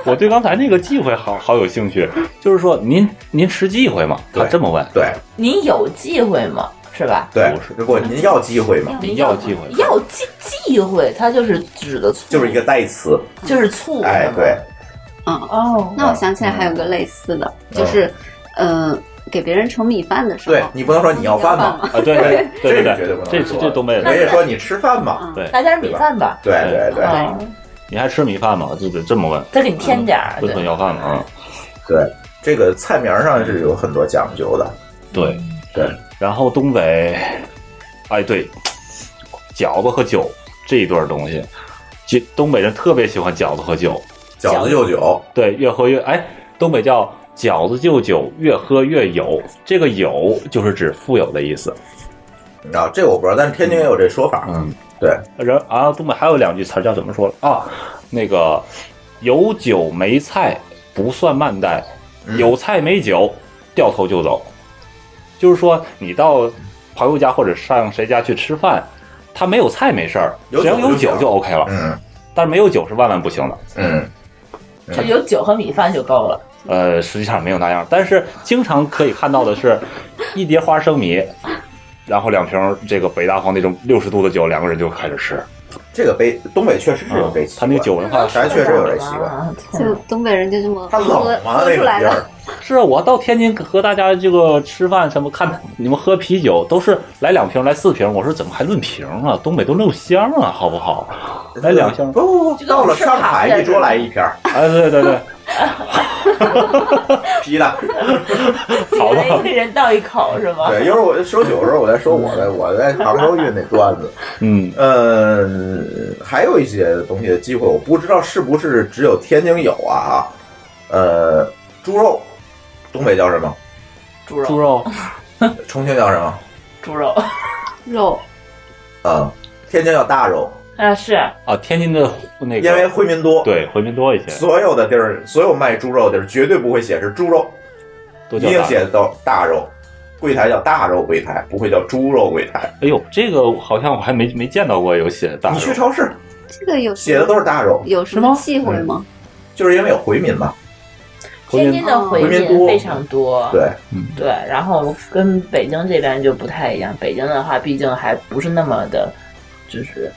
[SPEAKER 7] 我对刚才那个忌讳好好有兴趣，就是说您您吃忌讳吗？他
[SPEAKER 4] 对
[SPEAKER 7] 这么问，
[SPEAKER 4] 对
[SPEAKER 3] 你有忌讳吗？是吧？
[SPEAKER 4] 对
[SPEAKER 7] 不是，
[SPEAKER 4] 如果您要机会嘛，
[SPEAKER 7] 您要忌讳
[SPEAKER 3] 要忌忌讳，它就是指的醋，
[SPEAKER 4] 就是一个代词。
[SPEAKER 3] 就是醋，
[SPEAKER 4] 哎
[SPEAKER 3] 是，吗
[SPEAKER 4] 对，
[SPEAKER 8] 嗯，
[SPEAKER 3] 哦，
[SPEAKER 8] 那我想起来还有个类似的，就是，呃，给别人盛米饭的时
[SPEAKER 4] 嗯
[SPEAKER 8] 候，
[SPEAKER 4] 对你不能说你要饭嘛
[SPEAKER 8] 嘛，
[SPEAKER 7] 啊，对对对对
[SPEAKER 4] 这个绝对不
[SPEAKER 7] 对，
[SPEAKER 4] 能
[SPEAKER 7] 这
[SPEAKER 4] 说
[SPEAKER 7] 这东北
[SPEAKER 4] 人
[SPEAKER 7] 的，
[SPEAKER 4] 家说你吃饭嘛，
[SPEAKER 7] 对
[SPEAKER 3] 来点米饭吧。
[SPEAKER 4] 对对对
[SPEAKER 7] 嗯
[SPEAKER 3] 哦
[SPEAKER 7] 你还吃米饭吗？就得这么问，
[SPEAKER 3] 再给你添点
[SPEAKER 4] 哎
[SPEAKER 3] 儿，
[SPEAKER 7] 不准
[SPEAKER 3] 对，
[SPEAKER 7] 要饭吗？啊，
[SPEAKER 4] 对，这个菜名上是有很多讲究的。
[SPEAKER 7] 对
[SPEAKER 4] 嗯对。
[SPEAKER 7] 然后东北，哎对，饺子和酒这一对儿东西，这东北人特别喜欢饺子和酒，
[SPEAKER 4] 饺子就酒，
[SPEAKER 7] 对，越喝越哎，东北叫饺子就酒，越喝越有。这个有就是指富有的意思。
[SPEAKER 4] 你知道这我不知道，但是天津也有这说法。
[SPEAKER 7] 嗯，
[SPEAKER 4] 啊对，
[SPEAKER 7] 然啊，东北还有两句词儿叫怎么说了啊？那个有酒没菜不算慢待，
[SPEAKER 4] 嗯
[SPEAKER 7] 有菜没酒掉头就走。就是说，你到朋友家或者上谁家去吃饭，他没有菜没事儿，
[SPEAKER 4] 有
[SPEAKER 7] 只要
[SPEAKER 4] 酒
[SPEAKER 7] 有
[SPEAKER 4] 就行
[SPEAKER 7] 酒就 OK 了。
[SPEAKER 4] 嗯
[SPEAKER 7] 但是没有酒是万万不行的。
[SPEAKER 4] 嗯，
[SPEAKER 3] 就有酒和米饭就够了。
[SPEAKER 7] 呃，实际上没有那样，但是经常可以看到的是，一碟花生米，然后两瓶这个北大黄那种六十度的酒，两个人就开始吃。
[SPEAKER 4] 这个北东北确实是有这习惯，
[SPEAKER 7] 啊他那个酒文化，
[SPEAKER 4] 咱哎
[SPEAKER 3] 嗯
[SPEAKER 4] 确实有这习 惯。
[SPEAKER 8] 就东北人就这么
[SPEAKER 4] 他冷
[SPEAKER 8] 喝
[SPEAKER 4] 吗？
[SPEAKER 8] 喝
[SPEAKER 4] 那
[SPEAKER 8] 出
[SPEAKER 4] 个
[SPEAKER 8] 来
[SPEAKER 4] 地
[SPEAKER 8] 了
[SPEAKER 4] 儿。，
[SPEAKER 7] 是啊，我到天津和大家这个吃饭什么看你们喝啤酒都是来两瓶来四瓶，我说怎么还论瓶啊？东北都六箱啊，好不好？来两箱，
[SPEAKER 4] 不不不，到了上海一桌来一瓶儿，
[SPEAKER 7] 哎，对对对，
[SPEAKER 4] 啤的。
[SPEAKER 7] 好吧，
[SPEAKER 3] 一个人倒一口是吗？
[SPEAKER 4] 对，一会儿我收酒的时候，我再说我的，我在杭州运那段子。
[SPEAKER 7] 嗯，
[SPEAKER 4] 呃，还有一些东西的机会，我不知道是不是只有天津有啊？呃，猪肉，东北叫什么？
[SPEAKER 3] 猪肉
[SPEAKER 7] 猪肉，
[SPEAKER 4] 重庆叫什么？
[SPEAKER 3] 猪肉
[SPEAKER 8] 肉
[SPEAKER 4] 啊，天津叫大肉，
[SPEAKER 3] 啊是
[SPEAKER 7] 啊，天津的那个，
[SPEAKER 4] 因为回民多，
[SPEAKER 7] 对回民多一些，
[SPEAKER 4] 所有的地儿，所有卖猪肉的地儿，绝对不会写是猪肉，
[SPEAKER 7] 都
[SPEAKER 4] 一
[SPEAKER 7] 叫
[SPEAKER 4] 定
[SPEAKER 7] 大
[SPEAKER 4] 写到大肉。柜台叫大肉柜台，不会叫猪肉柜台。
[SPEAKER 7] 哎呦，这个好像我还没没见到过有写大肉。
[SPEAKER 4] 你去超市
[SPEAKER 8] 这个有
[SPEAKER 4] 写的都是大肉，
[SPEAKER 8] 有什么忌讳吗？
[SPEAKER 4] 就是因为有回民嘛。
[SPEAKER 3] 天津的回
[SPEAKER 4] 回民多
[SPEAKER 3] 民非常多，
[SPEAKER 4] 对，
[SPEAKER 3] 对，然后跟北京这边就不太一样，北京的话毕竟还不是那么的，就是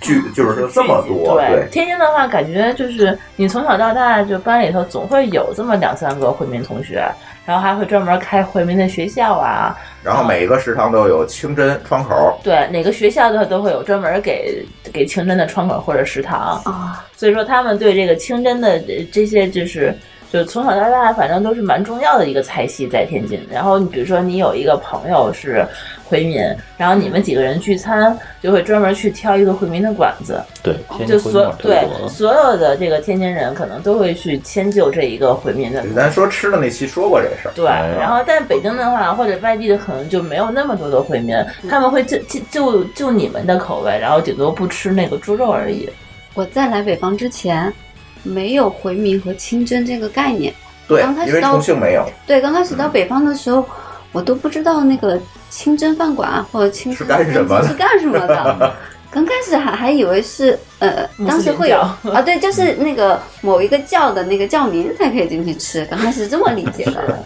[SPEAKER 4] 聚就是说这么多，对，
[SPEAKER 3] 天津的话，感觉就是你从小到大就班里头总会有这么两三个回民同学，然后还会专门开回民的学校啊，
[SPEAKER 4] 然后每个食堂都有清真窗口，
[SPEAKER 3] 对，哪个学校的都会有专门给给清真的窗口或者食堂
[SPEAKER 4] 嗯
[SPEAKER 8] 啊，
[SPEAKER 3] 所以说他们对这个清真的呃这些就是就从小到大，反正都是蛮重要的一个菜系在天津。然后你比如说你有一个朋友是回民，然后你们几个人聚餐就会专门去挑一个回民的馆子，
[SPEAKER 7] 对，天
[SPEAKER 3] 就所
[SPEAKER 7] 津回民多
[SPEAKER 3] 对所有的这个天津人可能都会去迁就这一个回民的。
[SPEAKER 4] 咱说吃的那期说过这事儿，
[SPEAKER 3] 对，
[SPEAKER 7] 哎
[SPEAKER 3] 然后但北京的话，或者外地的可能就没有那么多的回民，他们会就就就就你们的口味，然后顶多不吃那个猪肉而已。
[SPEAKER 8] 我在来北方之前，没有回民和清真这个概念。
[SPEAKER 4] 对
[SPEAKER 8] 刚开，
[SPEAKER 4] 因
[SPEAKER 8] 始
[SPEAKER 4] 为
[SPEAKER 8] 到
[SPEAKER 4] 重庆没有，
[SPEAKER 8] 对，刚开始到北方的时候，我都不知道那个清真饭馆啊或者清真
[SPEAKER 4] 干什么的
[SPEAKER 8] 是干什么 的。刚开始还还以为是呃，
[SPEAKER 3] 穆斯林
[SPEAKER 8] 当时会有
[SPEAKER 3] 教
[SPEAKER 8] 啊，对，就是那个某一个教的那个教民才可以进去吃，刚开始这么理解的。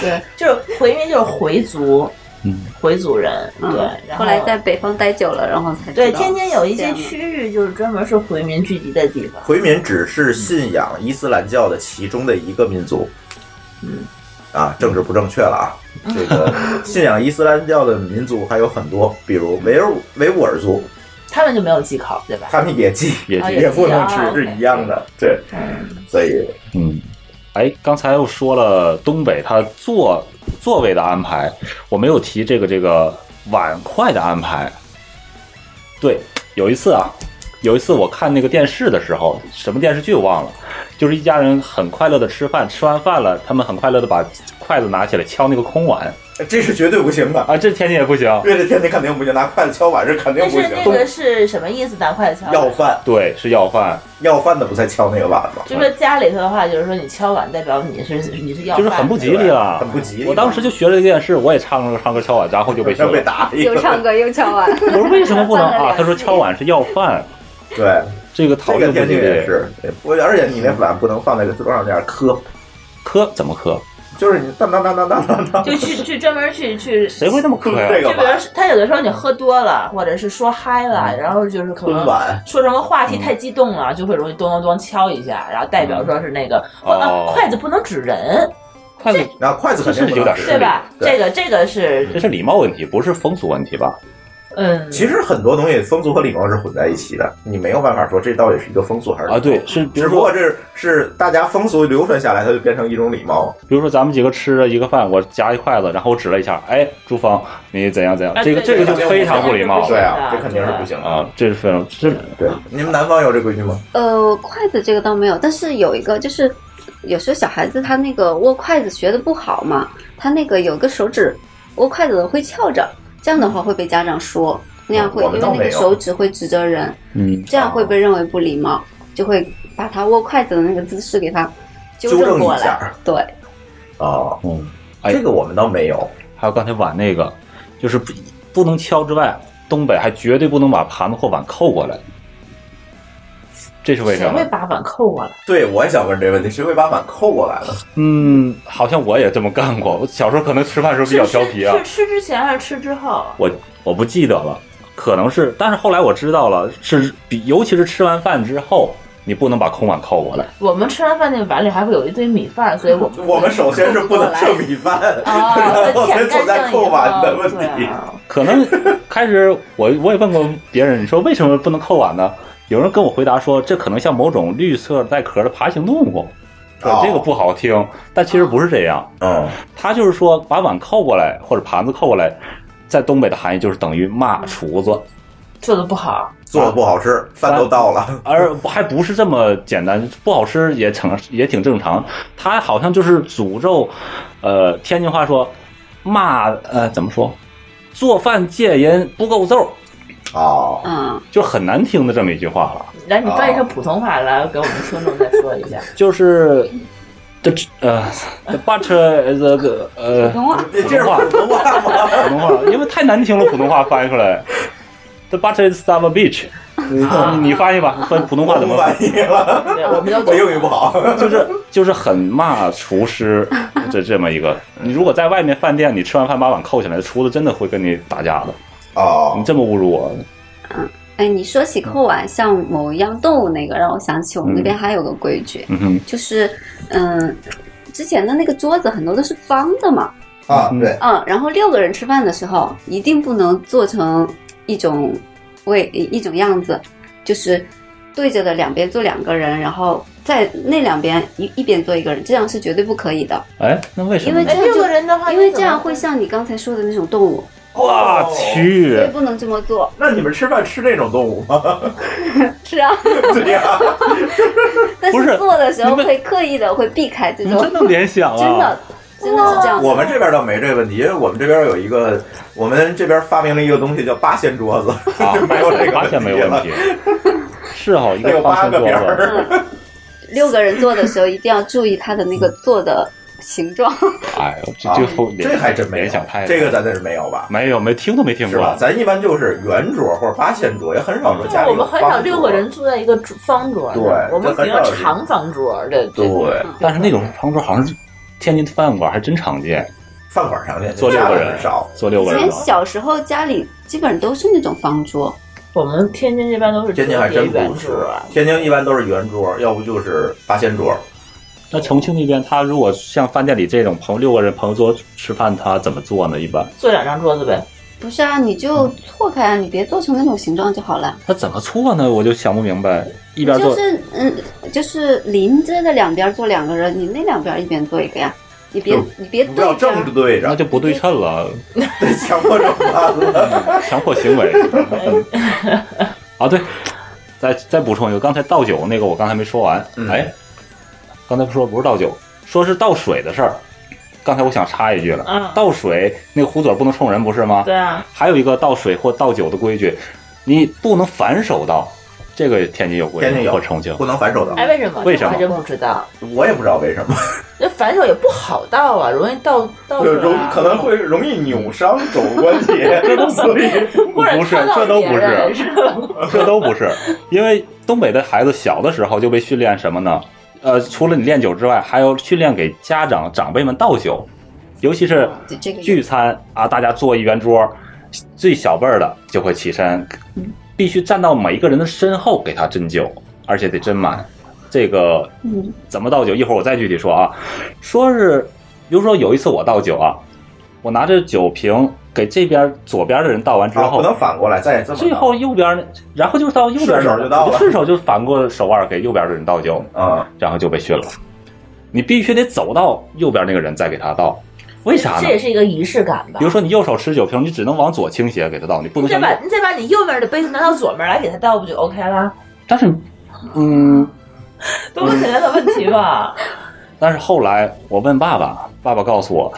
[SPEAKER 3] 对，就是回民就是回族，
[SPEAKER 4] 嗯
[SPEAKER 3] 回族人， 对。然
[SPEAKER 8] 嗯后来在北方待久了，然后才知道
[SPEAKER 3] 对天津有一
[SPEAKER 8] 这
[SPEAKER 3] 些
[SPEAKER 8] 样
[SPEAKER 3] 区域就是专门是回民聚集的地方，
[SPEAKER 4] 回民只是信仰伊斯兰教的其中的一个民族，
[SPEAKER 3] 嗯，
[SPEAKER 4] 啊，政治不正确了啊，这个信仰伊斯兰教的民族还有很多，比如维吾维吾尔族，
[SPEAKER 3] 他们就没有忌口，对吧？
[SPEAKER 4] 他们也忌
[SPEAKER 7] 也
[SPEAKER 3] 忌
[SPEAKER 4] 也不能吃
[SPEAKER 3] 啊，
[SPEAKER 4] 是一样的，对，所以
[SPEAKER 7] 嗯，哎，刚才又说了东北它座座位的安排，我没有提这个这个碗筷的安排。对，有一次啊，有一次我看那个电视的时候，什么电视剧我忘了，就是一家人很快乐的吃饭，吃完饭了，他们很快乐的把筷子拿起来敲那个空碗。
[SPEAKER 4] 这是绝对不行的
[SPEAKER 7] 啊！这天津也不行，
[SPEAKER 4] 对，这天津肯定不行，拿筷子敲碗是肯定
[SPEAKER 3] 但
[SPEAKER 4] 不
[SPEAKER 3] 是
[SPEAKER 4] 行。
[SPEAKER 3] 那个是什么意思？拿筷子敲
[SPEAKER 4] 要
[SPEAKER 3] 碗？
[SPEAKER 4] 饭，
[SPEAKER 7] 对，是要饭，
[SPEAKER 4] 要饭的不才敲那个碗吗？
[SPEAKER 3] 就说家里头的话，就是说你敲碗代表你是你是要
[SPEAKER 7] 就是
[SPEAKER 3] 饭
[SPEAKER 7] 很不吉 利了，
[SPEAKER 4] 很不吉利。
[SPEAKER 7] 我当时就学了这个电视，我也唱歌唱歌敲碗，然后就被学了
[SPEAKER 4] 被打了一
[SPEAKER 8] 又唱歌又唱 完，
[SPEAKER 7] 我说为什么不能
[SPEAKER 8] 犯了
[SPEAKER 7] 啊？
[SPEAKER 8] 两
[SPEAKER 7] 他说敲碗是要饭，
[SPEAKER 4] 对，
[SPEAKER 7] 这个讨
[SPEAKER 4] 这
[SPEAKER 7] 论
[SPEAKER 4] 个
[SPEAKER 7] 不
[SPEAKER 4] 天
[SPEAKER 7] 吉
[SPEAKER 4] 津也
[SPEAKER 7] 利，
[SPEAKER 4] 是，我而且你那碗不能放在桌上这样磕，
[SPEAKER 7] 磕怎么磕？
[SPEAKER 4] 就是你当当当当当当当，
[SPEAKER 3] 就去去专门去 去，
[SPEAKER 7] 谁会那么磕呀
[SPEAKER 4] 这
[SPEAKER 3] 就
[SPEAKER 4] 个
[SPEAKER 3] 比如
[SPEAKER 4] 吧，嗯
[SPEAKER 3] 说他有的时候你喝多了，或者是说嗨了，然后就是可能
[SPEAKER 4] 蹲碗
[SPEAKER 3] 说什么话
[SPEAKER 4] 嗯
[SPEAKER 3] 题太激动了，就会容易咚咚咚敲一下，然后代表说是那个
[SPEAKER 4] 哦
[SPEAKER 3] 啊筷子不能指人，
[SPEAKER 7] 筷子
[SPEAKER 4] 然后筷子肯定
[SPEAKER 7] 这是有点失礼
[SPEAKER 3] 对吧？这个这个是
[SPEAKER 7] 这是礼貌问题，不是风俗问题吧？
[SPEAKER 3] 嗯，
[SPEAKER 4] 其实很多东西风俗和礼貌是混在一起的，你没有办法说这到底是一个风俗还是
[SPEAKER 7] 啊，对，是
[SPEAKER 4] 只不过这是大家风俗流传下来，它就变成一种礼貌。
[SPEAKER 7] 比如说咱们几个吃了一个饭，我夹一筷子，然后我指了一下，哎，朱芳，你怎样怎样
[SPEAKER 4] 啊，
[SPEAKER 7] 这个
[SPEAKER 4] 对
[SPEAKER 7] 这
[SPEAKER 4] 对
[SPEAKER 7] 个就非常不礼貌，
[SPEAKER 4] 对啊这肯定是不行的
[SPEAKER 7] 啊，这是非常这
[SPEAKER 4] 对。你们南方有这规矩吗？
[SPEAKER 8] 呃，筷子这个倒没有，但是有一个就是，有时候小孩子他那个握筷子学的不好嘛，他那个有个手指握筷子会翘着，这样的话会被家长说，那样会
[SPEAKER 3] 哦我们
[SPEAKER 8] 因为
[SPEAKER 3] 倒
[SPEAKER 8] 那
[SPEAKER 3] 没有哦
[SPEAKER 8] 个手指会指着人，
[SPEAKER 7] 嗯
[SPEAKER 8] 这样会被认为不礼貌，就会把他握筷子的那个姿势给他纠
[SPEAKER 4] 纠正
[SPEAKER 8] 正过
[SPEAKER 4] 一下
[SPEAKER 8] 来。对，
[SPEAKER 4] 哦，
[SPEAKER 7] 嗯，
[SPEAKER 4] 这个我们倒没有。
[SPEAKER 7] 还有刚才碗那个，就是不不能敲之外，东北还绝对不能把盘子或碗扣过来。这是为什
[SPEAKER 3] 谁
[SPEAKER 7] 么
[SPEAKER 4] 啊
[SPEAKER 3] 会？把碗扣过来？
[SPEAKER 4] 对，我也想问这个问题，谁会把碗扣过来呢？
[SPEAKER 7] 嗯，好像我也这么干过。我小时候可能吃饭时候比较调皮啊，
[SPEAKER 3] 是吃之前还是吃之后？
[SPEAKER 7] 我我不记得了，可能是，但是后来我知道了，是比尤其是吃完饭之后，你不能把空碗扣过来。
[SPEAKER 3] 我们吃完饭那碗里还会有一堆米饭，所以我们
[SPEAKER 4] 我们首先是 不能剩米饭，
[SPEAKER 3] 啊
[SPEAKER 4] 然后才存在扣碗的问
[SPEAKER 3] 对啊
[SPEAKER 4] 题。
[SPEAKER 7] 可能开始我我也问过别人，你说为什么不能扣碗呢？有人跟我回答说，这可能像某种绿色带壳的爬行动物。说这个不好听，但其实不是这样。
[SPEAKER 4] 嗯，
[SPEAKER 7] 他就是说把碗扣过来或者盘子扣过来，在东北的含义就是等于骂厨子。
[SPEAKER 3] 做的不好，
[SPEAKER 4] 做的不好
[SPEAKER 7] 啊
[SPEAKER 4] 吃，饭都到了，
[SPEAKER 7] 而还不是这么简单，不好吃也成也挺正常。他好像就是诅咒，呃，天津话说骂呃怎么说，做饭戒人不够揍，
[SPEAKER 4] 哦，
[SPEAKER 7] 啊
[SPEAKER 8] 嗯，
[SPEAKER 7] 就很难听的这么一句话了。
[SPEAKER 3] 来，你翻译成普通话来给我们听众再说 一下。
[SPEAKER 7] 就是这呃，the butter is a good- 呃，
[SPEAKER 3] 普通话
[SPEAKER 7] 普通话，
[SPEAKER 4] 普通话吗？
[SPEAKER 7] 普通话，因为太难听了，普通话翻译出来，the butter is some bitch。你你翻译吧，翻普通话怎么翻
[SPEAKER 4] 译了？
[SPEAKER 3] 对，我们要
[SPEAKER 4] 我英语不 好，
[SPEAKER 7] 就是就是很骂厨师，这这么一个。你如果在外面饭店，你吃完饭把碗扣起来，厨子真的会跟你打架的。
[SPEAKER 4] 哦，
[SPEAKER 7] 你这么侮辱我，
[SPEAKER 8] 哎，你说起扣碗，像某一样动物那个，让我想起我们那边还有个规矩，
[SPEAKER 7] 嗯哼，
[SPEAKER 8] 就是嗯，之前的那个桌子很多都是方的嘛，
[SPEAKER 4] 啊，对，
[SPEAKER 8] 嗯，然后六个人吃饭的时候，一定不能做成一种味一种样子，就是对着的两边坐两个人，然后在那两边一一边坐一个人，这样是绝对不可以的。
[SPEAKER 7] 哎，那为什
[SPEAKER 8] 因
[SPEAKER 7] 么
[SPEAKER 8] 为
[SPEAKER 7] 呢？
[SPEAKER 8] 这样就
[SPEAKER 3] 嗯六个人的话
[SPEAKER 8] 因为
[SPEAKER 3] 你怎
[SPEAKER 8] 这
[SPEAKER 3] 么
[SPEAKER 8] 样会像你刚才说的那种动物，
[SPEAKER 7] 我
[SPEAKER 4] 哦
[SPEAKER 7] 去
[SPEAKER 8] 所以不能这么做。
[SPEAKER 4] 那你们吃饭吃那种动物 吗？
[SPEAKER 8] 是 啊，
[SPEAKER 4] 对呀、
[SPEAKER 8] 但
[SPEAKER 4] 不是
[SPEAKER 8] 是做的时候
[SPEAKER 4] 你们
[SPEAKER 8] 会刻意的会避开这种，
[SPEAKER 4] 你真能联想啊
[SPEAKER 8] 真的真的是这样子。
[SPEAKER 4] 我们这边倒没这个问题，因为我们这边有一个，我们这边发明了一个东西叫八仙桌子，
[SPEAKER 7] 啊
[SPEAKER 4] 就没有这个
[SPEAKER 7] 八仙没有
[SPEAKER 4] 问
[SPEAKER 7] 问
[SPEAKER 4] 题
[SPEAKER 7] 题
[SPEAKER 4] 了，
[SPEAKER 7] 是哦，一
[SPEAKER 4] 它有
[SPEAKER 7] 个
[SPEAKER 4] 八
[SPEAKER 7] 八仙
[SPEAKER 4] 个
[SPEAKER 7] 桌
[SPEAKER 4] 边儿
[SPEAKER 7] 子。
[SPEAKER 8] 六个人做的时候一定要注意它的那个做的形状。
[SPEAKER 7] 哎呦，这
[SPEAKER 4] 啊
[SPEAKER 7] 这风
[SPEAKER 4] 这还真没有
[SPEAKER 7] 联想太
[SPEAKER 4] 这个咱这是没有吧？
[SPEAKER 7] 没有没听都没听
[SPEAKER 4] 是吧
[SPEAKER 7] 过？。
[SPEAKER 4] 咱一般就是圆桌或者八仙桌，也很少说家里
[SPEAKER 3] 我
[SPEAKER 4] 有
[SPEAKER 3] 们很
[SPEAKER 4] 方
[SPEAKER 3] 少
[SPEAKER 4] 桌
[SPEAKER 3] 六个人坐在一个桌方桌，
[SPEAKER 4] 对
[SPEAKER 3] 我们
[SPEAKER 4] 这
[SPEAKER 3] 比
[SPEAKER 4] 很少
[SPEAKER 3] 较
[SPEAKER 4] 有
[SPEAKER 3] 长方桌，这这
[SPEAKER 4] 对，
[SPEAKER 7] 但是那种方桌好像是天津饭馆还真常见，
[SPEAKER 4] 饭馆常见
[SPEAKER 7] 坐六个人
[SPEAKER 4] 家里少，
[SPEAKER 7] 坐六
[SPEAKER 8] 以
[SPEAKER 7] 个人
[SPEAKER 8] 前
[SPEAKER 7] 少
[SPEAKER 8] 小时候家里基本都是那种方桌，
[SPEAKER 3] 我们天津这边都是
[SPEAKER 4] 天津还真不是，
[SPEAKER 3] 啊
[SPEAKER 4] 天津一般都是圆桌，要不就是八仙桌。
[SPEAKER 7] 那重庆那边，他如果像饭店里这种朋友六个人朋友桌吃饭，他怎么做呢？一般
[SPEAKER 3] 坐两张桌子呗。
[SPEAKER 8] 不是啊，你就错开啊，你别做成那种形状就好了。
[SPEAKER 7] 他怎么做呢？我就想不明白。一边
[SPEAKER 8] 就
[SPEAKER 7] 做，
[SPEAKER 8] 是嗯，就是邻着的两边坐两个人，你那两边一边坐一个呀，你别
[SPEAKER 7] 就
[SPEAKER 8] 你
[SPEAKER 3] 哎
[SPEAKER 8] 别
[SPEAKER 7] 不
[SPEAKER 8] 对着啊。
[SPEAKER 4] 对
[SPEAKER 7] 着，那 就不对称了，
[SPEAKER 4] 强迫症犯 了，
[SPEAKER 7] 强迫行为。啊，对，再再补充一个，刚才倒酒那个我刚才没说完，哎，刚才说不是倒酒，说是倒水的事儿。刚才我想插一句了，
[SPEAKER 3] 嗯
[SPEAKER 7] 倒水那个壶嘴不能冲人，不是吗？
[SPEAKER 3] 对啊，
[SPEAKER 7] 还有一个倒水或倒酒的规矩，你不能反手倒，这个天津有规
[SPEAKER 4] 天津
[SPEAKER 7] 矩，
[SPEAKER 4] 有
[SPEAKER 7] 或重庆
[SPEAKER 4] 不能反手倒
[SPEAKER 3] 哎，为什么？
[SPEAKER 7] 为
[SPEAKER 3] 这
[SPEAKER 7] 什
[SPEAKER 3] 我还真
[SPEAKER 7] 么？
[SPEAKER 3] 不知道。
[SPEAKER 4] 我也不知道为什么，
[SPEAKER 3] 那反手也不好倒啊，容易倒倒出来
[SPEAKER 4] 容
[SPEAKER 3] 啊
[SPEAKER 4] 可能会容易扭伤肘关 节，所以啊
[SPEAKER 3] 或者
[SPEAKER 7] 不是
[SPEAKER 3] 看到
[SPEAKER 7] 这都
[SPEAKER 3] 别
[SPEAKER 7] 不是
[SPEAKER 3] 人是吧？
[SPEAKER 7] 这都 不是，因为东北的孩子小的时候就被训练什么呢？呃，除了你练酒之外，还要训练给家长长辈们倒酒，尤其
[SPEAKER 3] 哦
[SPEAKER 7] 是
[SPEAKER 8] 对这个有
[SPEAKER 7] 聚餐啊，大家坐一圆桌，最小辈儿的就会起身，
[SPEAKER 3] 嗯
[SPEAKER 7] 必须站到每一个人的身后给他斟酒，而且得斟满。这个
[SPEAKER 8] 嗯
[SPEAKER 7] 怎么倒酒？一会儿我再具体说啊。说是，比如说有一次我倒酒啊，我拿着酒瓶给这边左边的人倒完之
[SPEAKER 4] 啊
[SPEAKER 7] 后，
[SPEAKER 4] 不能反过来，再这么
[SPEAKER 7] 最后右边，然后就是到右边
[SPEAKER 4] 顺手就到了
[SPEAKER 7] 顺手就反过手腕给右边的人倒酒
[SPEAKER 4] 啊，
[SPEAKER 7] 然后就被训了。你必须得走到右边那个人再给他倒，为啥呢
[SPEAKER 3] 这？也是一个仪式感吧
[SPEAKER 7] 比如。说你右手持酒瓶，你只能往左倾斜给他倒，你不
[SPEAKER 3] 你再
[SPEAKER 7] 能向
[SPEAKER 3] 把
[SPEAKER 7] 右。
[SPEAKER 3] 你再把你右面的杯子拿到左面来给他倒，不就 OK 了？
[SPEAKER 7] 但是，嗯，
[SPEAKER 3] 多么简单的问题吧？
[SPEAKER 7] 但是后来我问爸爸，爸爸告诉我，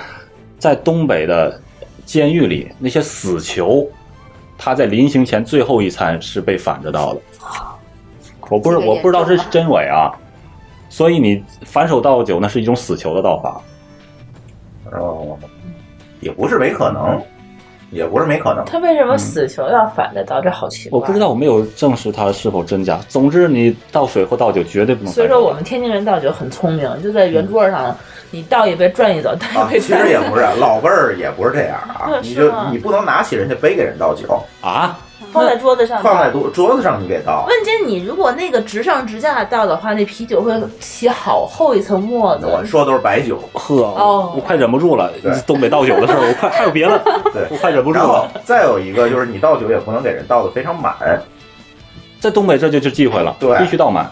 [SPEAKER 7] 在东北的监狱里，那些死囚，他在临行前最后一餐是被反着倒的。我不是
[SPEAKER 4] 这个也
[SPEAKER 7] 我不知道这是真伪啊，所以你反手倒酒那是一种死囚的倒法。
[SPEAKER 4] 哦，也不是没可能。也不是没可能。
[SPEAKER 3] 他为什么死囚要反着倒？这好奇怪。
[SPEAKER 7] 我不知道，我没有证实它是否真假。总之，你倒水或倒酒绝对不能
[SPEAKER 3] 所
[SPEAKER 7] 反
[SPEAKER 3] 以
[SPEAKER 7] 手。
[SPEAKER 3] 说我们天津人倒酒很聪明，就在圆桌上，你倒一杯转一走，倒
[SPEAKER 4] 啊
[SPEAKER 3] 一，杯
[SPEAKER 4] 其
[SPEAKER 3] 转一走。
[SPEAKER 4] 实也不是，老辈儿也不是这样啊
[SPEAKER 3] 嗯。
[SPEAKER 4] 你
[SPEAKER 3] 是
[SPEAKER 4] 就
[SPEAKER 3] 吗
[SPEAKER 4] 你不能拿起人家杯给人倒酒
[SPEAKER 7] 啊，
[SPEAKER 3] 放在桌子
[SPEAKER 8] 嗯
[SPEAKER 3] 上吧。
[SPEAKER 4] 放在桌桌子上你给倒。
[SPEAKER 3] 问真，你如果那个直上直下倒的话，那啤酒会起好厚一层沫子。
[SPEAKER 4] 我说的都是白 酒，
[SPEAKER 7] 呵，
[SPEAKER 3] 哦
[SPEAKER 7] 我快忍不住了。东北倒酒的事儿，我快还有别的，
[SPEAKER 4] 对，
[SPEAKER 7] 我快忍不住
[SPEAKER 4] 然后
[SPEAKER 7] 了。
[SPEAKER 4] 再有一个就是你倒酒也不能给人倒的非常满，
[SPEAKER 7] 在东北这就是忌讳了，
[SPEAKER 4] 对
[SPEAKER 7] 必须倒满。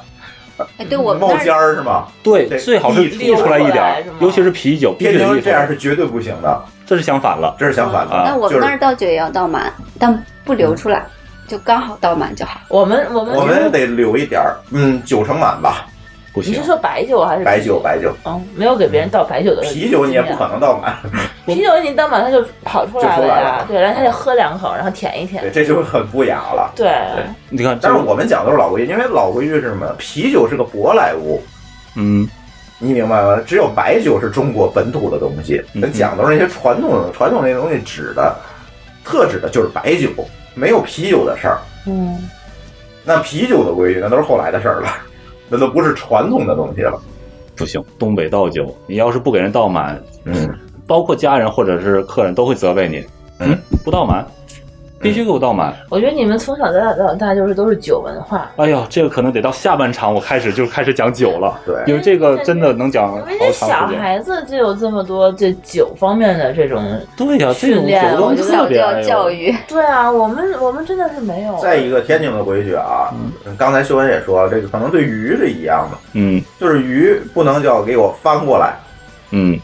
[SPEAKER 8] 哎，对我们
[SPEAKER 4] 冒
[SPEAKER 8] 那
[SPEAKER 4] 尖儿是吗？
[SPEAKER 7] 对，
[SPEAKER 4] 对
[SPEAKER 7] 最好是
[SPEAKER 4] 溢
[SPEAKER 7] 溢
[SPEAKER 4] 出
[SPEAKER 7] 出
[SPEAKER 4] 来
[SPEAKER 7] 来一点
[SPEAKER 3] 是
[SPEAKER 7] 儿
[SPEAKER 3] 吗，
[SPEAKER 7] 尤其是啤酒，必须
[SPEAKER 4] 天
[SPEAKER 7] 得溢出来
[SPEAKER 4] 津这样是绝对不行的，
[SPEAKER 7] 这是相反了。
[SPEAKER 4] 这是相反的。
[SPEAKER 7] 啊
[SPEAKER 8] 嗯那我
[SPEAKER 4] 就是嗯
[SPEAKER 8] 们那儿倒酒也要倒满，但不流出来，就刚好倒满就好。
[SPEAKER 3] 我们我们
[SPEAKER 4] 我们得留一点儿，嗯，九成满吧，
[SPEAKER 7] 不
[SPEAKER 3] 你是说白酒还是
[SPEAKER 4] 白酒白酒，
[SPEAKER 3] 哦，没有给别人倒白酒的
[SPEAKER 4] 啤酒你也不可能倒满，
[SPEAKER 3] 能，啤酒你倒满它就跑出来
[SPEAKER 4] 就出来
[SPEAKER 3] 呀
[SPEAKER 4] 了。
[SPEAKER 3] 对，然后他就喝两口，然后舔一舔
[SPEAKER 4] 对，。这就很不雅了。
[SPEAKER 3] 对，
[SPEAKER 7] 你看，
[SPEAKER 4] 但是我们讲的都是老规矩，因为老规矩是什么？啤酒是个舶来物，
[SPEAKER 7] 嗯，
[SPEAKER 4] 你明白吗？只有白酒是中国本土的东西，
[SPEAKER 7] 嗯
[SPEAKER 4] 咱讲都是那些传统的传统那东西指的，特指的就是白酒，没有啤酒的事儿。
[SPEAKER 3] 嗯，
[SPEAKER 4] 那啤酒的规矩那都是后来的事儿了， 那都不是传统的东西了。
[SPEAKER 7] 不行，东北倒酒，你要是不给人倒满，
[SPEAKER 4] 嗯，
[SPEAKER 7] 包括家人或者是客人都会责备你，嗯，不倒满，必须给我倒满。
[SPEAKER 4] 嗯
[SPEAKER 3] 我觉得你们从小到大到大就是都是酒文化。
[SPEAKER 4] 啊
[SPEAKER 7] 哎呦，这个可能得到下半场我开始就开始讲酒了，
[SPEAKER 4] 对
[SPEAKER 7] 因为这个真的能讲
[SPEAKER 3] 人家
[SPEAKER 7] 好
[SPEAKER 3] 小
[SPEAKER 7] 长时间。
[SPEAKER 3] 孩子就有这么多这酒方面的这种
[SPEAKER 4] 嗯
[SPEAKER 7] 对呀、这
[SPEAKER 3] 训
[SPEAKER 7] 种
[SPEAKER 3] 练，
[SPEAKER 7] 酒
[SPEAKER 3] 我
[SPEAKER 7] 都
[SPEAKER 3] 觉
[SPEAKER 7] 特
[SPEAKER 3] 得
[SPEAKER 7] 别哎呦。
[SPEAKER 3] 育。对啊，我们我们真的是没有。
[SPEAKER 4] 再一个，天津的规矩啊，刚才秀文也说了，这个可能对鱼是一样的，
[SPEAKER 7] 嗯
[SPEAKER 4] 就是鱼不能叫给我翻过来，
[SPEAKER 7] 嗯，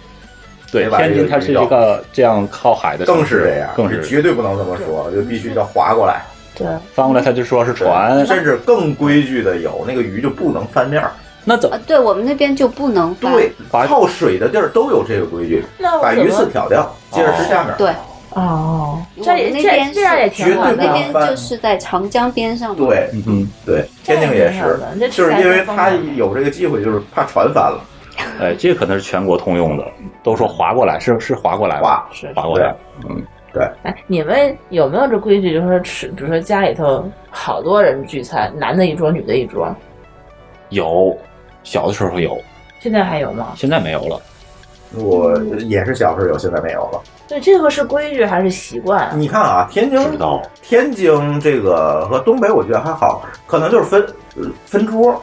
[SPEAKER 7] 对，
[SPEAKER 4] 得把这
[SPEAKER 7] 天
[SPEAKER 4] 个
[SPEAKER 7] 津它是
[SPEAKER 4] 鱼倒
[SPEAKER 7] 一个这样靠海的城市，
[SPEAKER 4] 更是这样，
[SPEAKER 7] 更
[SPEAKER 4] 你
[SPEAKER 7] 是
[SPEAKER 4] 绝对不能这么说，就必须叫划过来。
[SPEAKER 3] 对，
[SPEAKER 7] 翻过来他就说是船，
[SPEAKER 4] 甚至更规矩的有，那个鱼就不能翻面儿，
[SPEAKER 7] 那怎
[SPEAKER 8] 呃，对我们那边就不能发。
[SPEAKER 4] 对，泡水的地儿都有这个规矩
[SPEAKER 3] 那，我
[SPEAKER 4] 把
[SPEAKER 3] 怎
[SPEAKER 4] 鱼
[SPEAKER 3] 么
[SPEAKER 4] 刺挑掉，接着吃下面。
[SPEAKER 8] 对，
[SPEAKER 3] 哦，
[SPEAKER 8] 我
[SPEAKER 3] 这
[SPEAKER 8] 们
[SPEAKER 3] 也
[SPEAKER 8] 那
[SPEAKER 3] 这
[SPEAKER 8] 边
[SPEAKER 3] 这样也
[SPEAKER 8] 是，
[SPEAKER 3] 挺
[SPEAKER 4] 绝
[SPEAKER 3] 好的。
[SPEAKER 4] 对不
[SPEAKER 8] 那
[SPEAKER 4] 能
[SPEAKER 8] 边
[SPEAKER 4] 翻
[SPEAKER 8] 就是在长江边上嘛。
[SPEAKER 4] 对，
[SPEAKER 7] 嗯，
[SPEAKER 4] 对，天津也
[SPEAKER 3] 这样
[SPEAKER 4] 是，
[SPEAKER 3] 这
[SPEAKER 4] 就是
[SPEAKER 3] 吃
[SPEAKER 4] 因为
[SPEAKER 3] 海鲜
[SPEAKER 4] 它
[SPEAKER 3] 风格
[SPEAKER 4] 有这个机会，就是怕船翻了。
[SPEAKER 7] 哎，这可能是全国通用的，都说划过来，是是划过来吧？
[SPEAKER 3] 是
[SPEAKER 7] 划过来，嗯，
[SPEAKER 4] 对，
[SPEAKER 3] 哎，你们有没有这规矩？就是说吃，比如说家里头好多人聚餐，男的一桌，女的一桌，
[SPEAKER 7] 有，小的时候有，
[SPEAKER 3] 现在还有吗？
[SPEAKER 7] 现在没有了。
[SPEAKER 3] 嗯
[SPEAKER 4] 我也是小时候有，现在没有了。
[SPEAKER 3] 对，这个是规矩还是习惯？
[SPEAKER 4] 你看啊，天津
[SPEAKER 7] 知道，
[SPEAKER 4] 天津这个和东北我觉得还好，可能就是分呃分桌，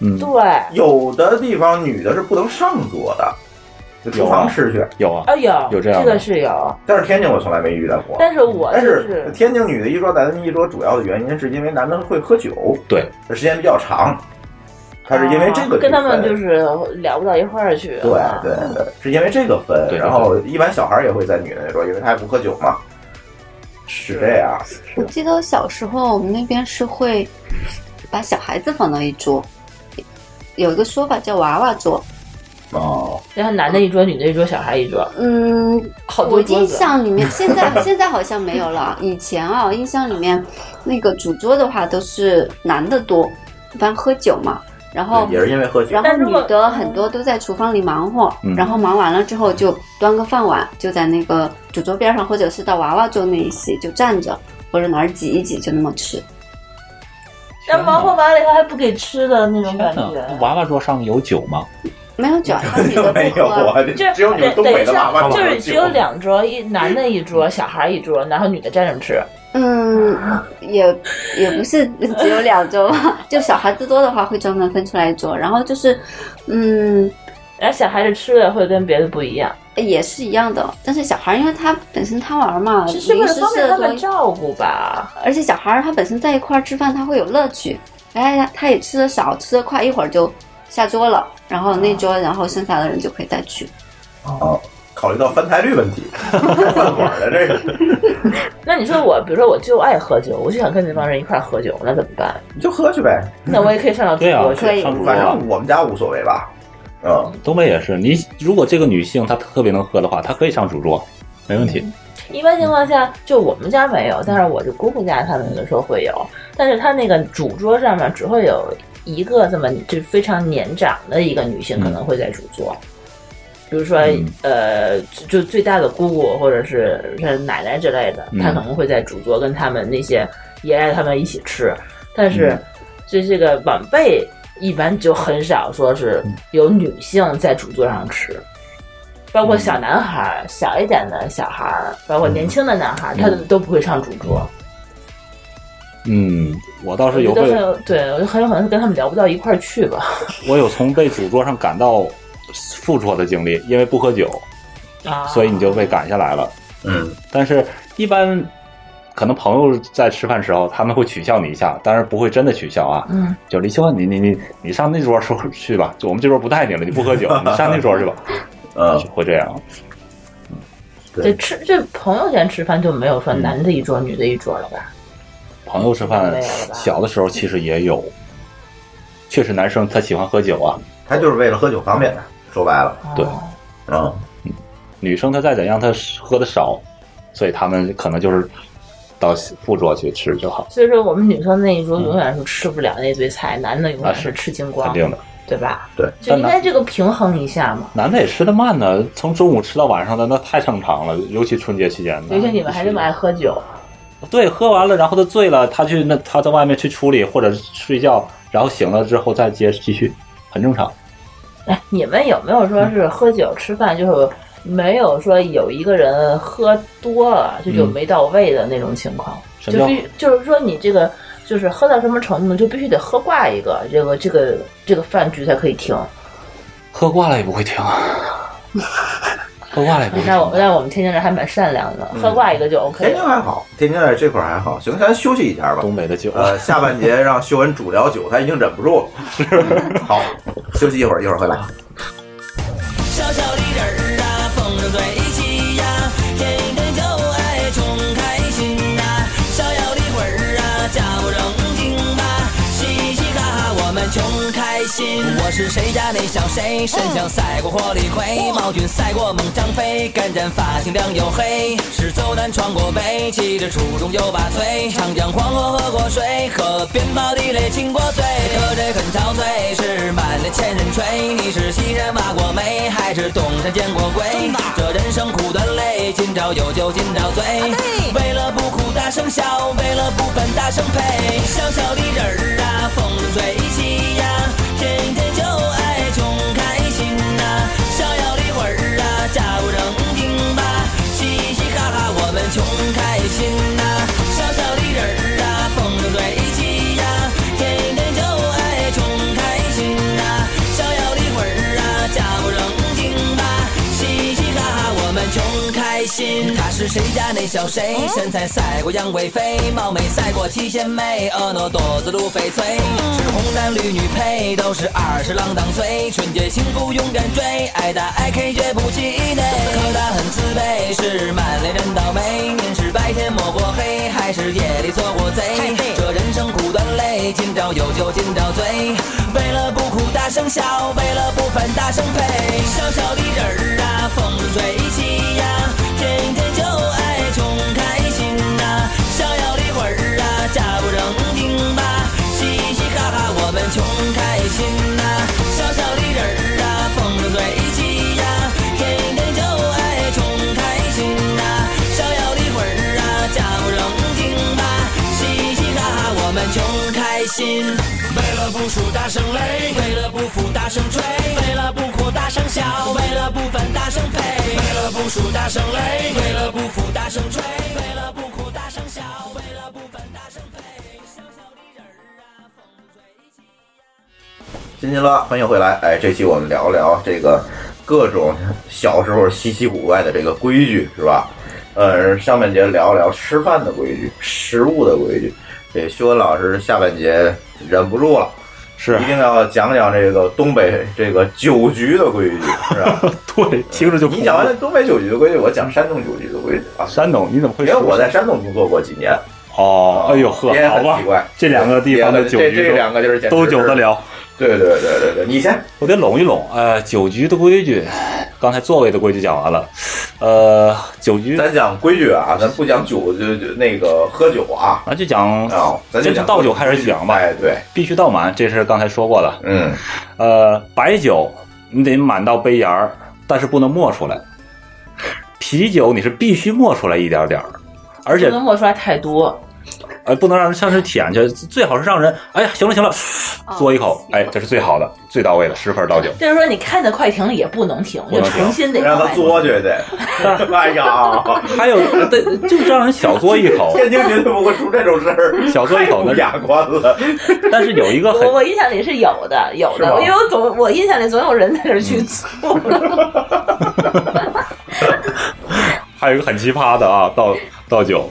[SPEAKER 7] 嗯
[SPEAKER 3] 对，啊
[SPEAKER 4] 有的地方女的是不能上桌的，就厨
[SPEAKER 7] 有
[SPEAKER 4] 房
[SPEAKER 7] 啊
[SPEAKER 4] 吃去。
[SPEAKER 7] 有啊，
[SPEAKER 3] 有
[SPEAKER 7] 有这样的
[SPEAKER 3] 个是有，
[SPEAKER 4] 但是天津我从来没遇到过。
[SPEAKER 3] 但是我
[SPEAKER 4] 但
[SPEAKER 3] 就是
[SPEAKER 4] 天津女的一桌，男的一桌，主要的原因是因为男的会喝酒，
[SPEAKER 7] 对，
[SPEAKER 4] 时间比较长，他是因为这个
[SPEAKER 3] 啊跟他们
[SPEAKER 4] 去分
[SPEAKER 3] 就是啊聊不到一块儿去。
[SPEAKER 4] 对对对，是因为这个分。
[SPEAKER 7] 对对
[SPEAKER 4] 然后一般小孩儿也会在女的那桌，因为他也不喝酒嘛，是这样。
[SPEAKER 8] 我记得小时候我们那边是会把小孩子放到一桌，有一个说法叫娃娃桌。
[SPEAKER 4] 哦，
[SPEAKER 3] 然后男的一桌，女的一桌，小孩一桌。
[SPEAKER 8] 嗯，
[SPEAKER 3] 好多
[SPEAKER 8] 我
[SPEAKER 3] 桌
[SPEAKER 8] 印
[SPEAKER 3] 子啊
[SPEAKER 8] 象里面，现在现在好像没有了。以前啊，印象里面那个主桌的话都是男的多，一般喝酒嘛，然后
[SPEAKER 4] 也是因为喝酒
[SPEAKER 8] 然。
[SPEAKER 3] 但
[SPEAKER 8] 后
[SPEAKER 3] 如
[SPEAKER 8] 女
[SPEAKER 3] 果
[SPEAKER 8] 的很多都在厨房里忙活，
[SPEAKER 7] 嗯
[SPEAKER 8] 然后忙完了之后就端个饭碗，就在那个主桌边上，或者是到娃娃桌那一席就站着，或者哪儿挤一挤就那么吃。
[SPEAKER 3] 那忙活完了以后还不给吃的那种感
[SPEAKER 7] 天哪
[SPEAKER 3] 觉。
[SPEAKER 7] 娃娃桌上有酒吗？
[SPEAKER 8] 没有酒，他女 的
[SPEAKER 4] 没
[SPEAKER 8] 不
[SPEAKER 4] 有
[SPEAKER 8] 喝。
[SPEAKER 4] 啊，这只有你们东北的
[SPEAKER 3] 等
[SPEAKER 4] 娃娃
[SPEAKER 3] 等
[SPEAKER 4] 桌
[SPEAKER 3] 就
[SPEAKER 4] 有
[SPEAKER 3] 是
[SPEAKER 4] 酒
[SPEAKER 3] 只有两桌，一男的一桌，小孩一桌，然后女的站着吃。
[SPEAKER 8] 嗯，也也不是只有两桌吧，就小孩子多的话会专门分出来一桌，然后就是，嗯，
[SPEAKER 3] 然后小孩子吃的会跟别的不一样，
[SPEAKER 8] 也是一样的。但是小孩因为他本身贪玩嘛，
[SPEAKER 3] 是是为
[SPEAKER 8] 零
[SPEAKER 3] 了
[SPEAKER 8] 食
[SPEAKER 3] 方
[SPEAKER 8] 吃
[SPEAKER 3] 便
[SPEAKER 8] 的
[SPEAKER 3] 他
[SPEAKER 8] 多
[SPEAKER 3] 们
[SPEAKER 8] 一点，
[SPEAKER 3] 照顾吧？
[SPEAKER 8] 而且小孩他本身在一块儿吃饭他会有乐趣，哎，他他也吃的少，吃的快，一会儿就下桌了，然后
[SPEAKER 4] 啊
[SPEAKER 8] 那桌然后剩下的人就可以再去。
[SPEAKER 4] 哦，考虑到翻台率问题，饭馆的这个
[SPEAKER 3] 那你说我，比如说我就爱喝酒，我就想跟那帮人一块儿喝酒，那怎么办？
[SPEAKER 4] 你就喝去呗，
[SPEAKER 3] 那我也可以上到主
[SPEAKER 7] 对啊
[SPEAKER 3] 桌，
[SPEAKER 8] 可以
[SPEAKER 3] 去。
[SPEAKER 7] 上桌
[SPEAKER 4] 反
[SPEAKER 7] 啊。
[SPEAKER 4] 正我们家无所谓吧。嗯，
[SPEAKER 7] 东北也是，你如果这个女性她特别能喝的话，她可以上主桌，没问题。
[SPEAKER 3] 一般情况下，就我们家没有，但是我这姑姑家他们有的时候会有，但是他那个主桌上面只
[SPEAKER 7] 嗯
[SPEAKER 3] 会有一个这么就非常年长的一个女性可能会在主桌，比如说、呃，就就最大的姑姑或者是是奶奶之类的，
[SPEAKER 10] 嗯
[SPEAKER 3] 她可能会在主桌跟他们那些爷爷他们一起吃，但是
[SPEAKER 10] 嗯
[SPEAKER 3] 这这个晚辈一般就很少说是
[SPEAKER 7] 嗯
[SPEAKER 3] 有女性在主桌上吃。包括
[SPEAKER 7] 嗯
[SPEAKER 3] 小男孩儿、小一点的小孩儿，包括年轻的男孩儿，他都不会上主桌。
[SPEAKER 7] 嗯，我倒是有
[SPEAKER 3] 我觉得很
[SPEAKER 7] 被
[SPEAKER 3] 有对，我就很有可能是跟他们聊不到一块儿去吧。
[SPEAKER 7] 我有从被主桌上赶到副桌的经历，因为不喝酒，
[SPEAKER 3] 啊，
[SPEAKER 7] 所以你就被赶下来了。
[SPEAKER 4] 嗯，
[SPEAKER 7] 但是一般可能朋友在吃饭时候他们会取笑你一下，当然不会真的取笑啊。
[SPEAKER 3] 嗯，
[SPEAKER 7] 就李秋，你你你你上那桌说 去吧，就我们这桌不带你了，你不喝酒，你上那桌去吧。
[SPEAKER 4] 嗯，
[SPEAKER 7] 会这样。
[SPEAKER 3] 对，吃这朋友间吃饭就没有
[SPEAKER 7] 嗯
[SPEAKER 3] 说男的一桌、女的一桌了吧？
[SPEAKER 7] 朋友吃饭
[SPEAKER 3] 没有了吧，
[SPEAKER 7] 小的时候其实也有，确实男生他喜欢喝酒啊，
[SPEAKER 4] 他就是为了喝酒方便，说白了，
[SPEAKER 7] 对，
[SPEAKER 4] 嗯，
[SPEAKER 7] 女生她再怎样，她喝的少，所以他们可能就是到副桌去吃就好，
[SPEAKER 3] 所以说我们女生那一桌永远是吃不了那堆菜，男的永远是吃精光，
[SPEAKER 7] 嗯啊肯定的。
[SPEAKER 3] 对吧？
[SPEAKER 4] 对，
[SPEAKER 3] 就
[SPEAKER 7] 但
[SPEAKER 3] 应
[SPEAKER 7] 男
[SPEAKER 3] 该这个平衡一下嘛。
[SPEAKER 7] 男的也吃的慢呢，从中午吃到晚上的那太正常了，尤其春节期间
[SPEAKER 3] 尤其
[SPEAKER 7] 的。
[SPEAKER 3] 你们还这么爱喝酒，
[SPEAKER 7] 对，喝完了，然后他醉了，他去那他在外面去处理或者睡觉，然后醒了之后再接着继续，很正常。
[SPEAKER 3] 哎，你们有没有说是喝酒吃饭就是没有说有一个人喝多了这就
[SPEAKER 7] 嗯
[SPEAKER 3] 没到位的那种情况？
[SPEAKER 7] 什么
[SPEAKER 3] 就
[SPEAKER 7] 叫
[SPEAKER 3] 必须就是说你这个就是喝到什么程度就必须得喝挂一个，这个这个这个饭局才可以停。
[SPEAKER 7] 喝挂了也不会停啊， 喝挂了也不会停。
[SPEAKER 3] 那我那我们天津人还蛮善良的，
[SPEAKER 4] 嗯
[SPEAKER 3] 喝挂一
[SPEAKER 7] 哎
[SPEAKER 3] 个就 OK
[SPEAKER 4] 天津还
[SPEAKER 3] 了。
[SPEAKER 4] 好，天津这块儿还好。行，咱休息一下吧。东
[SPEAKER 7] 北的酒，啊
[SPEAKER 4] 呃，下半节让秀恩主聊酒，他已经忍不住 了。嗯好，休息一会儿，一会儿回来。
[SPEAKER 11] 小小的人儿啊，风生水起呀，天天就爱穷开心呐、逍遥的魂儿啊，假不正经吧，嘻嘻哈哈我们穷开心。嗯我是谁家那小谁，身强赛过霍李逵，毛俊赛过猛张飞，干战发型亮又黑，是走南闯过北，骑着楚中又把摧，长江黄河喝过水，河边跑地雷亲过嘴，喝醉很憔悴，是满脸千人吹。你是西山挖过煤，还是东山见过鬼？这人生苦短累，今朝有酒今朝醉。为了不哭大声笑，为了不烦大声呸。小小的人儿啊，风生水起呀，天天就爱穷开心呐、逍遥的魂儿啊，假不正经吧，嘻嘻哈哈我们穷开心呐、小小的人儿啊，风生水起呀，天天就爱穷开心呐、啊逍遥的魂儿啊，假不正经吧，嘻嘻哈哈我们穷开心。他是谁家那小谁，身材赛过杨贵妃，貌美赛过七仙妹，婀娜多姿路翡翠，是红男绿女配，都是二十郎当岁，纯洁幸福勇敢追，爱打爱 K 绝不气馁。可他很自卑，是满脸人倒霉，您是白天抹过黑，还是夜里做过贼？这人生苦短累，今朝有酒今朝醉，为了不哭大声笑，为了不烦大声呸，小小的人儿啊，风生水起呀，天天就爱穷开心呐、逍遥的魂儿啊，假不正经吧，嘻嘻哈哈我们穷开心呐、小小的人儿啊，风生水起呀，天天就爱穷开心呐、逍遥的魂儿啊，假不正经吧，嘻嘻哈哈我们穷开心。为了不输大声擂，为了不服大声追，为了不哭大声笑，为了不烦大声呸，为了不输大声擂，为了不服大声追，为了不哭大声笑，为了不烦大声呸。
[SPEAKER 4] 津津乐，欢迎回来。哎，这期我们聊聊这个各种小时候稀奇古怪的这个规矩，是吧？呃，上半节聊聊吃饭的规矩，食物的规矩。这修文老师下半节忍不住了，
[SPEAKER 7] 是
[SPEAKER 4] 一定要讲讲这个东北这个酒局的规矩，是吧？
[SPEAKER 7] 对，听着就
[SPEAKER 4] 你讲完了东北酒局的规矩，我讲山东酒局的规矩啊。
[SPEAKER 7] 山东你怎么会
[SPEAKER 4] 因为
[SPEAKER 7] 说
[SPEAKER 4] 我在山东工作过几年，啊
[SPEAKER 7] 哦，哎呦呵，
[SPEAKER 4] 也
[SPEAKER 7] 好
[SPEAKER 4] 很
[SPEAKER 7] 吧
[SPEAKER 4] 奇怪，
[SPEAKER 7] 这两个地方的酒
[SPEAKER 4] 也
[SPEAKER 7] 局
[SPEAKER 4] 很这这两个地儿简直
[SPEAKER 7] 都
[SPEAKER 4] 是
[SPEAKER 7] 有的聊。
[SPEAKER 4] 对对对对对，你先，
[SPEAKER 7] 我得拢一拢。呃，酒局的规矩，刚才座位的规矩讲完了。呃，酒局
[SPEAKER 4] 咱讲规矩啊，咱不讲酒就就那个喝酒啊，
[SPEAKER 7] 咱就讲
[SPEAKER 4] 啊，咱就
[SPEAKER 7] 嗯这从
[SPEAKER 4] 讲
[SPEAKER 7] 倒酒开始讲吧。
[SPEAKER 4] 哎，对，
[SPEAKER 7] 必须倒满，这是刚才说过的。
[SPEAKER 4] 嗯，
[SPEAKER 7] 呃，白酒你得满到杯沿儿，但是不能磨出来。啤酒你是必须磨出来一点点儿，而且
[SPEAKER 3] 不能磨出来太多。
[SPEAKER 7] 呃，不能让人像是舔去，最好是让人，哎呀，行了行了，嘬一口，哎，这是最好的，最到位的，十分到九。
[SPEAKER 3] 就是说，你看的快停了也不能停，
[SPEAKER 7] 不
[SPEAKER 3] 就
[SPEAKER 7] 能停
[SPEAKER 3] 重新得
[SPEAKER 7] 让他
[SPEAKER 3] 快
[SPEAKER 7] 嘬去
[SPEAKER 4] 对，哎呀，
[SPEAKER 7] 还有呃对，就让人小嘬一 口，
[SPEAKER 4] 天津绝对不会出这种事儿，
[SPEAKER 7] 小嘬一口那
[SPEAKER 4] 雅观了。
[SPEAKER 7] 但是有一个很
[SPEAKER 3] 我我印象里是有的，有
[SPEAKER 7] 是吗嗯
[SPEAKER 3] 的，因为我总我印象里总有人在这儿去做。
[SPEAKER 7] 还有一个很奇葩的啊，倒倒酒，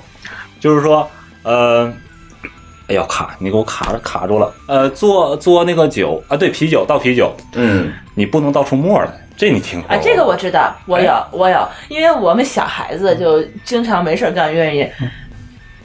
[SPEAKER 7] 就是说，呃，哎呦卡，你给我卡卡住了，呃，做做那个酒啊，对，啤酒倒啤酒，
[SPEAKER 4] 嗯，
[SPEAKER 7] 你不能倒出沫来，这你听过
[SPEAKER 3] 啊，
[SPEAKER 7] 吗？
[SPEAKER 3] 这个我知道，我有
[SPEAKER 7] 哎，嗯
[SPEAKER 3] 我有，因为我们小孩子就经常没事儿干，愿意，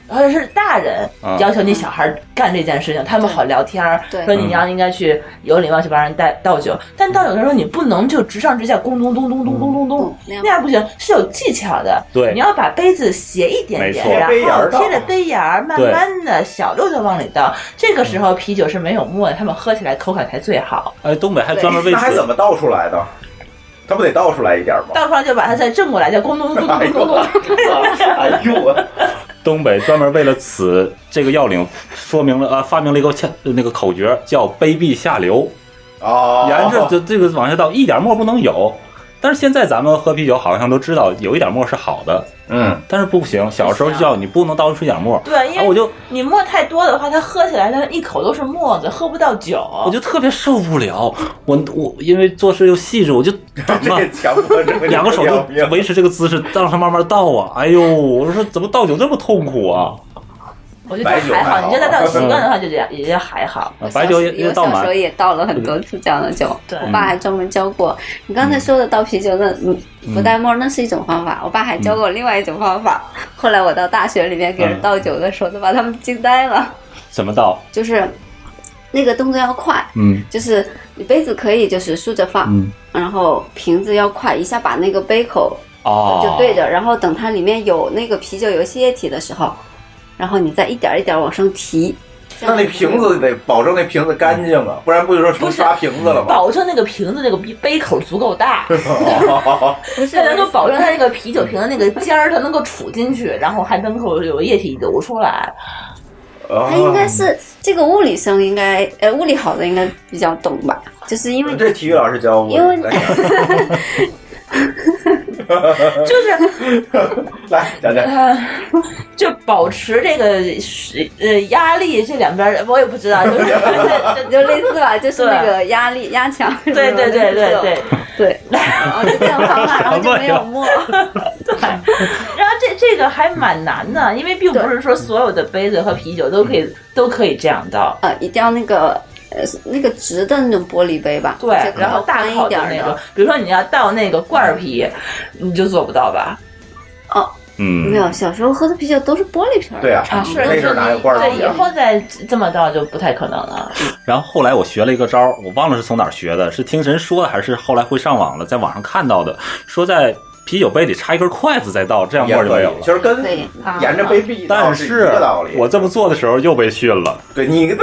[SPEAKER 3] 或者是大人
[SPEAKER 7] 啊
[SPEAKER 3] 要求你小孩干这件事情，他们好聊天儿，
[SPEAKER 8] 对
[SPEAKER 3] 说
[SPEAKER 7] 嗯
[SPEAKER 3] 你要应该去有礼貌去帮人带倒酒，但倒酒的时候你不能就直上直下，咣咚咚咚咚咚
[SPEAKER 7] 嗯
[SPEAKER 3] 咚咚，那样不行，是有技巧的，
[SPEAKER 7] 对
[SPEAKER 3] 你要把杯子斜一点
[SPEAKER 7] 没
[SPEAKER 3] 点
[SPEAKER 7] 错，
[SPEAKER 3] 然
[SPEAKER 7] 杯沿儿
[SPEAKER 3] 后
[SPEAKER 7] 倒
[SPEAKER 3] 贴着杯沿儿，慢
[SPEAKER 7] 对
[SPEAKER 3] 慢的小溜的往里倒，这个
[SPEAKER 7] 嗯
[SPEAKER 3] 时候啤酒是没有沫的，他们喝起来口感才最好。
[SPEAKER 7] 哎，东北还专门为
[SPEAKER 4] 那还怎么倒出来的？他不得倒出来一点吗？
[SPEAKER 3] 倒出来就把它再正过来，叫咣咚咚咚咚咚咚。
[SPEAKER 4] 哎呦我，
[SPEAKER 7] 东北专门为了此这个要领，说明了啊，发明了一个腔那个口诀，叫卑鄙下流。
[SPEAKER 4] 哦
[SPEAKER 7] 沿着这这个往下倒，一点沫不能有。但是现在咱们喝啤酒好像都知道，有一点沫是好的，
[SPEAKER 4] 嗯，
[SPEAKER 7] 但是不行，小时候就叫你不能倒出一点沫。
[SPEAKER 3] 对，因
[SPEAKER 7] 啊
[SPEAKER 3] 为
[SPEAKER 7] 我就
[SPEAKER 3] 你沫太多的话，它喝起来它一口都是沫子，喝不到酒。
[SPEAKER 7] 我就特别受不了，我我因为做事又细致，我就怎 么两个手就维持这个姿势，让它慢慢倒啊！哎呦，我说怎么倒酒这么痛苦啊？
[SPEAKER 3] 我觉得还
[SPEAKER 7] 白酒还
[SPEAKER 3] 好，
[SPEAKER 7] 好
[SPEAKER 3] 你就在倒习惯 的话，就这样也就还好。
[SPEAKER 7] 啊白酒也也
[SPEAKER 8] 我
[SPEAKER 7] 倒
[SPEAKER 8] 小时
[SPEAKER 7] 满
[SPEAKER 8] 候，也倒了很多次这样的酒，
[SPEAKER 3] 对
[SPEAKER 8] 我爸还专门教过。你刚才说的倒啤酒，那嗯不带沫儿那是一种方法，我爸还教过我另外一种方法。后来我到大学里面给人
[SPEAKER 7] 嗯
[SPEAKER 8] 倒酒的时候，都把他们惊呆了，
[SPEAKER 7] 怎么倒？
[SPEAKER 8] 就是那个动作要快，
[SPEAKER 7] 嗯
[SPEAKER 8] 就是你杯子可以就是竖着放，
[SPEAKER 7] 嗯，
[SPEAKER 8] 然后瓶子要快，一下把那个杯口
[SPEAKER 7] 哦，
[SPEAKER 8] 就对着，然后等它里面有那个啤酒有一些液体的时候，然后你再一点儿一点儿往上提。这
[SPEAKER 4] 那
[SPEAKER 8] 样
[SPEAKER 4] 那瓶子得保证那瓶子干净啊，不然不就说成刷瓶子了吗？
[SPEAKER 3] 保证那个瓶子那个杯杯口足够 大，
[SPEAKER 8] 不
[SPEAKER 3] 它能够保证它那个啤酒瓶的那个尖儿，它能够杵进去，然后还能够有液体流出来。哦
[SPEAKER 8] 它应该是这个物理生应该，呃，物理好的应该比较懂吧？就是因为
[SPEAKER 4] 这体育老师教我，
[SPEAKER 8] 因为
[SPEAKER 7] 嗯
[SPEAKER 3] 就是
[SPEAKER 4] 来讲讲。
[SPEAKER 3] 呃，就保持这个是呃压力这两边儿，我也不知道，就是
[SPEAKER 8] 就类似吧，就是那个压力压强。
[SPEAKER 3] 对对对对对对。
[SPEAKER 8] 对，然后就这样放大，然后就没有沫。
[SPEAKER 3] 然后这这个还蛮难的，因为并不是说所有的杯子和啤酒都可以都可以这样倒。
[SPEAKER 8] 呃，一定要那个呃那个直的那种玻璃杯吧，
[SPEAKER 3] 对
[SPEAKER 8] 就，可能
[SPEAKER 3] 然后大
[SPEAKER 8] 宽
[SPEAKER 3] 口
[SPEAKER 8] 一点
[SPEAKER 3] 的
[SPEAKER 8] 儿
[SPEAKER 3] 那种
[SPEAKER 8] 的。，
[SPEAKER 3] 比如说你要倒那个罐儿啤，你就做不到吧？
[SPEAKER 8] 哦，
[SPEAKER 7] 嗯
[SPEAKER 8] 没有，小时候喝的啤酒都是玻璃瓶儿。
[SPEAKER 7] 对啊
[SPEAKER 3] 啊，是
[SPEAKER 7] 那时候哪有罐儿啤
[SPEAKER 3] 对，
[SPEAKER 7] 啊
[SPEAKER 3] 以后再这么倒就不太可能了。
[SPEAKER 7] 然后后来我学了一个招儿，我忘了是从哪儿学的，是听人说的还是后来会上网了，在网上看到的，说在啤酒杯里插一根筷子再倒，这样沫儿就没有了。
[SPEAKER 4] 就是跟沿着杯壁
[SPEAKER 7] 但
[SPEAKER 4] 是一个道理。
[SPEAKER 7] 我这么做的时候又被训了。
[SPEAKER 4] 对你这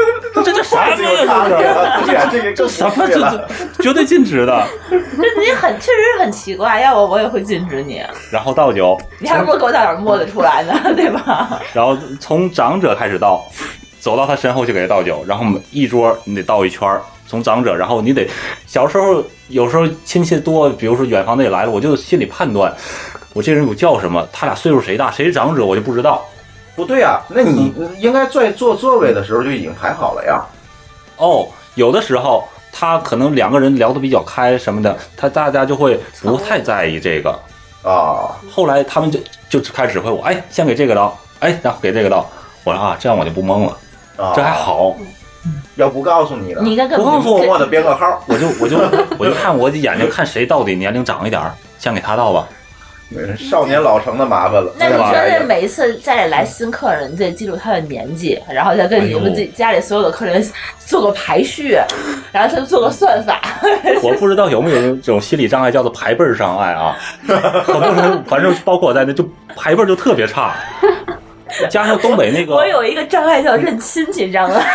[SPEAKER 7] 这这这
[SPEAKER 4] 这
[SPEAKER 7] 啥
[SPEAKER 4] 就差点了对呀这个更
[SPEAKER 7] 这什么
[SPEAKER 4] 不
[SPEAKER 7] 这
[SPEAKER 4] 对了
[SPEAKER 7] 这绝对禁止的。
[SPEAKER 3] 就你很确实很奇怪，要我我也会禁止你，
[SPEAKER 7] 然后倒酒，
[SPEAKER 3] 你还不如给我倒点沫子出来呢， 对吧？
[SPEAKER 7] 然后从长者开始倒，走到他身后去给他倒酒，然后我们一桌你得倒一圈儿，从长者，然后你得小时候有时候亲戚多，比如说远房的也来了，我就心里判断，我这人我叫什么，他俩岁数谁大，谁是长者，我就不知道。
[SPEAKER 4] 不对啊，那你应该在坐座位的时候就已经排好了呀。
[SPEAKER 7] 哦，有的时候他可能两个人聊得比较开什么的，他大家就会不太在意这个
[SPEAKER 4] 啊。
[SPEAKER 7] 后来他们就就只开始指挥我，哎，先给这个刀，哎，然后给这个刀，我说啊，这样我就不懵了，这还好。
[SPEAKER 4] 啊要不告诉你了，
[SPEAKER 3] 你应该跟
[SPEAKER 4] 不
[SPEAKER 3] 我们
[SPEAKER 4] 告诉我，我得编个号。
[SPEAKER 7] 我就 我就我就看我眼睛看谁到底年龄长一点儿，先给他 倒吧。
[SPEAKER 4] 少年老成的麻烦了，
[SPEAKER 3] 嗯那
[SPEAKER 4] 哎
[SPEAKER 3] 你
[SPEAKER 7] 对吧哎
[SPEAKER 3] 说这每次家里来新客人，你得记住他的年纪，然后再跟你
[SPEAKER 7] 哎
[SPEAKER 3] 们自己家里所有的客人做个排序，然后再做个算法。
[SPEAKER 7] 我不知道有没有这种心理障碍，叫做排辈儿障碍啊。 很多人，反正包括我在内，就排辈儿就特别差，加上东北那
[SPEAKER 3] 我
[SPEAKER 7] 个，
[SPEAKER 3] 有一个障碍叫认亲戚障碍，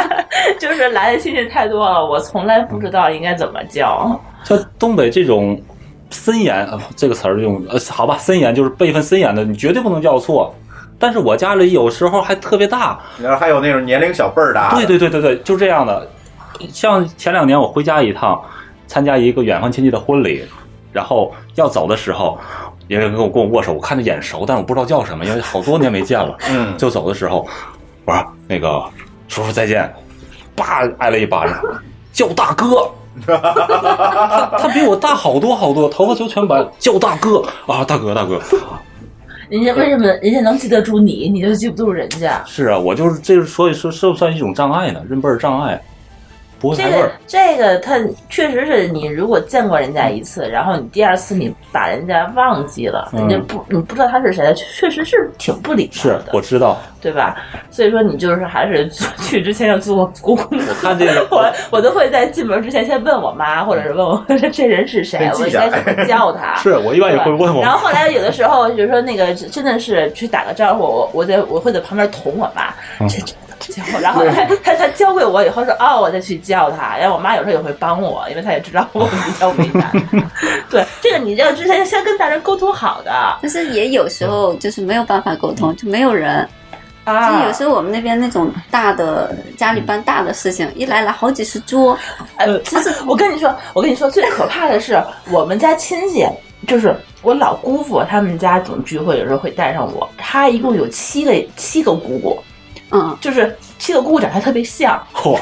[SPEAKER 3] 就是来的亲戚太多了，我从来不知道应该怎么叫。
[SPEAKER 7] 像东北这种森严，呃这个词儿用呃好吧，森严就是辈分森严的，你绝对不能叫错。但是我家里有时候还特别大，
[SPEAKER 4] 然后还有那种年龄小辈儿大的，啊
[SPEAKER 7] 对对对对对，就这样的。像前两年我回家一趟，参加一个远方亲戚的婚礼，然后要走的时候，也人跟我跟我握手，我看着眼熟，但我不知道叫什么，因为好多年没见了。嗯，就走的时候，我说哎那个叔叔再见，叭挨了一巴掌，叫大哥。他他比我大好多好多，头发都全白，叫大哥啊，大哥大哥。
[SPEAKER 3] 人家为什么人家能记得住你，你就记不住人家？
[SPEAKER 7] 是啊，我就是这，所以说算不算一种障碍呢？认辈儿障碍，不会
[SPEAKER 3] 这
[SPEAKER 7] 排辈
[SPEAKER 3] 个
[SPEAKER 7] 儿。
[SPEAKER 3] 这个，他确实是你如果见过人家一次，然后你第二次你把人家忘记了，
[SPEAKER 7] 嗯
[SPEAKER 3] 你就不你不知道他是谁了，确实是挺不礼貌
[SPEAKER 7] 是
[SPEAKER 3] 的，
[SPEAKER 7] 我知道，
[SPEAKER 3] 对吧？所以说你就是还是去之前要做功课。我
[SPEAKER 7] 看这个，
[SPEAKER 3] 我我都会在进门之前先问我妈，或者是问我 这人是谁
[SPEAKER 7] 先，
[SPEAKER 3] 我
[SPEAKER 7] 记
[SPEAKER 3] 应
[SPEAKER 7] 下
[SPEAKER 3] 该
[SPEAKER 7] 来
[SPEAKER 3] 怎么叫他。
[SPEAKER 7] 是我一般也会问我
[SPEAKER 3] 然后后来有的时候，比如说那个真的是去打个招呼，我我在我会在旁边捅我妈，
[SPEAKER 7] 嗯
[SPEAKER 3] 这这这家伙然后他他他教会我以后说哦，我再去教他。然后我妈有时候也会帮我，因为她也知道我比较为 难。对，这个你要之前先跟大人沟通好的。啊
[SPEAKER 8] 但是也有时候就是没有办法沟通，就没有人。
[SPEAKER 3] 啊
[SPEAKER 8] 就有时候我们那边那种大的家里办大的事情，一来来好几十桌，
[SPEAKER 3] 呃，就是我跟你说，我跟你说，最可怕的是我们家亲戚，就是我老姑父他们家总聚会，有时候会带上我。他一共有七个七个姑姑，
[SPEAKER 8] 嗯，
[SPEAKER 3] 就是七个姑姑长得特别像，
[SPEAKER 7] 嚯，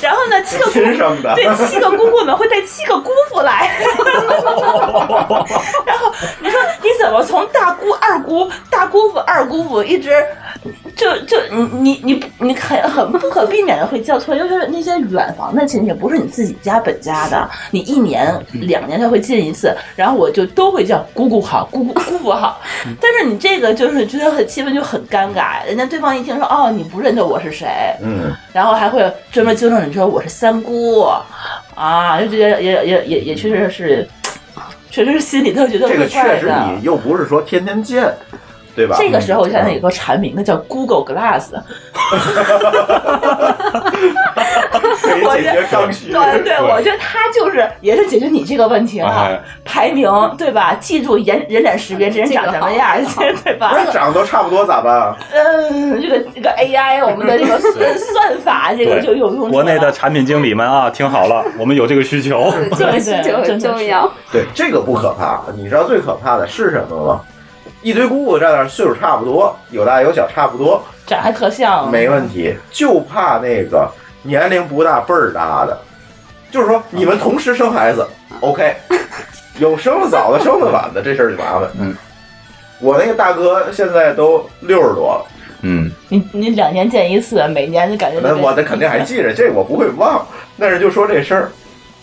[SPEAKER 3] 然后呢，七个姑姑
[SPEAKER 4] 亲生的
[SPEAKER 3] 对，七个姑姑们会带七个姑父来。 然后你说你怎么从大姑、二姑、大姑父、二姑父一直就就你你你你很很不可避免的会叫错，尤其是那些远房的亲戚，不是你自己家本家的，你一年
[SPEAKER 4] 嗯
[SPEAKER 3] 两年才会见一次，然后我就都会叫姑姑好，姑姑姑父好，
[SPEAKER 4] 嗯
[SPEAKER 3] 但是你这个就是觉得很气氛就很尴尬，人家对方一听说哦你不认得我是谁，
[SPEAKER 4] 嗯，
[SPEAKER 3] 然后还会专门纠正你说我是三姑，啊，就觉得也也也也确实是，确实是心里头觉得
[SPEAKER 4] 这个
[SPEAKER 3] 怪怪
[SPEAKER 4] 确
[SPEAKER 3] 的。
[SPEAKER 4] 实你又不是说天天见，对吧？嗯
[SPEAKER 3] 这个时候，我想起有个产品，那叫 Google Glass。
[SPEAKER 4] 可以
[SPEAKER 3] 我
[SPEAKER 4] 解
[SPEAKER 3] 觉
[SPEAKER 4] 决
[SPEAKER 3] 得
[SPEAKER 4] 刚需。
[SPEAKER 3] 对对，我觉得它就是也是解决你这个问题了
[SPEAKER 4] 哎，
[SPEAKER 3] 排名对吧？记住人人脸识别，这人长什么样， 对吧？
[SPEAKER 4] 不是长得都差不多咋办？啊
[SPEAKER 3] 嗯，这个这个 AI，我们的这个算算法，这个就有用处了。
[SPEAKER 7] 国内的产品经理们啊，听好了，我们有这个需求。
[SPEAKER 3] 对对
[SPEAKER 8] 就很
[SPEAKER 3] 真的是
[SPEAKER 8] 重要。
[SPEAKER 4] 对，这个不可怕，你知道最可怕的是什么吗？一堆姑姑在那儿岁数差不多，有大有小，差不多，
[SPEAKER 3] 长得还特像，
[SPEAKER 4] 没问题，就怕那个年龄不大辈儿大的，就是说你们同时生孩子，OK，有生的早的，生的晚的，这事儿就麻烦。
[SPEAKER 7] 嗯，
[SPEAKER 4] 我那个大哥现在都六十多了，
[SPEAKER 7] 嗯，
[SPEAKER 3] 你你两年见一次，每年就感觉
[SPEAKER 4] 那我这肯定还记着，这我不会忘。但是就说这事儿，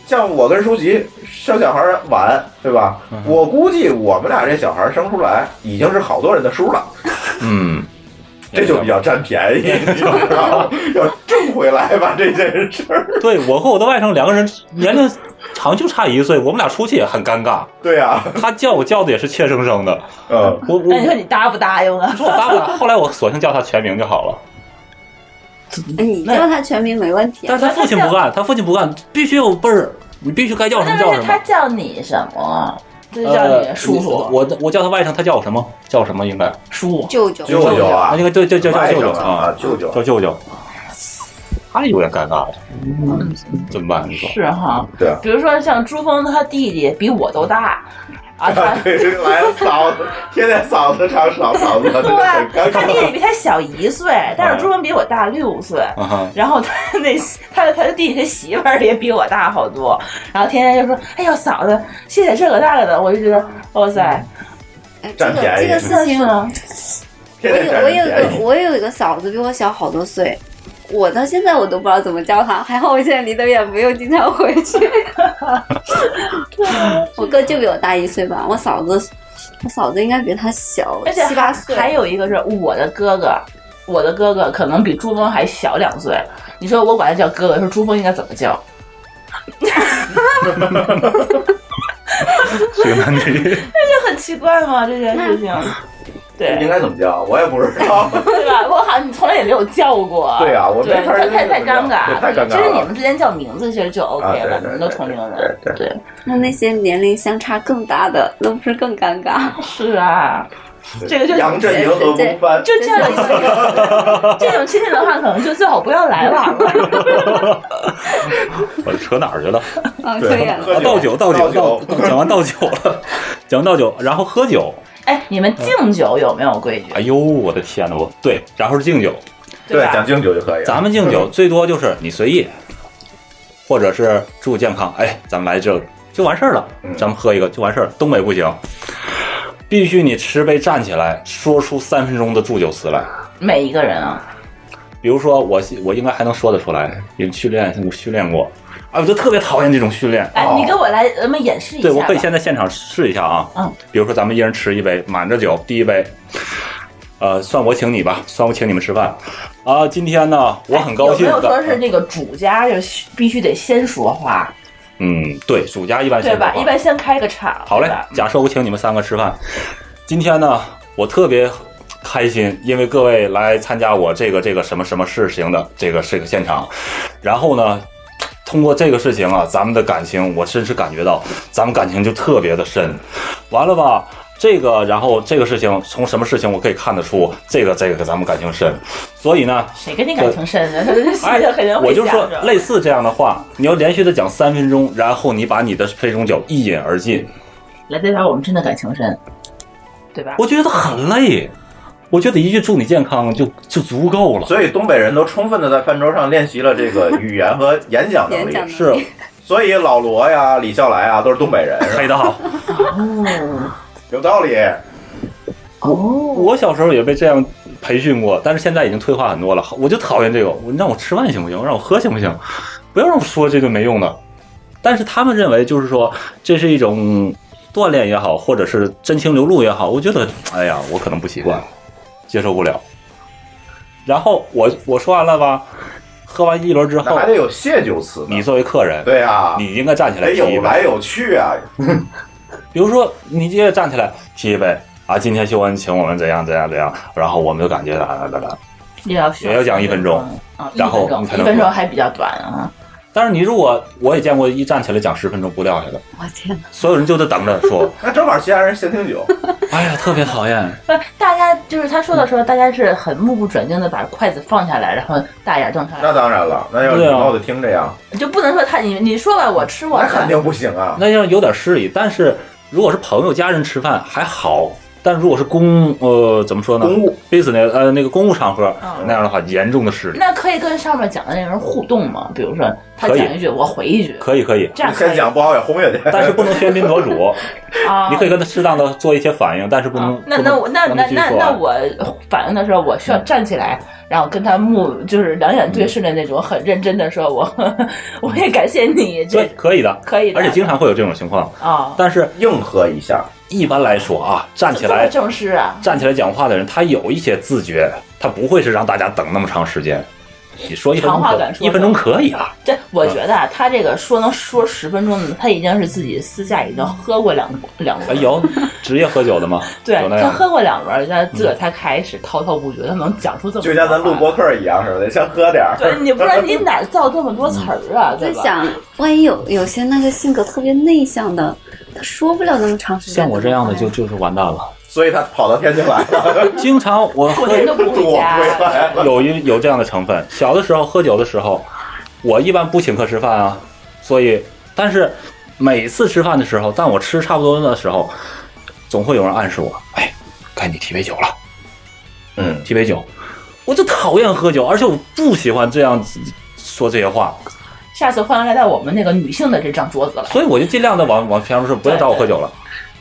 [SPEAKER 4] 像我跟舒淇生小孩儿晚，对吧？我估计我们俩这小孩儿生出来已经是好多人的叔了，
[SPEAKER 7] 嗯，
[SPEAKER 4] 这就比较占便宜，你知道吗？要挣回来吧这件事儿。
[SPEAKER 7] 对我和我的外甥两个人年龄好像就差一岁，我们俩出去也很尴尬。
[SPEAKER 4] 对啊呀，
[SPEAKER 7] 他叫我叫的也是怯生生的。
[SPEAKER 4] 嗯，
[SPEAKER 7] 我我
[SPEAKER 3] 那哎你说你答不答应啊？
[SPEAKER 7] 我搭不搭后来我索性叫他全名就好了。
[SPEAKER 8] 哎你叫他全名没问题啊，
[SPEAKER 7] 但是他父亲不干，他父亲不干，必须有辈儿，你必须该叫什么
[SPEAKER 3] 那
[SPEAKER 7] 叫
[SPEAKER 3] 是
[SPEAKER 7] 什
[SPEAKER 3] 他
[SPEAKER 7] 么。
[SPEAKER 3] 叫你什么？这叫
[SPEAKER 7] 呃
[SPEAKER 3] 你，叔叔。
[SPEAKER 7] 我我叫他外甥，他叫我什么？叫什么？应该
[SPEAKER 3] 叔
[SPEAKER 8] 舅舅
[SPEAKER 4] 舅舅啊
[SPEAKER 7] 应该对，就叫叫舅舅
[SPEAKER 4] 外甥啊舅舅
[SPEAKER 7] 叫舅舅。他有点尴尬了，怎么办？你说
[SPEAKER 3] 是哈？
[SPEAKER 4] 对啊，
[SPEAKER 3] 比如说像朱峰他弟弟比我都大，啊， 他
[SPEAKER 4] 对，来了嫂子，天天嫂子唱嫂嫂子，真的很尴
[SPEAKER 3] 对，他弟弟比
[SPEAKER 4] 尬。
[SPEAKER 3] 他小一岁，但是朱峰比我大六岁。
[SPEAKER 7] 啊哈
[SPEAKER 3] 然后他那他他弟弟他媳妇儿也比我大好多，然后天天就说：“哎呦，嫂子，谢谢这个那个的。”我就觉得，哇塞，啊
[SPEAKER 4] 占便宜
[SPEAKER 8] 哎这个事情，我
[SPEAKER 4] 天天
[SPEAKER 8] 有
[SPEAKER 4] 占
[SPEAKER 8] 我
[SPEAKER 4] 人
[SPEAKER 8] 有一
[SPEAKER 4] 便
[SPEAKER 8] 个
[SPEAKER 4] 宜。
[SPEAKER 8] 我有一个嫂子比我小好多岁，我到现在我都不知道怎么叫她，还好我现在离得远，不用经常回去。 我哥就比我大一岁吧，我嫂子我嫂子应该比他小
[SPEAKER 3] 而且
[SPEAKER 8] 七八岁，
[SPEAKER 3] 还有一个是我的哥哥，我的哥哥可能比朱峰还小两岁。你说我管他叫哥哥，说朱峰应该怎么叫？
[SPEAKER 7] 这个男女
[SPEAKER 3] 这就很奇怪嘛，这件事情。对
[SPEAKER 4] 应该怎么叫，我也不知道。
[SPEAKER 3] 对吧？我好像你从来也没有叫过。
[SPEAKER 4] 对啊我没法
[SPEAKER 3] 对太
[SPEAKER 4] 认识
[SPEAKER 3] 太
[SPEAKER 4] 你
[SPEAKER 3] 尴尬
[SPEAKER 4] 对，太尴尬
[SPEAKER 3] 其实
[SPEAKER 4] 了
[SPEAKER 3] 你们之间叫名字其实就 OK 了，你们都同龄人。对对，
[SPEAKER 8] 那那些年龄相差更大的，那不是更 尴尬？
[SPEAKER 3] 是啊，这个就
[SPEAKER 4] 杨振宁和翁帆，
[SPEAKER 3] 就这样一个这种亲戚的话，可能就最好不要来往了。
[SPEAKER 7] 我扯哪儿去了？
[SPEAKER 8] 啊
[SPEAKER 7] 对，
[SPEAKER 3] 喝酒
[SPEAKER 7] 倒酒，倒酒，倒讲完倒酒 了，讲完倒酒，然后喝酒。
[SPEAKER 3] 哎，你们敬酒有没有规矩？
[SPEAKER 7] 哎呦，我的天呐，我对，然后是敬酒，
[SPEAKER 3] 对对吧讲
[SPEAKER 4] 敬酒就可以了
[SPEAKER 7] 咱们敬酒最多就是你随意，或者是祝健康，哎，咱们来这个就完事儿了，咱们喝一个就完事儿了。东北不行，必须你持杯站起来，说出三分钟的祝酒词来。
[SPEAKER 3] 每一个人啊，
[SPEAKER 7] 比如说我我应该还能说得出来，因为训练训练过，哎，我就特别讨厌这种训练。
[SPEAKER 3] 哎，你给我来，咱们演示一下吧。
[SPEAKER 7] 对，我可以先在现场试一下啊。
[SPEAKER 3] 嗯，
[SPEAKER 7] 比如说咱们一人吃一杯，满着酒，第一杯，呃，算我请你吧，算我请你们吃饭。啊、今天呢，我很高
[SPEAKER 3] 有
[SPEAKER 7] 兴
[SPEAKER 3] 没有说
[SPEAKER 7] 的。
[SPEAKER 3] 是那个主家就是必须得先说话，
[SPEAKER 7] 嗯，对，暑假一般
[SPEAKER 3] 对
[SPEAKER 7] 先
[SPEAKER 3] 吧？
[SPEAKER 7] 不
[SPEAKER 3] 一
[SPEAKER 7] 放
[SPEAKER 3] 般先开个场。
[SPEAKER 7] 好嘞
[SPEAKER 3] 对吧，
[SPEAKER 7] 假设我请你们三个吃饭，今天呢，我特别开心，因为各位来参加我这个这个什么什么事情的这个这个现场，然后呢。通过这个事情啊，咱们的感情，我真是感觉到，咱们感情就特别的深。完了吧，这个，然后这个事情，从什么事情我可以看得出，这个这个咱们感情深。所以呢，哎
[SPEAKER 3] 谁跟你感情深啊？他就是心里肯定
[SPEAKER 7] 我
[SPEAKER 3] 会
[SPEAKER 7] 就
[SPEAKER 3] 想
[SPEAKER 7] 说
[SPEAKER 3] 着。
[SPEAKER 7] 类似这样的话，你要连续的讲三分钟，然后你把你的这种酒一饮而尽，
[SPEAKER 3] 来代表我们真的感情深，对吧？
[SPEAKER 7] 我觉得很累。我觉得一句祝你健康就就足够了。
[SPEAKER 4] 所以东北人都充分的在饭桌上练习了这个语言和演讲能
[SPEAKER 3] 演讲能
[SPEAKER 4] 力。
[SPEAKER 3] 力是，
[SPEAKER 4] 所以老罗呀、李笑来啊都是东北人，
[SPEAKER 7] 黑的好，
[SPEAKER 3] 哦，
[SPEAKER 4] 有道理。
[SPEAKER 3] 哦，
[SPEAKER 7] 我小时候也被这样培训过，但是现在已经退化很多了。我就讨厌这个，我你让我吃饭行不行？让我喝行不行？不要让我说这个没用的。但是他们认为，就是说这是一种锻炼也好，或者是真情流露也好，我觉得，哎呀，我可能不习惯，接受不了。然后我我说完了吧，喝完一轮之后，
[SPEAKER 4] 那还得有谢酒词。
[SPEAKER 7] 你作为客人，
[SPEAKER 4] 对呀，
[SPEAKER 7] 你应该站起来
[SPEAKER 4] 得
[SPEAKER 7] 提一杯，
[SPEAKER 4] 有来有去啊。
[SPEAKER 7] 比如说，你接着站起来提一杯啊，今天秀恩请我们怎样怎样怎样，然后我们就感觉啊啦啦啦啦，
[SPEAKER 3] 也要
[SPEAKER 7] 也要讲一分钟，
[SPEAKER 3] 啊，一
[SPEAKER 7] 然后
[SPEAKER 3] 分钟
[SPEAKER 7] 你才
[SPEAKER 3] 一
[SPEAKER 7] 能
[SPEAKER 3] 分钟
[SPEAKER 7] 说
[SPEAKER 3] 还比较短啊。
[SPEAKER 7] 但是你如果我也见过一站起来讲十分钟不掉下的，
[SPEAKER 8] 我天哪！
[SPEAKER 7] 所有人就得等着 说，
[SPEAKER 4] 那正好其他人先听 酒。
[SPEAKER 7] 哎呀，特别讨厌。
[SPEAKER 3] 不是，大家就是他说的时候，大家是很目不转睛的把筷子放下来，然后大眼瞪上来，
[SPEAKER 4] 那当然了，那要礼
[SPEAKER 7] 对啊
[SPEAKER 4] 貌的听着呀，
[SPEAKER 3] 就不能说他你你说吧，我吃我
[SPEAKER 4] 那
[SPEAKER 3] 的，
[SPEAKER 4] 肯定不行啊。
[SPEAKER 7] 那样有点失礼。但是如果是朋友、家人吃饭还好，但如果是公呃怎么说呢？公务 business 呃那个公务场合、
[SPEAKER 3] 嗯
[SPEAKER 7] 那样的话，严重的失礼。
[SPEAKER 3] 那可以跟上面讲的那个人互动吗？比如说他
[SPEAKER 7] 可以
[SPEAKER 3] 讲一句，我回一句，
[SPEAKER 7] 可以可以，
[SPEAKER 3] 这样可以先讲
[SPEAKER 4] 不好也轰下去，
[SPEAKER 7] 但是不能喧 宾夺主。
[SPEAKER 3] 啊，
[SPEAKER 7] 你可以跟他适当的做一些反应，但是不能。
[SPEAKER 3] 哦那
[SPEAKER 7] 不
[SPEAKER 3] 那
[SPEAKER 7] 能啊
[SPEAKER 3] 我那
[SPEAKER 7] 让
[SPEAKER 3] 那
[SPEAKER 7] 他继续
[SPEAKER 3] 那
[SPEAKER 7] 说
[SPEAKER 3] 那
[SPEAKER 7] 完
[SPEAKER 3] 我反应的时候，我需
[SPEAKER 7] 嗯
[SPEAKER 3] 要站起来，然后跟他目就是两眼对视的那种，很认真的说，我 我也感谢你，这
[SPEAKER 7] 对，可以的，
[SPEAKER 3] 可以的
[SPEAKER 7] 而且经常会有这种情况。
[SPEAKER 3] 啊，
[SPEAKER 7] 但是
[SPEAKER 4] 硬核一下，
[SPEAKER 7] 一般来说啊，站起
[SPEAKER 3] 这么
[SPEAKER 7] 来
[SPEAKER 3] 正式啊，
[SPEAKER 7] 站起来讲话的人，他有一些自觉，他不会是让大家等那么长时间。你说一分钟
[SPEAKER 3] 长话
[SPEAKER 7] 可
[SPEAKER 3] 短说
[SPEAKER 7] 一分钟可以啊，
[SPEAKER 3] 这我觉得啊，他这个说能说十分钟的，他已经是自己私下已经喝过两两
[SPEAKER 7] 哎，
[SPEAKER 3] 轮，
[SPEAKER 7] 有职业喝酒的吗？ 嗯
[SPEAKER 3] 对
[SPEAKER 7] 有那
[SPEAKER 3] 他
[SPEAKER 7] 样
[SPEAKER 3] 喝过两轮，他自个儿才开始滔滔不绝，他能讲出这么
[SPEAKER 4] 就像咱
[SPEAKER 3] 多
[SPEAKER 4] 录
[SPEAKER 3] 话
[SPEAKER 4] 播客一样似的，先喝点儿。
[SPEAKER 3] 对你 不然你哪造这么多词儿啊？
[SPEAKER 8] 在
[SPEAKER 3] 对吧？
[SPEAKER 8] 想，万一有有些那个性格特别内向的，他说不了那么长时间。
[SPEAKER 7] 像我这样的就就是完蛋了。
[SPEAKER 4] 所以他跑到天津来了。
[SPEAKER 7] 经常我
[SPEAKER 3] 过
[SPEAKER 7] 喝
[SPEAKER 3] 年都不回 家，
[SPEAKER 7] 有一有这样的成分。小的时候喝酒的时候，我一般不请客吃饭啊，所以但是每次吃饭的时候，但我吃差不多的时候，总会有人暗示我，哎，该你提杯酒了，
[SPEAKER 4] 嗯，
[SPEAKER 7] 提杯酒，我就讨厌喝酒，而且我不喜欢这样子说这些话，
[SPEAKER 3] 下次欢迎来到我们那个女性的这张桌子了。
[SPEAKER 7] 所以我就尽量的往往偏说不要找我喝酒了。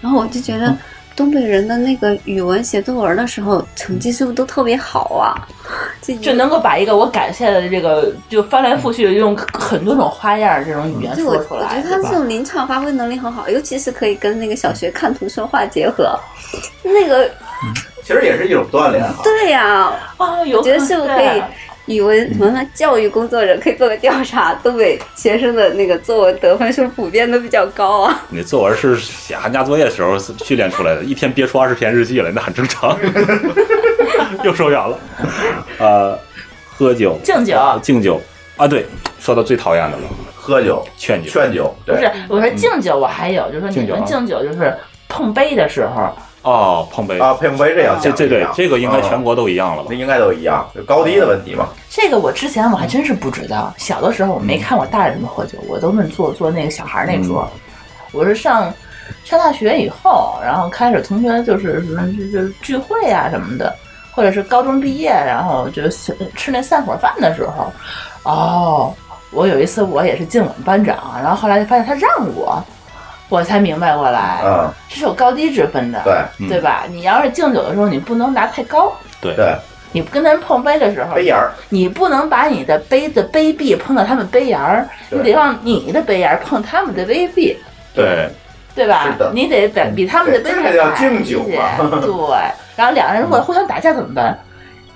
[SPEAKER 8] 然后我就觉得，东北人的那个语文写作文的时候，成绩是不是都特别好啊？ 就
[SPEAKER 3] 就能够把一个我感谢的这个，就翻来覆去地用很多种花样儿这种语言
[SPEAKER 8] 就我
[SPEAKER 3] 说
[SPEAKER 8] 我
[SPEAKER 3] 出
[SPEAKER 8] 觉
[SPEAKER 3] 来，
[SPEAKER 8] 得他
[SPEAKER 3] 对
[SPEAKER 8] 这
[SPEAKER 3] 吧？
[SPEAKER 8] 种临场发挥能力很好，尤其是可以跟那个小学看图说话结合，那个
[SPEAKER 4] 其实也是一种锻炼啊。
[SPEAKER 8] 对呀、
[SPEAKER 3] 啊，有
[SPEAKER 8] 我觉得是不是可以
[SPEAKER 3] 对
[SPEAKER 8] 语文什么教育工作者可以做个调查，东北学生的那个作文得分数普遍都比较高啊。
[SPEAKER 7] 你作文是写寒假作业的时候训练出来的，一天憋出二十篇日记来，那很正常。 又手痒了，呃，喝酒，
[SPEAKER 3] 敬酒，
[SPEAKER 7] 敬酒啊，对，说到最讨厌的了，
[SPEAKER 4] 喝酒，
[SPEAKER 7] 劝酒，
[SPEAKER 4] 劝酒，
[SPEAKER 3] 不是，
[SPEAKER 8] 嗯
[SPEAKER 3] 我说敬酒我还有，就是说你
[SPEAKER 7] 敬酒
[SPEAKER 3] 们
[SPEAKER 7] 啊
[SPEAKER 3] 敬酒就是碰杯的时候，
[SPEAKER 7] 哦，碰杯
[SPEAKER 4] 啊，碰杯这样
[SPEAKER 7] 这
[SPEAKER 4] 讲
[SPEAKER 7] 这对
[SPEAKER 4] 样
[SPEAKER 7] 这个应该全国都一样了吧？
[SPEAKER 4] 那应该都一样，就高低的问题嘛。
[SPEAKER 3] 这个我之前
[SPEAKER 4] 嗯
[SPEAKER 3] 我还真是不知道，小的时候我没看我大人们喝酒，我都是坐坐那个小孩儿那桌。
[SPEAKER 4] 嗯
[SPEAKER 3] 我是上上大学以后，然后开始同学就是什么就是聚会啊什么的，或者是高中毕业，然后就是吃那散伙饭的时候，哦，我有一次我也是敬我们班长，然后后来发现他让我，我才明白过来，
[SPEAKER 4] 嗯
[SPEAKER 3] 这是有高低之分的，
[SPEAKER 4] 对嗯
[SPEAKER 3] 对吧？你要是敬酒的时候，你不能拿太高。
[SPEAKER 7] 对
[SPEAKER 4] 对，
[SPEAKER 3] 你跟人碰杯的时候，
[SPEAKER 4] 杯沿儿
[SPEAKER 3] 你不能把你的杯的杯壁碰到他们杯沿儿，
[SPEAKER 4] 对
[SPEAKER 3] 你得让你的杯沿儿碰他们的杯壁，
[SPEAKER 7] 对，
[SPEAKER 3] 对吧
[SPEAKER 4] 是的？嗯
[SPEAKER 3] 你得比比他们的杯
[SPEAKER 4] 这
[SPEAKER 3] 沿
[SPEAKER 4] 个
[SPEAKER 3] 儿
[SPEAKER 4] 叫
[SPEAKER 3] 矮
[SPEAKER 4] 敬酒
[SPEAKER 3] 一些
[SPEAKER 4] 嘛
[SPEAKER 3] 对，然后两个人如果互相打架怎么办？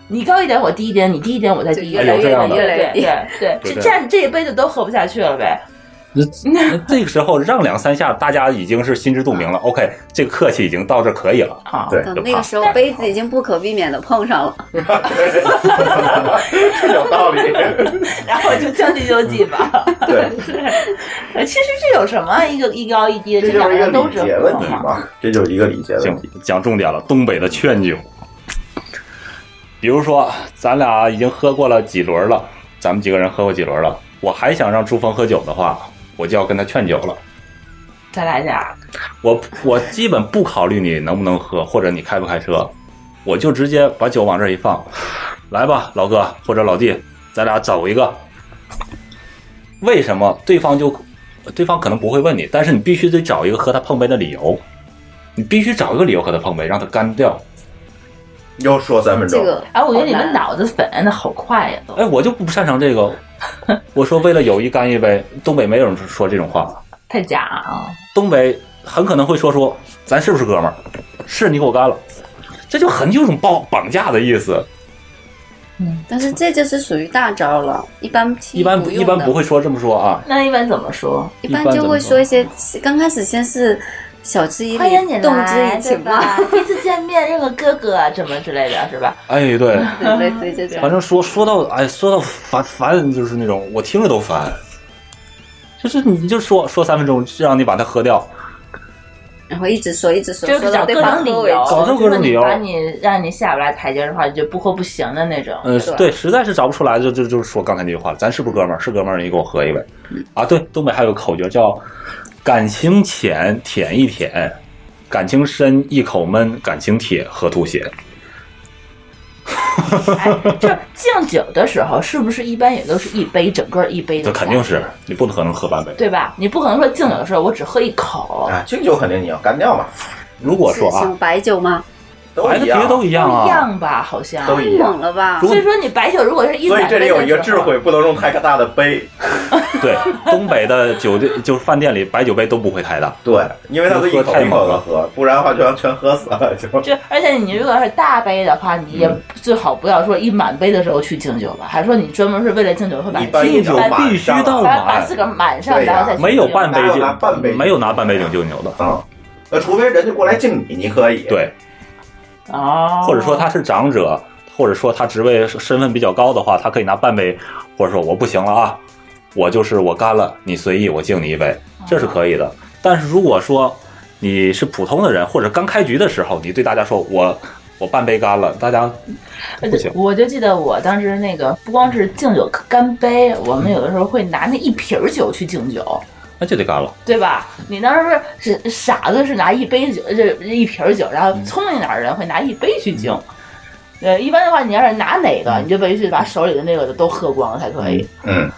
[SPEAKER 3] 你高一点，我低一点；你低一点，我再低一点。
[SPEAKER 7] 就越来
[SPEAKER 3] 对
[SPEAKER 7] 越低越来越
[SPEAKER 3] 对
[SPEAKER 7] 低
[SPEAKER 3] 对对，
[SPEAKER 7] 对
[SPEAKER 3] 这
[SPEAKER 7] 对
[SPEAKER 3] 这样这一杯就都喝不下去了呗。
[SPEAKER 7] 那这个时候让两三下，大家已经是心知肚明了。OK，这个客气已经到这可以了。
[SPEAKER 3] 啊
[SPEAKER 7] 对，
[SPEAKER 8] 等
[SPEAKER 7] 就
[SPEAKER 8] 那个
[SPEAKER 7] 啪
[SPEAKER 8] 时候杯子已经不可避免的碰上了。
[SPEAKER 4] 有道 理。
[SPEAKER 3] 然后就将计就计吧。 哎
[SPEAKER 4] 对，
[SPEAKER 3] 其实这有什么一个一高一低的，这两个人都知嗯道
[SPEAKER 4] 嘛，这就是一个理解
[SPEAKER 7] 问题。讲重点了，东北的劝酒。比如说，咱俩已经喝过了几轮了，咱们几个人喝过几轮了，我还想让朱峰喝酒的话，我就要跟他劝酒了。
[SPEAKER 3] 再来点儿，
[SPEAKER 7] 我我基本不考虑你能不能喝，或者你开不开车，我就直接把酒往这儿一放，来吧，老哥或者老弟，咱俩走一个。为什么对方就对方可能不会问你，但是你必须得找一个和他碰杯的理由，你必须找一个理由和他碰杯，让他干掉。
[SPEAKER 4] 又说三分钟，
[SPEAKER 3] 哎，我觉得你们脑子粉的好快呀，都。
[SPEAKER 4] 哦
[SPEAKER 7] 哎，我就不擅长这个。我说为了友谊干一杯，东北没有人说这种话，
[SPEAKER 3] 太假啊！
[SPEAKER 7] 东北很可能会说出咱是不是哥们儿，是你给我干了，这就很有种绑绑架的意思。
[SPEAKER 8] 但是这就是属于大招了，一般
[SPEAKER 7] 一般
[SPEAKER 8] 不
[SPEAKER 7] 一般不会说这么说啊，
[SPEAKER 3] 那一般怎么说？
[SPEAKER 8] 一般就会说一些，刚开始先是小之以
[SPEAKER 3] 欢迎你来，
[SPEAKER 8] 理，动之以情
[SPEAKER 3] 对
[SPEAKER 8] 嘛
[SPEAKER 3] 吧，？第一次见面认个哥哥，什么之类的，是吧？
[SPEAKER 7] 哎，对，
[SPEAKER 8] 对类似于这种。
[SPEAKER 7] 反正说说到哎，说到烦烦，就是那种我听着都烦。就是你就说说三分钟，让你把它喝掉，
[SPEAKER 8] 然后一直说，一直说，
[SPEAKER 3] 就
[SPEAKER 8] 说
[SPEAKER 3] 是
[SPEAKER 8] 到
[SPEAKER 3] 找
[SPEAKER 8] 对
[SPEAKER 3] 各
[SPEAKER 8] 方
[SPEAKER 3] 种理
[SPEAKER 8] 喝为
[SPEAKER 3] 由，
[SPEAKER 8] 止。
[SPEAKER 7] 找各种理由
[SPEAKER 3] 就是你把你让你下不来台阶的话，你就不喝不行的那种。
[SPEAKER 4] 呃
[SPEAKER 7] 嗯，对，实在是找不出来，就就就说刚才那句话，咱是不是哥们儿？是哥们儿，你给我喝一杯。啊，对，东北还有个口诀叫“感情浅舔一舔，感情深一口闷，感情铁喝吐血
[SPEAKER 3] 就是敬酒的时候，是不是一般也都是一杯，整个一”，杯的？
[SPEAKER 7] 这肯定是你不可能喝半杯。
[SPEAKER 3] 对吧？你不可能说敬酒的时候我只喝一口，
[SPEAKER 4] 哎，敬酒肯定你要干掉嘛，
[SPEAKER 7] 如果说
[SPEAKER 8] 什么
[SPEAKER 7] 啊，
[SPEAKER 8] 白酒吗？
[SPEAKER 4] 都
[SPEAKER 7] 白的
[SPEAKER 4] 一
[SPEAKER 7] 啤的
[SPEAKER 4] 样，
[SPEAKER 7] 都一样
[SPEAKER 3] 一
[SPEAKER 7] 啊，
[SPEAKER 3] 样吧？好像
[SPEAKER 4] 都
[SPEAKER 8] 太
[SPEAKER 4] 一
[SPEAKER 8] 猛
[SPEAKER 4] 样。
[SPEAKER 8] 了吧？
[SPEAKER 3] 所以说你白酒如果是一
[SPEAKER 4] 所以
[SPEAKER 3] 百
[SPEAKER 4] 这里
[SPEAKER 3] 杯
[SPEAKER 4] 有
[SPEAKER 3] 的
[SPEAKER 4] 一个
[SPEAKER 3] 时
[SPEAKER 4] 智
[SPEAKER 3] 候
[SPEAKER 4] 慧，不能用太大的杯，
[SPEAKER 7] 对，东北的酒店就是饭店里白酒杯都不会太大，
[SPEAKER 4] 对，因为它都一口一口的喝，不然的话就要全喝死了，就
[SPEAKER 3] 就而且你如果是大杯的话，你
[SPEAKER 4] 嗯
[SPEAKER 3] 也最好不要说一满杯的时候去敬酒吧，还说你专门是为了敬酒会把
[SPEAKER 4] 一般
[SPEAKER 3] 敬
[SPEAKER 4] 敬
[SPEAKER 3] 酒
[SPEAKER 4] 酒
[SPEAKER 3] 把
[SPEAKER 4] 满
[SPEAKER 7] 必须
[SPEAKER 4] 上
[SPEAKER 7] 到
[SPEAKER 4] 了
[SPEAKER 3] 把自个儿满上，
[SPEAKER 4] 对呀
[SPEAKER 3] 然后再去
[SPEAKER 7] 没有
[SPEAKER 3] 敬酒
[SPEAKER 7] 半杯
[SPEAKER 4] 哪有
[SPEAKER 7] 酒
[SPEAKER 4] 拿半杯，
[SPEAKER 7] 没有拿半杯酒敬酒的，
[SPEAKER 4] 啊，那除非人家过来敬你，你可以，
[SPEAKER 7] 对，
[SPEAKER 3] 哦，
[SPEAKER 7] 或者说他是长者，或者说他职位身份比较高的话，他可以拿半杯，或者说我不行了啊，我就是我干了，你随意，我敬你一杯，这是可以的。但是如果说你是普通的人，或者刚开局的时候，你对大家说我我半杯干了，大家不行
[SPEAKER 3] 我就记得我当时那个不光是敬酒干杯，我们有的时候会拿那一瓶儿酒去敬酒，
[SPEAKER 7] 那就得干了。
[SPEAKER 3] 对吧？你当时是是傻子是拿一杯酒，这一瓶儿酒，然后
[SPEAKER 7] 嗯
[SPEAKER 3] 聪明点儿的人会拿一杯去敬。呃，一般的话，你要是拿哪个，
[SPEAKER 7] 嗯
[SPEAKER 3] 你就必须把手里的那个都喝光了才可以。
[SPEAKER 4] 嗯，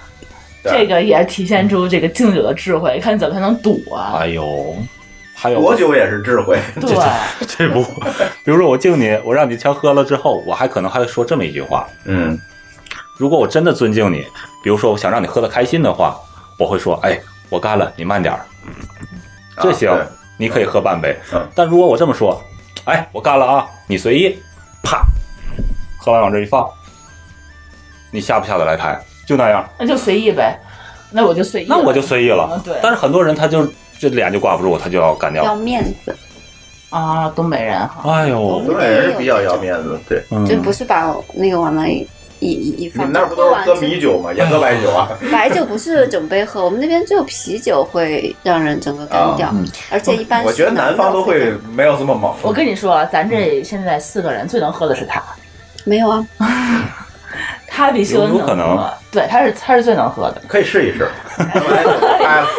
[SPEAKER 4] 对
[SPEAKER 3] 这个也体现出这个敬酒的智慧，看怎么才能堵啊？
[SPEAKER 7] 哎呦，还有
[SPEAKER 4] 躲酒也是智慧，
[SPEAKER 3] 对，
[SPEAKER 7] 这不， 比如说我敬你，我让你全喝了之后，我还可能还会说这么一句话，
[SPEAKER 4] 嗯，
[SPEAKER 7] 如果我真的尊敬你，比如说我想让你喝得开心的话，我会说，哎，我干了，你慢点儿，这行，
[SPEAKER 4] 嗯啊
[SPEAKER 7] 你可以喝半杯。
[SPEAKER 4] 嗯
[SPEAKER 7] 但如果我这么说，哎，我干了啊，你随意，啪，喝完往这一放，你下不下得来台，就那样。
[SPEAKER 3] 那就随意呗，那我就随意了，
[SPEAKER 7] 那我就随意了。
[SPEAKER 3] 嗯对
[SPEAKER 7] 但是很多人他就这脸就挂不住，他就要干掉。
[SPEAKER 8] 面子，
[SPEAKER 3] 啊，东北人哈，
[SPEAKER 7] 哎呦，嗯
[SPEAKER 4] 东北人比较要面子，对，
[SPEAKER 8] 就不是把那个往那一一一一
[SPEAKER 4] 你
[SPEAKER 8] 放。
[SPEAKER 4] 们那儿不都是喝米酒吗？也喝白酒啊？
[SPEAKER 3] 嗯
[SPEAKER 8] 白酒不是准备喝，我们那边只有啤酒会让人整个干掉，
[SPEAKER 4] 啊嗯
[SPEAKER 8] 而且一般
[SPEAKER 4] 我觉得
[SPEAKER 8] 是
[SPEAKER 4] 南方都会没有这么猛。
[SPEAKER 3] 我跟你说，咱这现在四个人最能喝的是他，
[SPEAKER 8] 没有啊，
[SPEAKER 3] 他比秀恩
[SPEAKER 4] 有有可能
[SPEAKER 3] 喝，对，他是他是最能喝的。
[SPEAKER 4] 可以 试哎一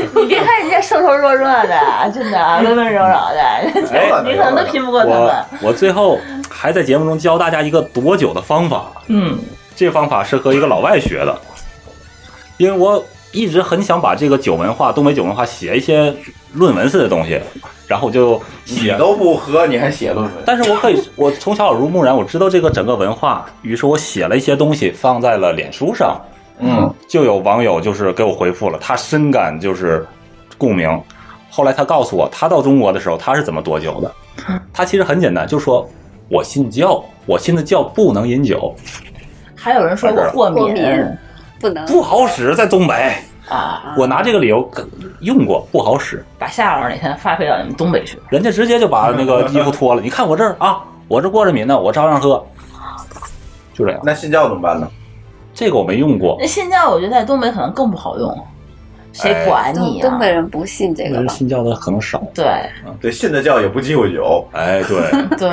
[SPEAKER 4] 试。
[SPEAKER 3] 你别看人家瘦瘦弱弱的， 真的啊温温柔柔
[SPEAKER 4] 哎
[SPEAKER 3] 的，你可能都拼不过他们
[SPEAKER 7] 我。我最后还在节目中教大家一个躲酒的方法，
[SPEAKER 3] 嗯，
[SPEAKER 7] 这个方法是和一个老外学的，因为我一直很想把这个酒文化、东北酒文化写一些论文似的东西，然后我就写
[SPEAKER 4] 你嗯都不喝，你还写论文？
[SPEAKER 7] 但是我可以，我从小耳濡目染，我知道这个整个文化，于是我写了一些东西放在了脸书上，
[SPEAKER 4] 嗯，
[SPEAKER 7] 就有网友就是给我回复了，他深感就是共鸣。后来他告诉我，他到中国的时候他是怎么躲酒的，他其实很简单，就说我信教，我信的教不能饮酒，
[SPEAKER 3] 还有人说我过
[SPEAKER 8] 过
[SPEAKER 3] 敏，
[SPEAKER 8] 敏不能
[SPEAKER 7] 不好使，在东北
[SPEAKER 3] 啊，
[SPEAKER 7] 我拿这个理由跟用过，不好使，
[SPEAKER 3] 把夏老师哪天发配到你们东北去。
[SPEAKER 7] 人家直接就把那个衣服脱了，你看我这儿啊，我这过着敏呢，我照样喝，就这样。
[SPEAKER 4] 那信教怎么办呢？
[SPEAKER 7] 这个我没用过，
[SPEAKER 3] 那信教我觉得在东北可能更不好用，谁管你
[SPEAKER 8] 哎东
[SPEAKER 3] 啊？
[SPEAKER 8] 北人不信这个吧？
[SPEAKER 7] 信教的可能少。
[SPEAKER 3] 对
[SPEAKER 4] 对，信的教也不忌讳酒。
[SPEAKER 7] 哎， 对，
[SPEAKER 3] 对，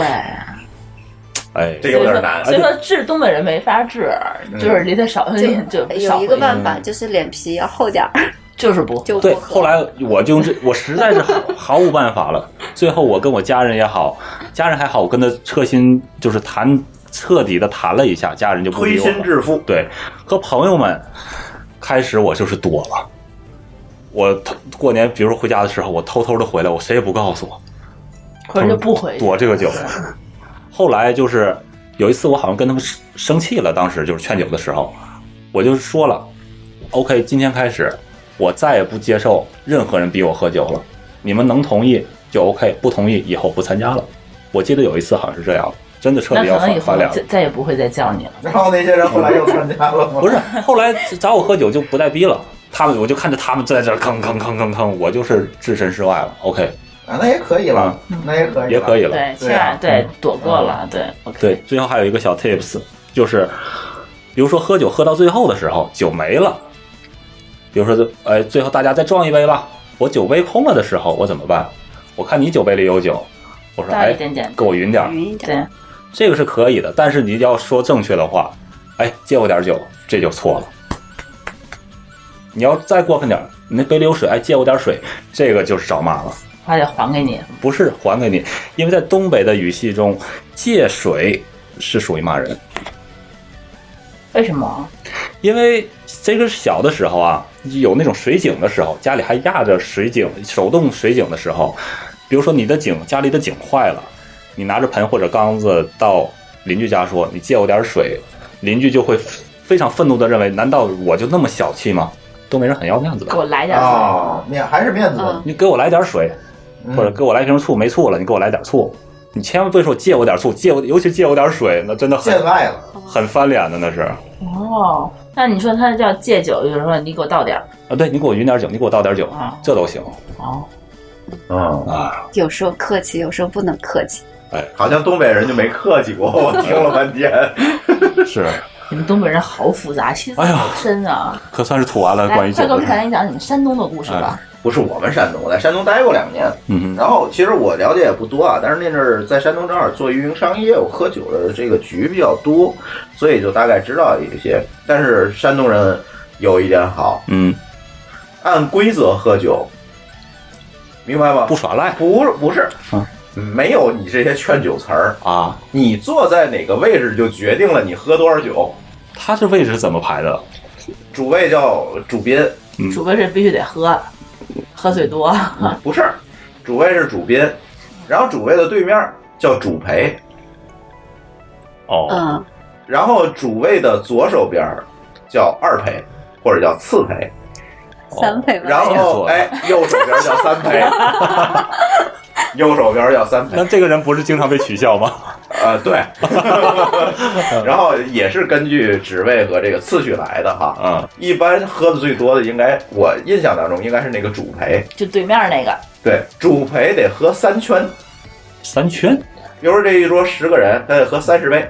[SPEAKER 7] 哎，
[SPEAKER 4] 这有点难。
[SPEAKER 3] 所以说治东北人没法治，就是离他少
[SPEAKER 8] 就
[SPEAKER 3] 点 就
[SPEAKER 8] 有一个办
[SPEAKER 4] 嗯
[SPEAKER 8] 法，就是脸皮要厚点儿，
[SPEAKER 3] 就是不
[SPEAKER 8] 就
[SPEAKER 7] 对，
[SPEAKER 8] 不喝。
[SPEAKER 7] 后来我就用这，我实在是毫毫无办法了。最后我跟我家人也好，家人还好，我跟他彻心就是谈彻底的谈了一下，家人就不理我
[SPEAKER 4] 推心置
[SPEAKER 7] 腹。对，和朋友们开始我就是躲了。我偷过年，比如说回家的时候，我偷偷的回来，我谁也不告诉我，
[SPEAKER 3] 或者就不回去。
[SPEAKER 7] 躲这 个酒。后来就是有一次，我好像跟他们生生气了，当时就是劝酒的时候，我就说了，OK，今天开始，我再也不接受任何人逼我喝酒了，你们能同意就 OK，不同意以后不参加了。我记得有一次好像是这样，真的彻
[SPEAKER 3] 那
[SPEAKER 7] 底要
[SPEAKER 3] 可能
[SPEAKER 7] 翻
[SPEAKER 3] 以
[SPEAKER 7] 翻
[SPEAKER 3] 后
[SPEAKER 7] 脸
[SPEAKER 3] 再
[SPEAKER 7] 了。
[SPEAKER 3] 再也不会再叫你了。
[SPEAKER 4] 然后那些人后来又参加了吗？
[SPEAKER 7] 不是，后来找我喝酒就不再逼了，他们我就看着他们在这儿吭吭吭吭吭，我就是置身事外了。OK，
[SPEAKER 4] 啊，那也可以了，那也可以，
[SPEAKER 7] 也可以了。
[SPEAKER 3] 对，千
[SPEAKER 4] 啊
[SPEAKER 3] 万对躲过了，对。
[SPEAKER 7] 对，最后还有一个小 tips，就是比如说喝酒喝到最后的时候，酒没了，比如说就哎，最后大家再撞一杯吧。我酒杯空了的时候，我怎么办？我看你酒杯里有酒，我说
[SPEAKER 3] 倒
[SPEAKER 7] 哎
[SPEAKER 3] 一点点，
[SPEAKER 7] 给我匀点儿，
[SPEAKER 3] 对，
[SPEAKER 7] 这个是可以的。但是你要说正确的话，哎，借我点儿酒，这就错了。你要再过分点儿，你那杯里有水，哎，借我点儿水，这个就是找骂了。
[SPEAKER 3] 还得还给你。
[SPEAKER 7] 不是还给你，因为在东北的语系中，借水是属于骂人。
[SPEAKER 3] 为什么？
[SPEAKER 7] 因为这个小的时候啊，有那种水井的时候，家里还压着水井，手动水井的时候，比如说你的井家里的井坏了，你拿着盆或者缸子到邻居家说你借我点水，邻居就会非常愤怒的认为，难道我就那么小气吗？东北人很要面子的，
[SPEAKER 3] 给我来点水
[SPEAKER 4] 啊，面还是面子
[SPEAKER 3] 嗯
[SPEAKER 4] 嗯问题。
[SPEAKER 7] 你给我来点水，或者给我来瓶醋，没醋了，你给我来点醋。你千万别说借我点醋，借我，尤其借我点水，那真的很
[SPEAKER 4] 见外了，
[SPEAKER 7] 很翻脸的那是。
[SPEAKER 3] 哦，那你说他叫戒酒，就是说你给我倒点儿，
[SPEAKER 7] 啊，对你给我匀点酒，你给我倒点酒，
[SPEAKER 3] 啊
[SPEAKER 7] 这都行。
[SPEAKER 3] 哦，
[SPEAKER 7] 啊，
[SPEAKER 8] 有时候客气，有时候不能客气。
[SPEAKER 7] 哎，
[SPEAKER 4] 嗯好像东北人就没客气过，我听了半天。
[SPEAKER 7] 是，
[SPEAKER 3] 你们东北人好复杂，心思好深啊！
[SPEAKER 7] 可算是吐完了
[SPEAKER 3] 来，
[SPEAKER 7] 关于
[SPEAKER 3] 快
[SPEAKER 7] 酒
[SPEAKER 3] 给我
[SPEAKER 7] 的
[SPEAKER 3] 们。讲一讲你们山东的故事吧。
[SPEAKER 4] 不是我们山东，我在山东待过两年。
[SPEAKER 7] 嗯，
[SPEAKER 4] 然后其实我了解也不多啊，但是那阵儿在山东正好做运营商业务，喝酒的这个局比较多，所以就大概知道一些。但是山东人有一点好，
[SPEAKER 7] 嗯，
[SPEAKER 4] 按规则喝酒，明白吗？
[SPEAKER 7] 不耍赖，
[SPEAKER 4] 不是不是，没有你这些劝酒词儿
[SPEAKER 7] 啊。
[SPEAKER 4] 你坐在哪个位置就决定了你喝多少酒。
[SPEAKER 7] 他这位置是怎么排的？
[SPEAKER 4] 主位叫主宾，
[SPEAKER 3] 主播是必须得喝，喝最多。
[SPEAKER 4] 不是，主位是主宾，然后主位的对面叫主陪，
[SPEAKER 7] 哦，
[SPEAKER 8] 嗯，
[SPEAKER 4] 然后主位的左手边叫二陪或者叫次陪，
[SPEAKER 8] 三陪吧。
[SPEAKER 4] 哦然后哎右手边叫三陪，右手边叫三 陪。
[SPEAKER 7] 那这个人不是经常被取笑吗？
[SPEAKER 4] 啊，对，然后也是根据职位和这个次序来的哈。
[SPEAKER 7] 啊
[SPEAKER 4] 嗯，一般喝的最多的应该我印象当中应该是那个主陪，
[SPEAKER 3] 就对面那个，
[SPEAKER 4] 对，主陪得喝三圈，
[SPEAKER 7] 三圈。
[SPEAKER 4] 比如说这一桌十个人，他得喝三十杯。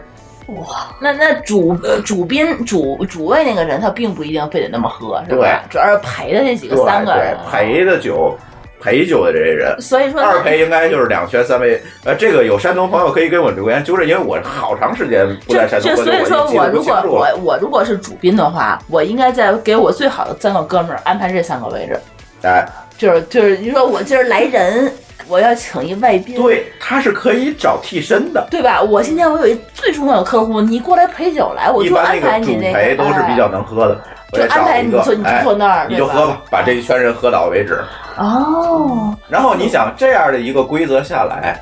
[SPEAKER 3] 哇，那那主呃主宾主主位那个人他并不一定非得那么喝，是吧？
[SPEAKER 4] 对
[SPEAKER 3] 主要是陪的那几个
[SPEAKER 4] 对
[SPEAKER 3] 三个人，
[SPEAKER 4] 对陪的酒，陪酒的这些人，
[SPEAKER 3] 所 以说
[SPEAKER 4] 二陪应该就是两圈三杯。呃，这个有山东朋友可以给我留言纠正，因为我好长时间不在山东，
[SPEAKER 3] 就所以说
[SPEAKER 4] 我
[SPEAKER 3] 我
[SPEAKER 4] 已经记
[SPEAKER 3] 如
[SPEAKER 4] 不清
[SPEAKER 3] 果
[SPEAKER 4] 楚
[SPEAKER 3] 我
[SPEAKER 4] 了。
[SPEAKER 3] 我如果是主宾的话，我应该在给我最好的三个哥们儿安排这三个位置，
[SPEAKER 4] 哎，
[SPEAKER 3] 就是就是你说我今儿来人，我要请一外宾，
[SPEAKER 4] 对，他是可以找替身的。
[SPEAKER 3] 对吧？我今天我有一最重要的客户，你过来陪酒来，我
[SPEAKER 4] 一
[SPEAKER 3] 就
[SPEAKER 4] 般
[SPEAKER 3] 安排
[SPEAKER 4] 那个
[SPEAKER 3] 你
[SPEAKER 4] 主
[SPEAKER 3] 这
[SPEAKER 4] 陪都是比较能喝的，我也
[SPEAKER 3] 就安
[SPEAKER 4] 找
[SPEAKER 3] 排
[SPEAKER 4] 一
[SPEAKER 3] 你
[SPEAKER 4] 个，
[SPEAKER 3] 坐你就
[SPEAKER 4] 哎
[SPEAKER 3] 坐那儿
[SPEAKER 4] 你就
[SPEAKER 3] 对吧
[SPEAKER 4] 喝吧，把这一圈人喝倒为止。
[SPEAKER 3] 哎哦，
[SPEAKER 4] 然后你想这样的一个规则下来，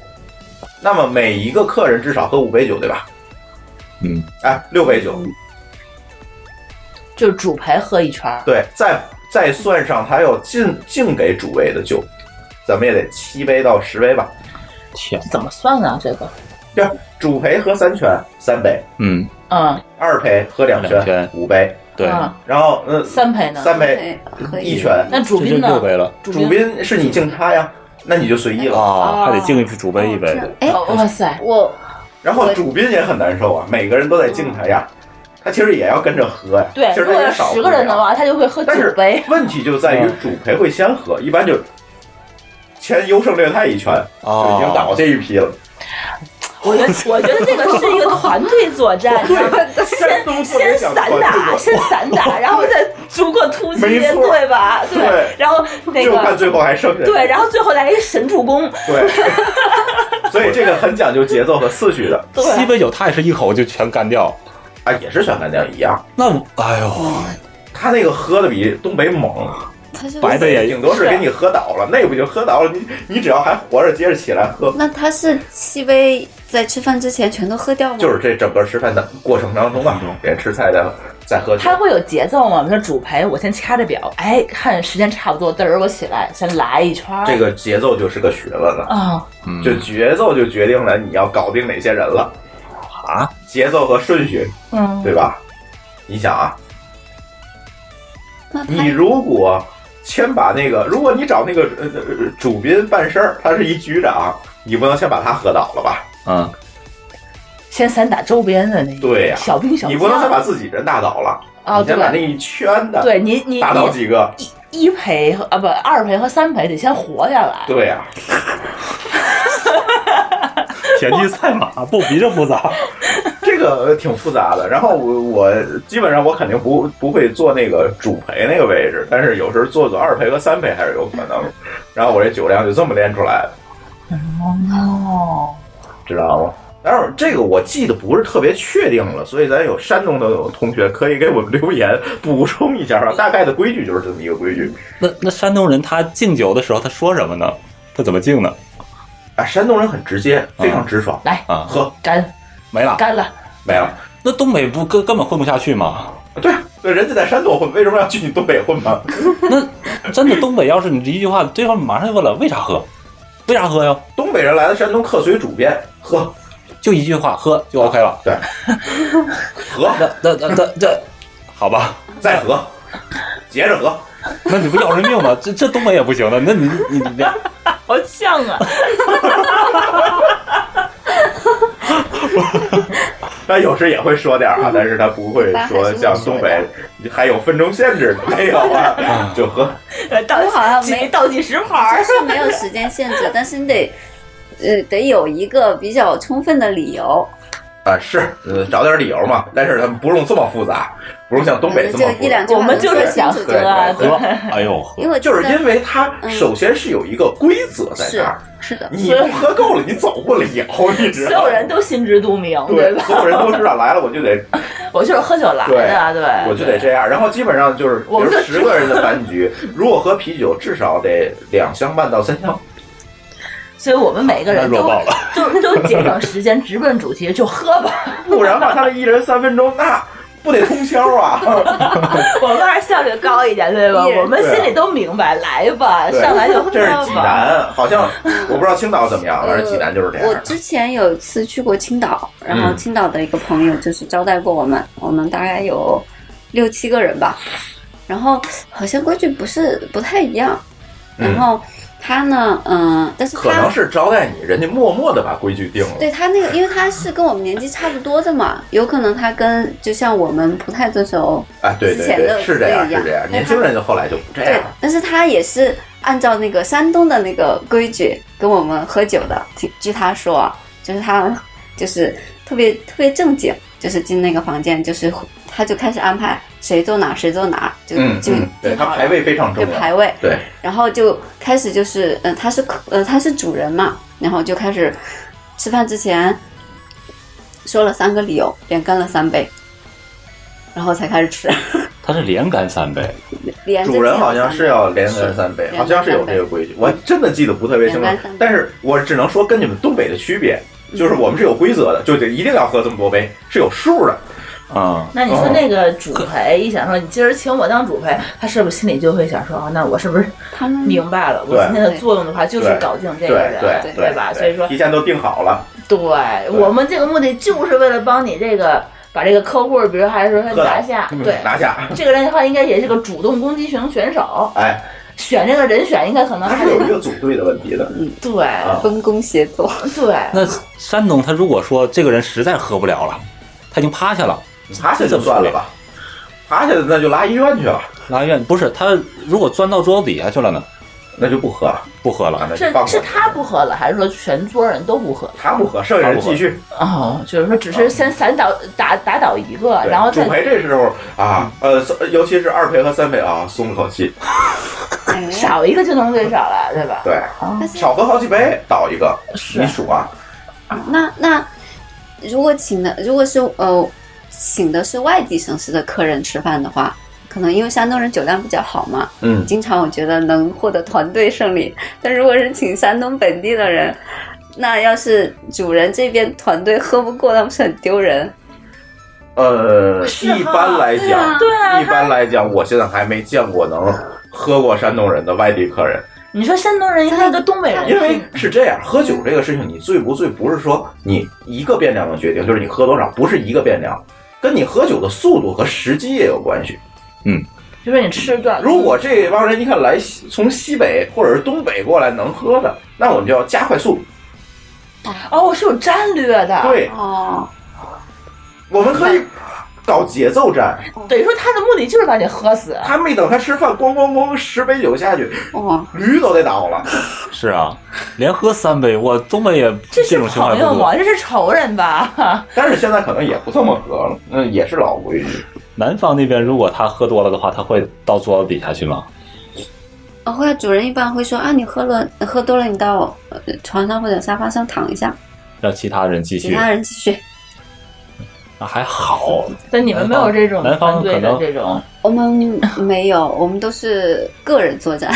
[SPEAKER 4] 那么每一个客人至少喝五杯酒，对吧？
[SPEAKER 9] 嗯，
[SPEAKER 4] 哎，六杯酒，
[SPEAKER 3] 就是主陪喝一圈儿，
[SPEAKER 4] 对，再再算上他要净净给主位的酒，咱们也得七杯到十杯吧。
[SPEAKER 3] 天，怎么算啊？这个，
[SPEAKER 4] 对，主陪喝三圈，三杯；
[SPEAKER 9] 嗯
[SPEAKER 3] 嗯，
[SPEAKER 4] 二陪喝两圈，五杯。
[SPEAKER 3] 对啊
[SPEAKER 4] 然后嗯，
[SPEAKER 3] 三陪呢？
[SPEAKER 4] 三杯
[SPEAKER 3] 可以
[SPEAKER 4] 一圈，
[SPEAKER 3] 那主宾呢？主
[SPEAKER 4] 主宾是你敬他呀，那你就随
[SPEAKER 7] 啊
[SPEAKER 4] 意了
[SPEAKER 3] 哦还得
[SPEAKER 4] 敬主杯一杯。
[SPEAKER 3] 哎，哇塞，我
[SPEAKER 4] 然后主宾也很难受啊，每个人都在敬他呀，他其实也要跟着喝呀。
[SPEAKER 3] 对，
[SPEAKER 4] 其实
[SPEAKER 3] 如
[SPEAKER 4] 他
[SPEAKER 3] 果有
[SPEAKER 4] 也少
[SPEAKER 3] 十个
[SPEAKER 4] 喝
[SPEAKER 3] 人
[SPEAKER 4] 呀
[SPEAKER 3] 的话，他就会喝九
[SPEAKER 4] 但是
[SPEAKER 3] 杯。
[SPEAKER 4] 问题就在于主陪会先喝，一般就先优胜劣汰一圈，
[SPEAKER 3] 哦
[SPEAKER 7] 啊
[SPEAKER 4] 就已
[SPEAKER 7] 哦
[SPEAKER 4] 经倒这一批了。
[SPEAKER 3] 我觉得， 我觉得这个是一个团队作战，你知道吗
[SPEAKER 4] 山东
[SPEAKER 3] 先
[SPEAKER 4] 特别
[SPEAKER 3] 先
[SPEAKER 4] 想
[SPEAKER 3] 散打，
[SPEAKER 4] 团队作战
[SPEAKER 3] 先散打，然后再逐个突击，
[SPEAKER 4] 没错
[SPEAKER 3] 对吧？
[SPEAKER 4] 对
[SPEAKER 3] 然后那
[SPEAKER 4] 就看
[SPEAKER 3] 个
[SPEAKER 4] 最后还剩下
[SPEAKER 3] 对，然后最后来一神助攻，
[SPEAKER 4] 对， 所以这个很讲究节奏和次序的。
[SPEAKER 3] 对
[SPEAKER 4] 西
[SPEAKER 7] 杯酒他也是一口就全干掉，
[SPEAKER 4] 啊，也是全干掉一样。
[SPEAKER 7] 那哎呦，
[SPEAKER 4] 他那个喝的比东北猛，
[SPEAKER 8] 他是
[SPEAKER 4] 白的也顶多是给你喝倒了，那不就喝倒了？你你只要还活着，接着起来喝。
[SPEAKER 8] 那他是七杯在吃饭之前全都喝掉吗？
[SPEAKER 4] 就是这整个吃饭的过程当中啊，连吃菜的再喝酒
[SPEAKER 3] 他，会有节奏吗？比如说主陪，我先掐着表，哎，看时间差不多，嘚儿我起来，先来一圈儿。
[SPEAKER 4] 这个节奏就是个学问了。
[SPEAKER 3] 啊，
[SPEAKER 4] 就节奏就决定了你要搞定哪些人了啊，节奏和顺序，
[SPEAKER 3] 嗯
[SPEAKER 4] 对吧？你想啊，
[SPEAKER 8] 那
[SPEAKER 4] 你如果先把那个，如果你找那个呃呃主宾办事儿，他是一局长，你不能先把他喝倒了吧？
[SPEAKER 9] 嗯，
[SPEAKER 7] 啊
[SPEAKER 3] 先散打周边的那个，
[SPEAKER 4] 对呀、
[SPEAKER 3] 小兵小
[SPEAKER 4] 你不能
[SPEAKER 3] 将
[SPEAKER 4] 先把自己人打倒了，
[SPEAKER 3] 哦
[SPEAKER 4] 你先把那
[SPEAKER 3] 对
[SPEAKER 4] 一圈的
[SPEAKER 3] 对你你
[SPEAKER 4] 打倒
[SPEAKER 3] 你
[SPEAKER 4] 几个？
[SPEAKER 3] 一陪和啊不二陪和三陪得先活下来。
[SPEAKER 4] 对啊呀、
[SPEAKER 7] 田忌赛马 不比这复杂，
[SPEAKER 4] 这个挺复杂的。然后我我基本上我肯定不不会做那个主陪那个位置，但是有时候做做二陪和三陪还是有可能。然后我这酒量就这么练出来的，
[SPEAKER 3] 哦，
[SPEAKER 4] 知道吗？但是这个我记得不是特别确定了，所以咱有山东的同学可以给我们留言补充一下吧。大概的规矩就是这么一个规矩
[SPEAKER 7] 那那山东人他敬酒的时候他说什么呢？他怎么敬呢？
[SPEAKER 4] 啊，山东人很直接，非常直爽。
[SPEAKER 3] 来
[SPEAKER 7] 啊，
[SPEAKER 4] 喝
[SPEAKER 3] 干
[SPEAKER 7] 没了，
[SPEAKER 3] 干了，
[SPEAKER 4] 没了。
[SPEAKER 7] 那东北不根根本混不下去吗？
[SPEAKER 4] 对啊，所以人家在山东混，为什么要去你东北混吗？
[SPEAKER 7] 真的，东北要是你一句话，对方马上就问了为啥喝，为啥喝呀？
[SPEAKER 4] 东北人来了山东客随主便，喝，
[SPEAKER 7] 就一句话喝就 OK 了。
[SPEAKER 4] 对，喝，
[SPEAKER 7] 那那那这，好吧，
[SPEAKER 4] 再喝，接着喝。
[SPEAKER 7] 那你不要人命吗？这这东北也不行的，那你你你俩
[SPEAKER 3] 好像啊，
[SPEAKER 4] 但有时也会说点儿
[SPEAKER 3] 嗯
[SPEAKER 4] 啊，但是他不会说像东北还有分钟限制，没有
[SPEAKER 3] 嗯
[SPEAKER 4] 啊，就喝。
[SPEAKER 3] 倒
[SPEAKER 8] 我好像
[SPEAKER 3] 没
[SPEAKER 8] 没
[SPEAKER 3] 倒计时牌
[SPEAKER 8] 就是没有时间限制，但是你得，呃，得有一个比较充分的理由，
[SPEAKER 4] 啊，是，呃，找点理由嘛，但是他们不用这么复杂，不用像东北这
[SPEAKER 3] 嗯
[SPEAKER 4] 么复杂。
[SPEAKER 8] 就一两句话我们就是想
[SPEAKER 4] 对
[SPEAKER 8] 喝
[SPEAKER 4] 对
[SPEAKER 3] 啊
[SPEAKER 8] 对
[SPEAKER 4] 喝，哎呦，
[SPEAKER 8] 因为我记
[SPEAKER 4] 就
[SPEAKER 8] 得
[SPEAKER 4] 是因为它首先是有一个规则在
[SPEAKER 3] 嗯是
[SPEAKER 4] 那儿，
[SPEAKER 8] 是的
[SPEAKER 4] 你不喝够了，你走不了，你知
[SPEAKER 3] 所
[SPEAKER 4] 道
[SPEAKER 3] 有
[SPEAKER 4] 吗？
[SPEAKER 3] 人都心知肚明，
[SPEAKER 4] 对，
[SPEAKER 3] 吧？
[SPEAKER 4] 所有人都知道来了，我就得
[SPEAKER 3] 我就是喝酒来的，对，
[SPEAKER 4] 我就得这样。然后基本上就是，比
[SPEAKER 3] 我
[SPEAKER 4] 如
[SPEAKER 3] 们就
[SPEAKER 4] 十个人的饭局，如果喝啤酒，至少得两箱半到三箱。
[SPEAKER 3] 所以我们每个人
[SPEAKER 4] 那 弱
[SPEAKER 3] 都
[SPEAKER 4] 爆了
[SPEAKER 3] 都都节省时间，直奔主题，就喝吧。
[SPEAKER 4] 不然吧，他们一人三分钟，那不得通宵啊？
[SPEAKER 3] 我们还是效率高 一点，对吧？
[SPEAKER 4] 对啊
[SPEAKER 3] 我们心里都明白，来吧，
[SPEAKER 4] 对
[SPEAKER 3] 上来就喝
[SPEAKER 4] 这是济
[SPEAKER 3] 吧。
[SPEAKER 4] 南，好像我不知道青岛怎么样，反正济南就是这
[SPEAKER 8] 嗯我
[SPEAKER 4] 样。
[SPEAKER 8] 之前有一次去过青岛，然后
[SPEAKER 4] 嗯
[SPEAKER 8] 青岛的一个朋友就是招待过我们，我们大概有六七个人吧，然后好像规矩不是不太一样，然后他呢，嗯、但是
[SPEAKER 4] 嗯
[SPEAKER 8] 他
[SPEAKER 4] 可能是招待你，人家默默的把规矩定了。
[SPEAKER 8] 对他那个，因为他是跟我们年纪差不多的嘛，有可能他跟就像我们不太遵守
[SPEAKER 4] 哎，对
[SPEAKER 8] 之
[SPEAKER 4] 对
[SPEAKER 8] 前的
[SPEAKER 4] 对，是这样
[SPEAKER 8] 不一样
[SPEAKER 4] 是这样，
[SPEAKER 8] 但
[SPEAKER 4] 年
[SPEAKER 8] 他
[SPEAKER 4] 轻人就后来就不这
[SPEAKER 8] 对
[SPEAKER 4] 样。，
[SPEAKER 8] 但是他也是按照那个山东的那个规矩跟我们喝酒的。据据他说啊，就是他就是特别特别正经，就是进那个房间，就是他就开始安排谁坐哪谁坐哪，就、
[SPEAKER 4] 嗯
[SPEAKER 8] 就
[SPEAKER 4] 嗯，对他排位非常重
[SPEAKER 8] 就
[SPEAKER 4] 要。
[SPEAKER 8] 排位，
[SPEAKER 4] 对，
[SPEAKER 8] 然后就开始就是，呃，他是客呃他是主人嘛，然后就开始吃饭之前说了三个理由，连干了三杯，然后才开始吃，
[SPEAKER 7] 他是连干三杯，
[SPEAKER 8] 连着
[SPEAKER 4] 主人
[SPEAKER 8] 进了
[SPEAKER 4] 好像
[SPEAKER 8] 三
[SPEAKER 4] 是
[SPEAKER 8] 杯
[SPEAKER 4] 要连干三杯，
[SPEAKER 8] 是
[SPEAKER 4] 好像是有这个规矩，我真的记得不特别清楚
[SPEAKER 8] 连干三杯，
[SPEAKER 4] 但是我只能说跟你们东北的区别，就是我们是有规则的，就得一定要喝这么多杯，是有数的。嗯
[SPEAKER 9] 啊
[SPEAKER 3] 那你说那个主陪一想说你今儿请我当主陪，他是不是心里就会想说啊，那我是不是明白了？我
[SPEAKER 4] 对
[SPEAKER 3] 今天的作用的话就是
[SPEAKER 4] 对
[SPEAKER 3] 搞定这个人，
[SPEAKER 4] 对对
[SPEAKER 3] 吧？所以说
[SPEAKER 4] 提前都定好了，
[SPEAKER 3] 对我们这个目的就是为了帮你这个把这个客户，比如还是说
[SPEAKER 4] 喝
[SPEAKER 3] 拿下，
[SPEAKER 4] 嗯
[SPEAKER 3] 对，
[SPEAKER 4] 拿下，
[SPEAKER 3] 这个人的话应该也是个主动攻击型选手，
[SPEAKER 4] 哎，
[SPEAKER 3] 选这个人选应该可能
[SPEAKER 4] 它
[SPEAKER 3] 还
[SPEAKER 4] 是 有
[SPEAKER 3] 得
[SPEAKER 4] 一个组队的问题的。
[SPEAKER 3] 对
[SPEAKER 8] 分工协作，
[SPEAKER 3] 对，
[SPEAKER 7] 那山东他如果说这个人实在喝不了了，他已经趴下了，
[SPEAKER 4] 趴下就算了吧，趴下那就拉医院去了，
[SPEAKER 7] 拉医院不是他如果钻到桌子底下去了呢，
[SPEAKER 4] 那就不喝了，
[SPEAKER 7] 不喝了，
[SPEAKER 3] 是是他不喝了，还是说全桌人都不喝？
[SPEAKER 4] 他不喝，剩下人继续。
[SPEAKER 3] 哦，就是说只是先散倒打打倒一个，
[SPEAKER 4] 啊对
[SPEAKER 3] 然后再
[SPEAKER 4] 主陪这时候啊，呃，尤其是二陪和三陪啊，松了口气，
[SPEAKER 3] 少一个就能最少了，对吧？
[SPEAKER 4] 对，少喝好几杯倒一个，你数啊，
[SPEAKER 8] 那那如果请的如果是呃请的是外地省市的客人吃饭的话，可能因为山东人酒量比较好嘛，
[SPEAKER 4] 嗯
[SPEAKER 8] 经常我觉得能获得团队胜利。但如果是请山东本地的人，那要是主人这边团队喝不过，那不是很丢人？
[SPEAKER 4] 呃，
[SPEAKER 8] 是哈
[SPEAKER 4] 一般来
[SPEAKER 8] 对啊
[SPEAKER 4] 讲，
[SPEAKER 8] 对啊
[SPEAKER 4] 一般来讲，我现在还没见过能喝过山东人的外地客人，
[SPEAKER 3] 你说山东人跟一个东北人，
[SPEAKER 4] 因为是这样，喝酒这个事情，你醉不醉不是说你一个变量能决定，就是你喝多少，不是一个变量，跟你喝酒的速度和时机也有关系。
[SPEAKER 3] 就说你吃多少，
[SPEAKER 4] 如果这帮人一看来西从西北或者是东北过来能喝的，那我们就要加快速度。
[SPEAKER 3] 哦是有战略的，
[SPEAKER 4] 对
[SPEAKER 8] 哦，
[SPEAKER 4] 我们可以搞节奏战，
[SPEAKER 3] 等于说他的目的就是把你喝死，
[SPEAKER 4] 他没等他吃饭，咣咣咣十杯酒下去，
[SPEAKER 8] 哇，
[SPEAKER 4] 驴都得倒了。
[SPEAKER 7] 是啊，连喝三杯，我东北也
[SPEAKER 3] 这是
[SPEAKER 7] 种情况
[SPEAKER 3] 朋
[SPEAKER 7] 也
[SPEAKER 3] 友
[SPEAKER 7] 不
[SPEAKER 3] 吗？这
[SPEAKER 7] 多。
[SPEAKER 3] 是仇人吧？
[SPEAKER 4] 但是现在可能也不这么喝了，嗯，也是老规矩。
[SPEAKER 7] 南方那边如果他喝多了的话，他会到桌子底下去吗？
[SPEAKER 8] 哦，后来主人一般会说啊，你喝了喝多了，你到呃床上或者沙发上躺一下，
[SPEAKER 7] 让其他人继
[SPEAKER 8] 其
[SPEAKER 7] 续？
[SPEAKER 8] 他人继续。
[SPEAKER 7] 那还好，
[SPEAKER 3] 但你们没有这种
[SPEAKER 7] 南
[SPEAKER 3] 团
[SPEAKER 7] 方
[SPEAKER 3] 队
[SPEAKER 7] 可
[SPEAKER 3] 的
[SPEAKER 7] 能
[SPEAKER 3] 这种，
[SPEAKER 8] 我们没有，我们都是个人作战。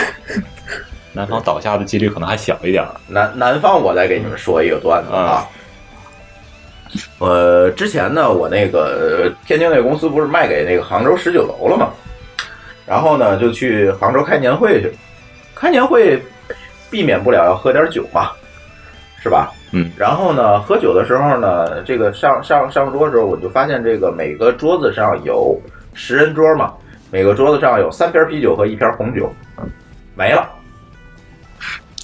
[SPEAKER 7] 南方倒下的几率可能还小一点儿。
[SPEAKER 4] 南南方，我再给你们说一个段子啊。呃，之前呢，我那个呃天津那个公司不是卖给那个杭州十九楼了吗？然后呢，就去杭州开年会去，开年会避免不了要喝点酒嘛，是吧？
[SPEAKER 7] 嗯。
[SPEAKER 4] 然后呢，喝酒的时候呢，这个上上上桌的时候，我就发现这个每个桌子上有十人桌嘛，每个桌子上有三瓶啤酒和一瓶红酒，没了。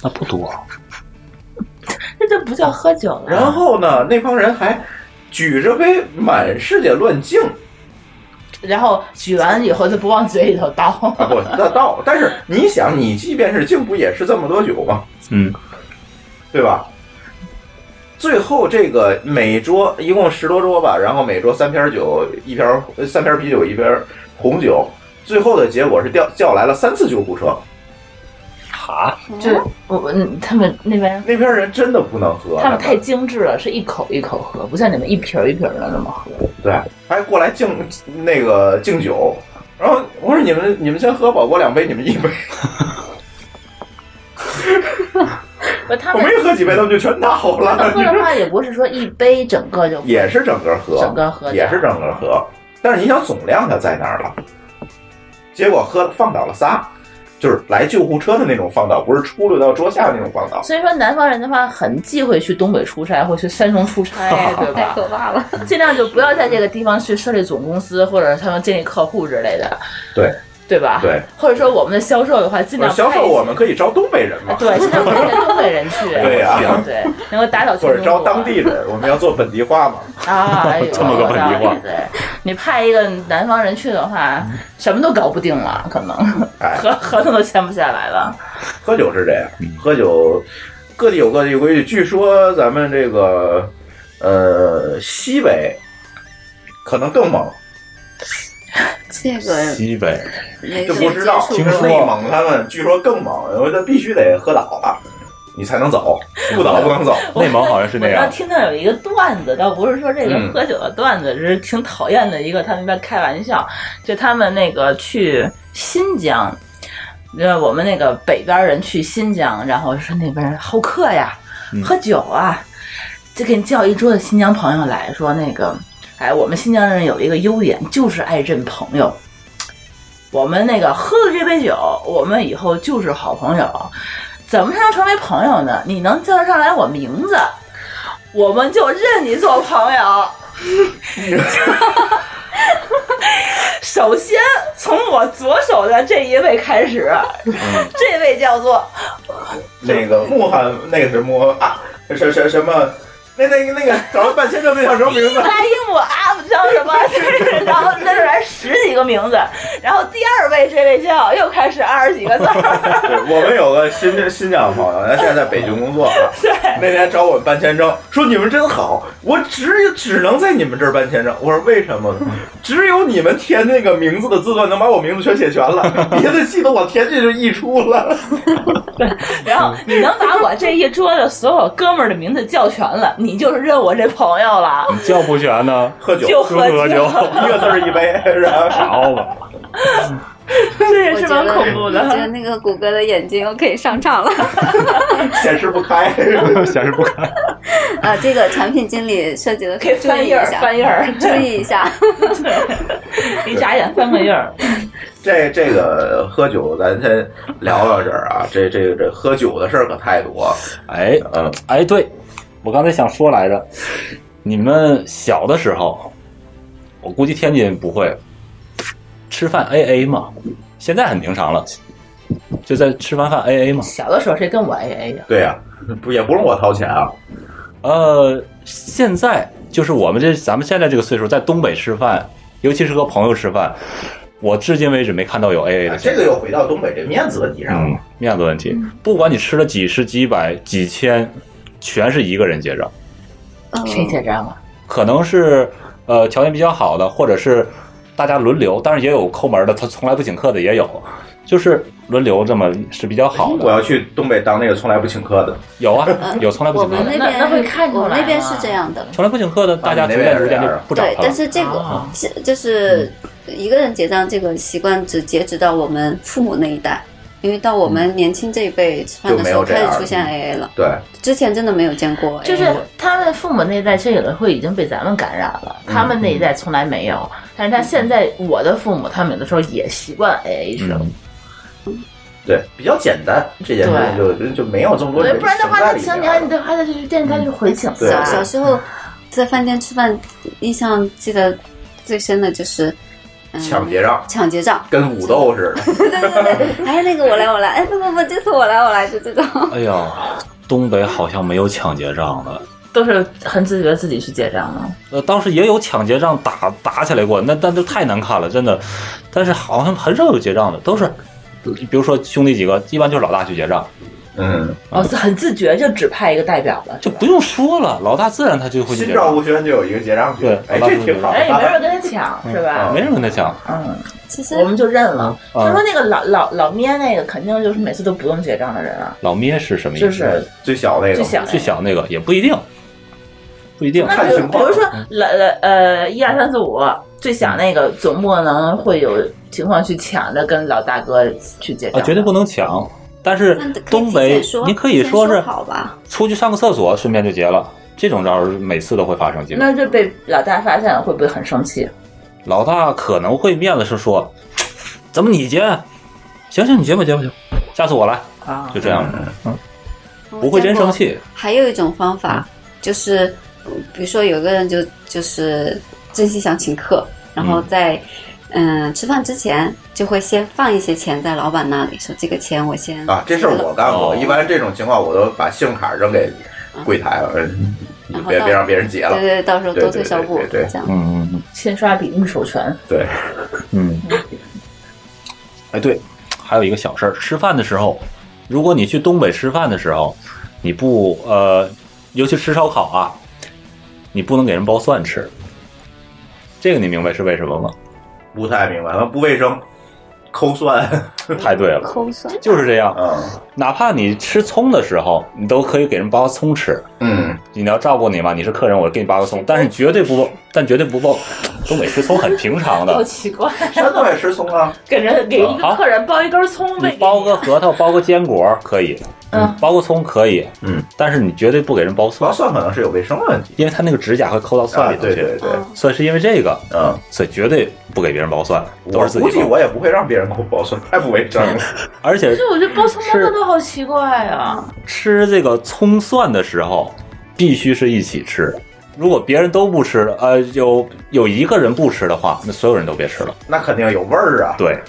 [SPEAKER 7] 那不多。
[SPEAKER 3] 这就不叫喝酒了。
[SPEAKER 4] 然后呢，那帮人还举着杯满世界乱敬
[SPEAKER 3] 然后举完以后就不往嘴里头倒，
[SPEAKER 4] 啊，不，那倒。但是你想，你即便是敬，不也是这么多酒吗？
[SPEAKER 7] 嗯，
[SPEAKER 4] 对吧？最后这个每桌一共十多桌吧，然后每桌三瓶酒，一瓶呃三瓶啤酒，一瓶红酒。最后的结果是调叫来了三次救护车。
[SPEAKER 7] 哈，
[SPEAKER 3] 就是我我嗯他们那边
[SPEAKER 4] 那边人真的不能喝，
[SPEAKER 3] 他们太精致了，是一口一口喝，不像你们一瓶儿一瓶儿的那么喝。
[SPEAKER 4] 对，还过来敬那个敬酒，然后我说你们你们先喝吧，我两杯，你们一杯。
[SPEAKER 3] 不，他
[SPEAKER 4] 我
[SPEAKER 3] 们
[SPEAKER 4] 没喝几杯，他们就全倒
[SPEAKER 3] 他
[SPEAKER 4] 了。
[SPEAKER 3] 们喝的话也不是说一杯整个就
[SPEAKER 4] 也是整个喝，
[SPEAKER 3] 整个喝的
[SPEAKER 4] 也是整个喝。但是你想总量它在那儿了，结果喝放倒了仨，就是来救护车的那种放倒，不是出溜到桌下那种放倒。
[SPEAKER 3] 所以说南方人的话很忌讳去东北出差或去山东出差，对吧？
[SPEAKER 8] 太可怕了，
[SPEAKER 3] 尽量就不要在这个地方去设立总公司或者他们建立客户之类的，
[SPEAKER 4] 对
[SPEAKER 3] 对吧？
[SPEAKER 4] 对，
[SPEAKER 3] 或者说我们的销售的话，尽
[SPEAKER 4] 不
[SPEAKER 3] 量
[SPEAKER 4] 是呃销
[SPEAKER 3] 派
[SPEAKER 4] 售
[SPEAKER 3] 一
[SPEAKER 4] 我们可以招东北人嘛，
[SPEAKER 3] 对，尽量派一些东北人去，
[SPEAKER 4] 对呀
[SPEAKER 3] 对，能够打倒全
[SPEAKER 4] 或者
[SPEAKER 3] 中
[SPEAKER 4] 招
[SPEAKER 3] 国
[SPEAKER 4] 当地人，我们要做本地化嘛。
[SPEAKER 3] 啊，哎呦
[SPEAKER 4] 这么个本地化
[SPEAKER 3] 有道理对，你派一个南方人去的话，什么都搞不定了，可能
[SPEAKER 4] 哎
[SPEAKER 3] 合合同都签不下来了。
[SPEAKER 4] 喝酒是这样，喝酒各地有各地的规矩。据说咱们这个呃西北可能更猛，
[SPEAKER 8] 这个
[SPEAKER 9] 西北
[SPEAKER 8] 没
[SPEAKER 4] 这
[SPEAKER 8] 怎
[SPEAKER 4] 不
[SPEAKER 8] 么
[SPEAKER 4] 知道，
[SPEAKER 8] 接触过
[SPEAKER 4] 内蒙他们据说更猛，我觉得必须得喝倒了，你才能走，不倒不能 走。
[SPEAKER 7] 内蒙好像是
[SPEAKER 3] 我刚听到有一个段子，倒不是说这个
[SPEAKER 7] 嗯
[SPEAKER 3] 喝酒的段子，只是挺讨厌的一个，他们那边开玩笑，就他们那个去新疆，呃，我们那个北边人去新疆，然后说那边人好客呀，
[SPEAKER 7] 嗯
[SPEAKER 3] 喝酒啊，就给你叫一桌子新疆朋友来说那个，哎，我们新疆人有一个优点，就是爱认朋友。我们那个喝了这杯酒，我们以后就是好朋友。怎么才能成为朋友呢？你能叫得上来我名字，我们就认你做朋友。首先从我左手的这一位开始，这位叫做
[SPEAKER 4] 那个穆罕，那个是穆罕啊，什什什么？那那个那个找了半天就那叫什么名字
[SPEAKER 3] 伊？莱因姆阿不叫什么，然后那出来十几个名字，然后第二位这位叫又开始二十几个字儿。
[SPEAKER 4] 对我们有个新新疆朋友，他现在在北京工 作啊。那天找我办签证，说你们真好，我只只能在你们这儿办签证。我说为什么呢？只有你们填那个名字的字段能把我名字全写全了，别的系统我填进去就溢出了。
[SPEAKER 3] 然后你能把我这一桌子所有哥们儿的名字叫全了，你就是认我这朋友 了。
[SPEAKER 7] 你叫不全呢，
[SPEAKER 4] 喝
[SPEAKER 3] 酒就喝酒
[SPEAKER 7] 喝酒，
[SPEAKER 3] 一个字
[SPEAKER 4] 儿一杯，是吧？
[SPEAKER 7] 好吧，
[SPEAKER 3] 这也是蛮恐怖的
[SPEAKER 8] 我觉得那个谷歌的眼睛又可以上场了。
[SPEAKER 4] 显示不开，
[SPEAKER 7] 显示不开。
[SPEAKER 8] 啊，这个产品经理设计的
[SPEAKER 3] 可以
[SPEAKER 8] 注
[SPEAKER 3] 翻
[SPEAKER 8] 意一
[SPEAKER 3] 页儿
[SPEAKER 8] 下，
[SPEAKER 3] 翻页儿
[SPEAKER 8] 注意 一下。
[SPEAKER 3] 一眨眼翻个页儿，
[SPEAKER 4] 这这个喝酒，咱先聊到这儿啊。这这个这喝酒的事儿可太多。
[SPEAKER 7] 哎，
[SPEAKER 4] 嗯，
[SPEAKER 7] 哎，对，我刚才想说来着，你们小的时候，我估计天津不会吃饭 A A 嘛，现在很平常了，就在吃完饭 A A 嘛。
[SPEAKER 3] 小的时候谁跟我 AA 呀？
[SPEAKER 4] 对呀、不也不用我掏钱啊。
[SPEAKER 7] 呃，现在就是我们这咱们现在这个岁数，在东北吃饭，尤其是和朋友吃饭，我至今为止没看到有 A A 的情
[SPEAKER 4] 啊这
[SPEAKER 7] 况。
[SPEAKER 4] 个又回到东北这面子问题上了。
[SPEAKER 7] 嗯，面子问题，不管你吃了几十、几百、几千，全是一个人结账。
[SPEAKER 8] 嗯
[SPEAKER 3] 谁结账啊？
[SPEAKER 7] 可能是呃条件比较好的，或者是大家轮流，当然也有抠门的，他从来不请客的也有，就是轮流这么是比较好的。
[SPEAKER 4] 嗯我要去东北当那个从来不请客的，
[SPEAKER 7] 有啊，有从来不
[SPEAKER 8] 我
[SPEAKER 7] 请
[SPEAKER 8] 们
[SPEAKER 7] 客的，
[SPEAKER 8] 那边
[SPEAKER 3] 那会看出来
[SPEAKER 8] 我们那边是这样的。
[SPEAKER 7] 从来不请客的，大家
[SPEAKER 4] 你
[SPEAKER 7] 逐
[SPEAKER 4] 那边
[SPEAKER 7] 渐逐
[SPEAKER 4] 也是
[SPEAKER 7] 渐
[SPEAKER 4] 这
[SPEAKER 7] 就
[SPEAKER 4] 样啊
[SPEAKER 7] 不找
[SPEAKER 8] 对，
[SPEAKER 7] 他了
[SPEAKER 8] 但。是这个
[SPEAKER 7] 啊
[SPEAKER 8] 是就是一个人结账这个习惯只截止到我们父母那一代，因为到我们年轻这一辈吃饭的时候
[SPEAKER 4] 嗯就没有这
[SPEAKER 8] 开
[SPEAKER 4] 样嗯
[SPEAKER 8] 始出现 AA 了，
[SPEAKER 4] 对，
[SPEAKER 8] 之前真的没有见过 AA 的。
[SPEAKER 3] 就是他们父母那一代，其实有的会已经被咱们感染了，他们那一代从来没有。但是他现在，我的父母他们有的时候也习惯 AA 制了，
[SPEAKER 7] 嗯
[SPEAKER 4] 对，比较简单，这件事情就就就没有这么多
[SPEAKER 3] 对，
[SPEAKER 4] 人
[SPEAKER 3] 不然的话，
[SPEAKER 4] 在
[SPEAKER 3] 那
[SPEAKER 4] 里
[SPEAKER 3] 请你
[SPEAKER 4] 面
[SPEAKER 3] 还你得还得去电台去回请
[SPEAKER 4] 对
[SPEAKER 3] 啊
[SPEAKER 8] 小时候在饭店吃饭，印象记得最深的就是
[SPEAKER 4] 抢劫账，
[SPEAKER 8] 抢劫账，
[SPEAKER 4] 跟武斗似的。
[SPEAKER 8] 哎，那个我来我来，哎不不不，这次我来我来，就这种。
[SPEAKER 7] 哎呀，东北好像没有抢劫账的。
[SPEAKER 3] 都是很自觉自己去结账了。
[SPEAKER 7] 呃，当时也有抢劫账打打起来过，那但都太难看了，真的。但是好像很少有结账的，都是，比如说兄弟几个，一般就是老大去结账，
[SPEAKER 4] 嗯，
[SPEAKER 3] 哦，很自觉就只派一个代表了，
[SPEAKER 7] 就不用说了，老大自然他就会去
[SPEAKER 4] 心
[SPEAKER 7] 结
[SPEAKER 4] 照
[SPEAKER 7] 账。
[SPEAKER 4] 不宣就有一个结账去
[SPEAKER 7] 对，
[SPEAKER 4] 哎，
[SPEAKER 7] 老大
[SPEAKER 4] 这
[SPEAKER 7] 不
[SPEAKER 4] 挺好。
[SPEAKER 3] 哎，也没人跟他抢，是吧？
[SPEAKER 7] 没人跟他抢。
[SPEAKER 3] 嗯，
[SPEAKER 8] 其实
[SPEAKER 3] 我们就认了。
[SPEAKER 7] 嗯
[SPEAKER 3] 他说那个老老老咩那个，肯定就是每次都不用结账的人啊。
[SPEAKER 7] 老咩是什么意思？
[SPEAKER 3] 就是
[SPEAKER 4] 最小那
[SPEAKER 3] 个最小那个
[SPEAKER 7] 最小那个也不一定，不一定
[SPEAKER 3] 那比如比如说
[SPEAKER 7] 嗯
[SPEAKER 3] 老老呃一二三四五最小那个，总不能会有情况去抢着跟老大哥去结
[SPEAKER 7] 啊，
[SPEAKER 3] 账。
[SPEAKER 7] 绝对不能抢。但是东北，你可以说是
[SPEAKER 8] 好吧？
[SPEAKER 7] 出去上个厕所，顺便就结了。这种招儿每次都会发生，基本
[SPEAKER 3] 那就被老大发现了，会不会很生气？
[SPEAKER 7] 老大可能会面子是说，怎么你结？行行，你结吧结吧结吧，下次我来，
[SPEAKER 3] 啊
[SPEAKER 7] 就这样的，嗯不会真生气。
[SPEAKER 8] 还有一种方法就是，呃比如说有个人就就是真心想请客，然后
[SPEAKER 3] 嗯
[SPEAKER 8] 在嗯、吃饭之前就会先放一些钱在老板那里，说这个钱我先
[SPEAKER 4] 啊，这事儿我干
[SPEAKER 8] 哦
[SPEAKER 4] 过。一般这种情况，我都把信用卡扔给柜台了，嗯你
[SPEAKER 8] 啊然后
[SPEAKER 4] 别
[SPEAKER 8] 到
[SPEAKER 4] 别让别人结了。
[SPEAKER 8] 对对，到时候多退小补，
[SPEAKER 4] 对对对
[SPEAKER 8] 这样。
[SPEAKER 9] 嗯嗯
[SPEAKER 3] 先刷笔用手权，
[SPEAKER 4] 对，
[SPEAKER 7] 嗯，哎对，还有一个小事儿，吃饭的时候，如果你去东北吃饭的时候，你不呃，尤其吃烧烤啊，你不能给人包蒜吃，这个你明白是为什么吗？
[SPEAKER 4] 不太明白，不卫生，抠 蒜，
[SPEAKER 7] 太对了，
[SPEAKER 12] 嗯抠蒜
[SPEAKER 7] 就是这样。哪怕你吃葱的时候，你都可以给人扒个葱吃。
[SPEAKER 4] 嗯，
[SPEAKER 7] 你要照顾你嘛，你是客人，我给你扒个葱，但是绝对不包，但绝对不包。东北吃葱很 平常
[SPEAKER 3] 好
[SPEAKER 7] 的，
[SPEAKER 3] 奇怪。
[SPEAKER 4] 山东也吃葱啊，
[SPEAKER 3] 给人给一个客人包一根葱
[SPEAKER 7] 你
[SPEAKER 3] 呗。
[SPEAKER 7] 包个核桃，包个坚果可以，
[SPEAKER 3] 嗯，
[SPEAKER 7] 包个葱可以，
[SPEAKER 4] 嗯，
[SPEAKER 7] 但是你绝对不给人包蒜。
[SPEAKER 4] 包蒜可能是有卫生问题，
[SPEAKER 7] 因为它那个指甲会抠到蒜里
[SPEAKER 4] 啊
[SPEAKER 7] 头
[SPEAKER 4] 对
[SPEAKER 7] 去。
[SPEAKER 4] 对对
[SPEAKER 7] 所以是因为这个，
[SPEAKER 4] 嗯，
[SPEAKER 7] 所以绝对不给别人包蒜，都
[SPEAKER 4] 我
[SPEAKER 7] 是自己
[SPEAKER 4] 估
[SPEAKER 7] 包。
[SPEAKER 4] 计我也不会让别人给我包蒜，太不卫生 了。
[SPEAKER 7] 而且
[SPEAKER 3] 可 是我觉得包葱包的都好奇怪啊。
[SPEAKER 7] 吃这个葱蒜的时候，必须是一起吃。如果别人都不吃，呃，有有一个人不吃的话，那所有人都别吃了，
[SPEAKER 4] 那肯定有味儿啊。
[SPEAKER 7] 对，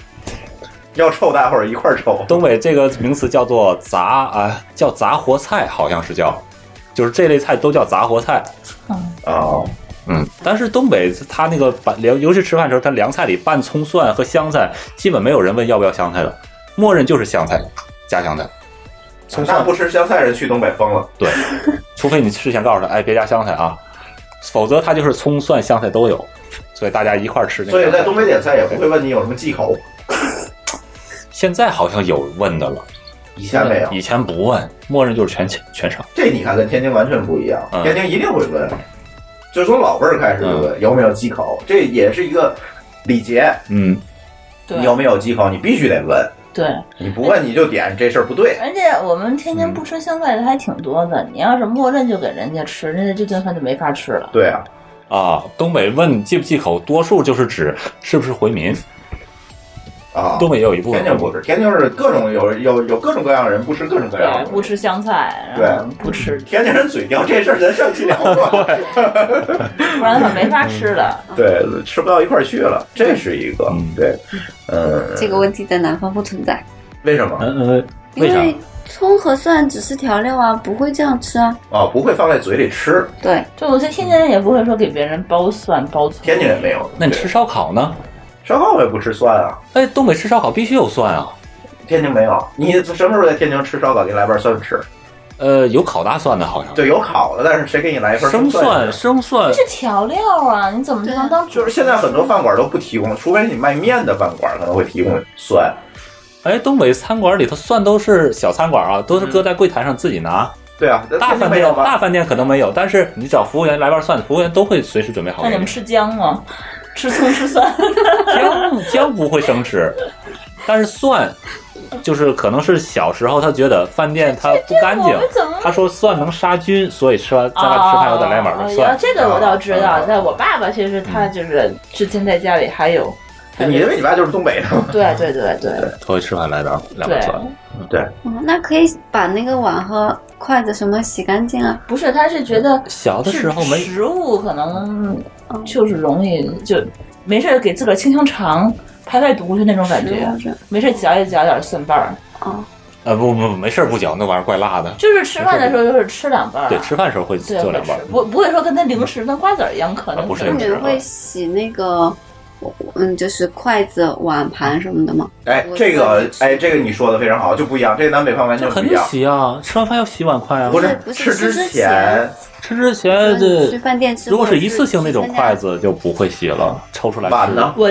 [SPEAKER 4] 要臭，大伙儿一块儿臭。
[SPEAKER 7] 东北这个名词叫做杂啊、叫杂活菜，好像是叫，就是这类菜都叫杂活菜。
[SPEAKER 4] 哦，
[SPEAKER 7] 嗯，但是东北它那个拌凉，尤其吃饭的时候，它凉菜里拌葱蒜和香菜，基本没有人问要不要香菜的，默认就是香菜，加香菜。葱
[SPEAKER 4] 那不吃香菜人去东北疯了。
[SPEAKER 7] 对，除非你事先告诉他，哎，别加香菜啊，否则它就是葱蒜香菜都有，所以大家一块儿吃那个
[SPEAKER 4] 所
[SPEAKER 7] 香
[SPEAKER 4] 以
[SPEAKER 7] 菜。
[SPEAKER 4] 在东北点菜也不会问你有什么忌口，
[SPEAKER 7] 现在好像有问的了，
[SPEAKER 4] 以前没有
[SPEAKER 7] 以前不问，默认就是全全场。
[SPEAKER 4] 这你看跟天津完全不一样，
[SPEAKER 7] 嗯
[SPEAKER 4] 天津一定会问，就从老辈儿开始就问有没有忌口，这也是一个礼节。
[SPEAKER 7] 嗯，
[SPEAKER 3] 对哎
[SPEAKER 4] 你有没有忌口，你必须得问，
[SPEAKER 3] 对，
[SPEAKER 4] 你不问你就点这事儿不对。
[SPEAKER 3] 而且我们天
[SPEAKER 7] 嗯
[SPEAKER 3] 津不吃香菜的还挺多的，你要是默认就给人家吃，人家这顿饭就没法吃了。
[SPEAKER 4] 对啊，
[SPEAKER 7] 啊，东北问忌不忌口，多数就是指是不是回民。
[SPEAKER 4] 啊，
[SPEAKER 7] 东北也有一部分
[SPEAKER 4] 天津不吃，天津是各种有有有各种各样的人不吃各种各样的
[SPEAKER 7] 啊
[SPEAKER 3] 对，
[SPEAKER 4] 东西。
[SPEAKER 3] 不吃香菜，
[SPEAKER 4] 对
[SPEAKER 3] 然后，不吃，
[SPEAKER 4] 天津人嘴刁，这事儿咱上期聊 过。
[SPEAKER 3] 不然的话没法吃了。
[SPEAKER 4] 对，吃不到一块儿去了，这是一个对，嗯，
[SPEAKER 8] 这个问题在南方不存在，
[SPEAKER 4] 为什么？
[SPEAKER 7] 嗯，
[SPEAKER 8] 因为葱和蒜只是调料啊，不会这样吃啊。
[SPEAKER 4] 哦，不会放在嘴里吃，
[SPEAKER 8] 对，
[SPEAKER 3] 就我觉得天津人也不会说给别人包蒜包葱，
[SPEAKER 4] 天津人没有。
[SPEAKER 7] 那你吃烧烤呢？
[SPEAKER 4] 烧烤我也不吃蒜啊。
[SPEAKER 7] 哎，东北吃烧烤必须有蒜啊。
[SPEAKER 4] 天津没有，你什么时候在天津吃烧烤？给你来瓣蒜吃。
[SPEAKER 7] 呃，有烤大蒜的，好像
[SPEAKER 4] 对，有烤的，但是谁给你来一份
[SPEAKER 7] 生蒜
[SPEAKER 4] 蒜？
[SPEAKER 7] 生蒜
[SPEAKER 3] 这是调料啊，你怎么能当主
[SPEAKER 4] 就是现在很多饭馆都不提供，除非你卖面的饭馆可能会提供蒜。
[SPEAKER 7] 哎，东北餐馆里头蒜都是小餐馆啊，都是搁在柜台上自己拿。
[SPEAKER 4] 对啊，
[SPEAKER 7] 大
[SPEAKER 4] 嗯天津
[SPEAKER 7] 饭
[SPEAKER 4] 没有
[SPEAKER 7] 店
[SPEAKER 4] 吗
[SPEAKER 7] 大饭店可能没有，但是你找服务员来瓣蒜，服务员都会随时准备好
[SPEAKER 3] 那你
[SPEAKER 7] 给你。
[SPEAKER 3] 们吃姜 吗？吃葱吃蒜，
[SPEAKER 7] 姜姜不会生吃，但是蒜就是可能是小时候他觉得饭店他不干 净
[SPEAKER 3] 这我们怎么，
[SPEAKER 7] 他说蒜能杀菌，所以吃完在外吃饭我得哦来碗
[SPEAKER 3] 哦
[SPEAKER 7] 蒜。
[SPEAKER 3] 这个我倒知
[SPEAKER 7] 嗯
[SPEAKER 3] 道，但我爸爸其实他就是之前在家里还有，
[SPEAKER 7] 嗯
[SPEAKER 4] 哎你因为你爸就是东北的 嘛。
[SPEAKER 3] 对对对对
[SPEAKER 7] 头一吃饭来点来碗蒜，
[SPEAKER 4] 对，
[SPEAKER 8] 嗯那可以把那个碗和筷子什么洗干净啊。
[SPEAKER 3] 不是，他是觉得
[SPEAKER 7] 小的时候没
[SPEAKER 3] 食物可能就是容易就没事儿给自个儿清清肠、排排毒就那种感觉
[SPEAKER 8] 是，啊
[SPEAKER 3] 没事儿嚼一嚼点儿蒜瓣儿，
[SPEAKER 7] 呃不不没事儿不嚼，那玩意儿怪辣的。
[SPEAKER 3] 就是吃饭的时候就是吃两瓣儿，啊
[SPEAKER 7] 对，吃饭时候会
[SPEAKER 3] 对
[SPEAKER 7] 做两瓣
[SPEAKER 3] 会吃。不不会说跟那零食、跟瓜子儿一样，可能
[SPEAKER 7] 啊不是
[SPEAKER 8] 那你们会洗那个，嗯，就是筷子、碗盘什么的吗？
[SPEAKER 4] 哎，这个哎，这个你说的非常好，就不一样，这个南北方完全不
[SPEAKER 7] 肯
[SPEAKER 4] 一
[SPEAKER 7] 定
[SPEAKER 4] 样。
[SPEAKER 7] 洗啊，吃完饭要洗碗筷啊。
[SPEAKER 4] 不是
[SPEAKER 8] 不是
[SPEAKER 4] 吃
[SPEAKER 8] 吃
[SPEAKER 4] 之
[SPEAKER 8] 之
[SPEAKER 4] 前
[SPEAKER 8] 前，
[SPEAKER 7] 吃之前
[SPEAKER 8] 嗯
[SPEAKER 7] 这
[SPEAKER 8] 去饭店吃
[SPEAKER 7] 如果是
[SPEAKER 8] 或者
[SPEAKER 7] 一
[SPEAKER 8] 是
[SPEAKER 7] 次性那种
[SPEAKER 8] 去
[SPEAKER 7] 筷子就不会洗了，抽出来。
[SPEAKER 4] 碗呢？
[SPEAKER 3] 我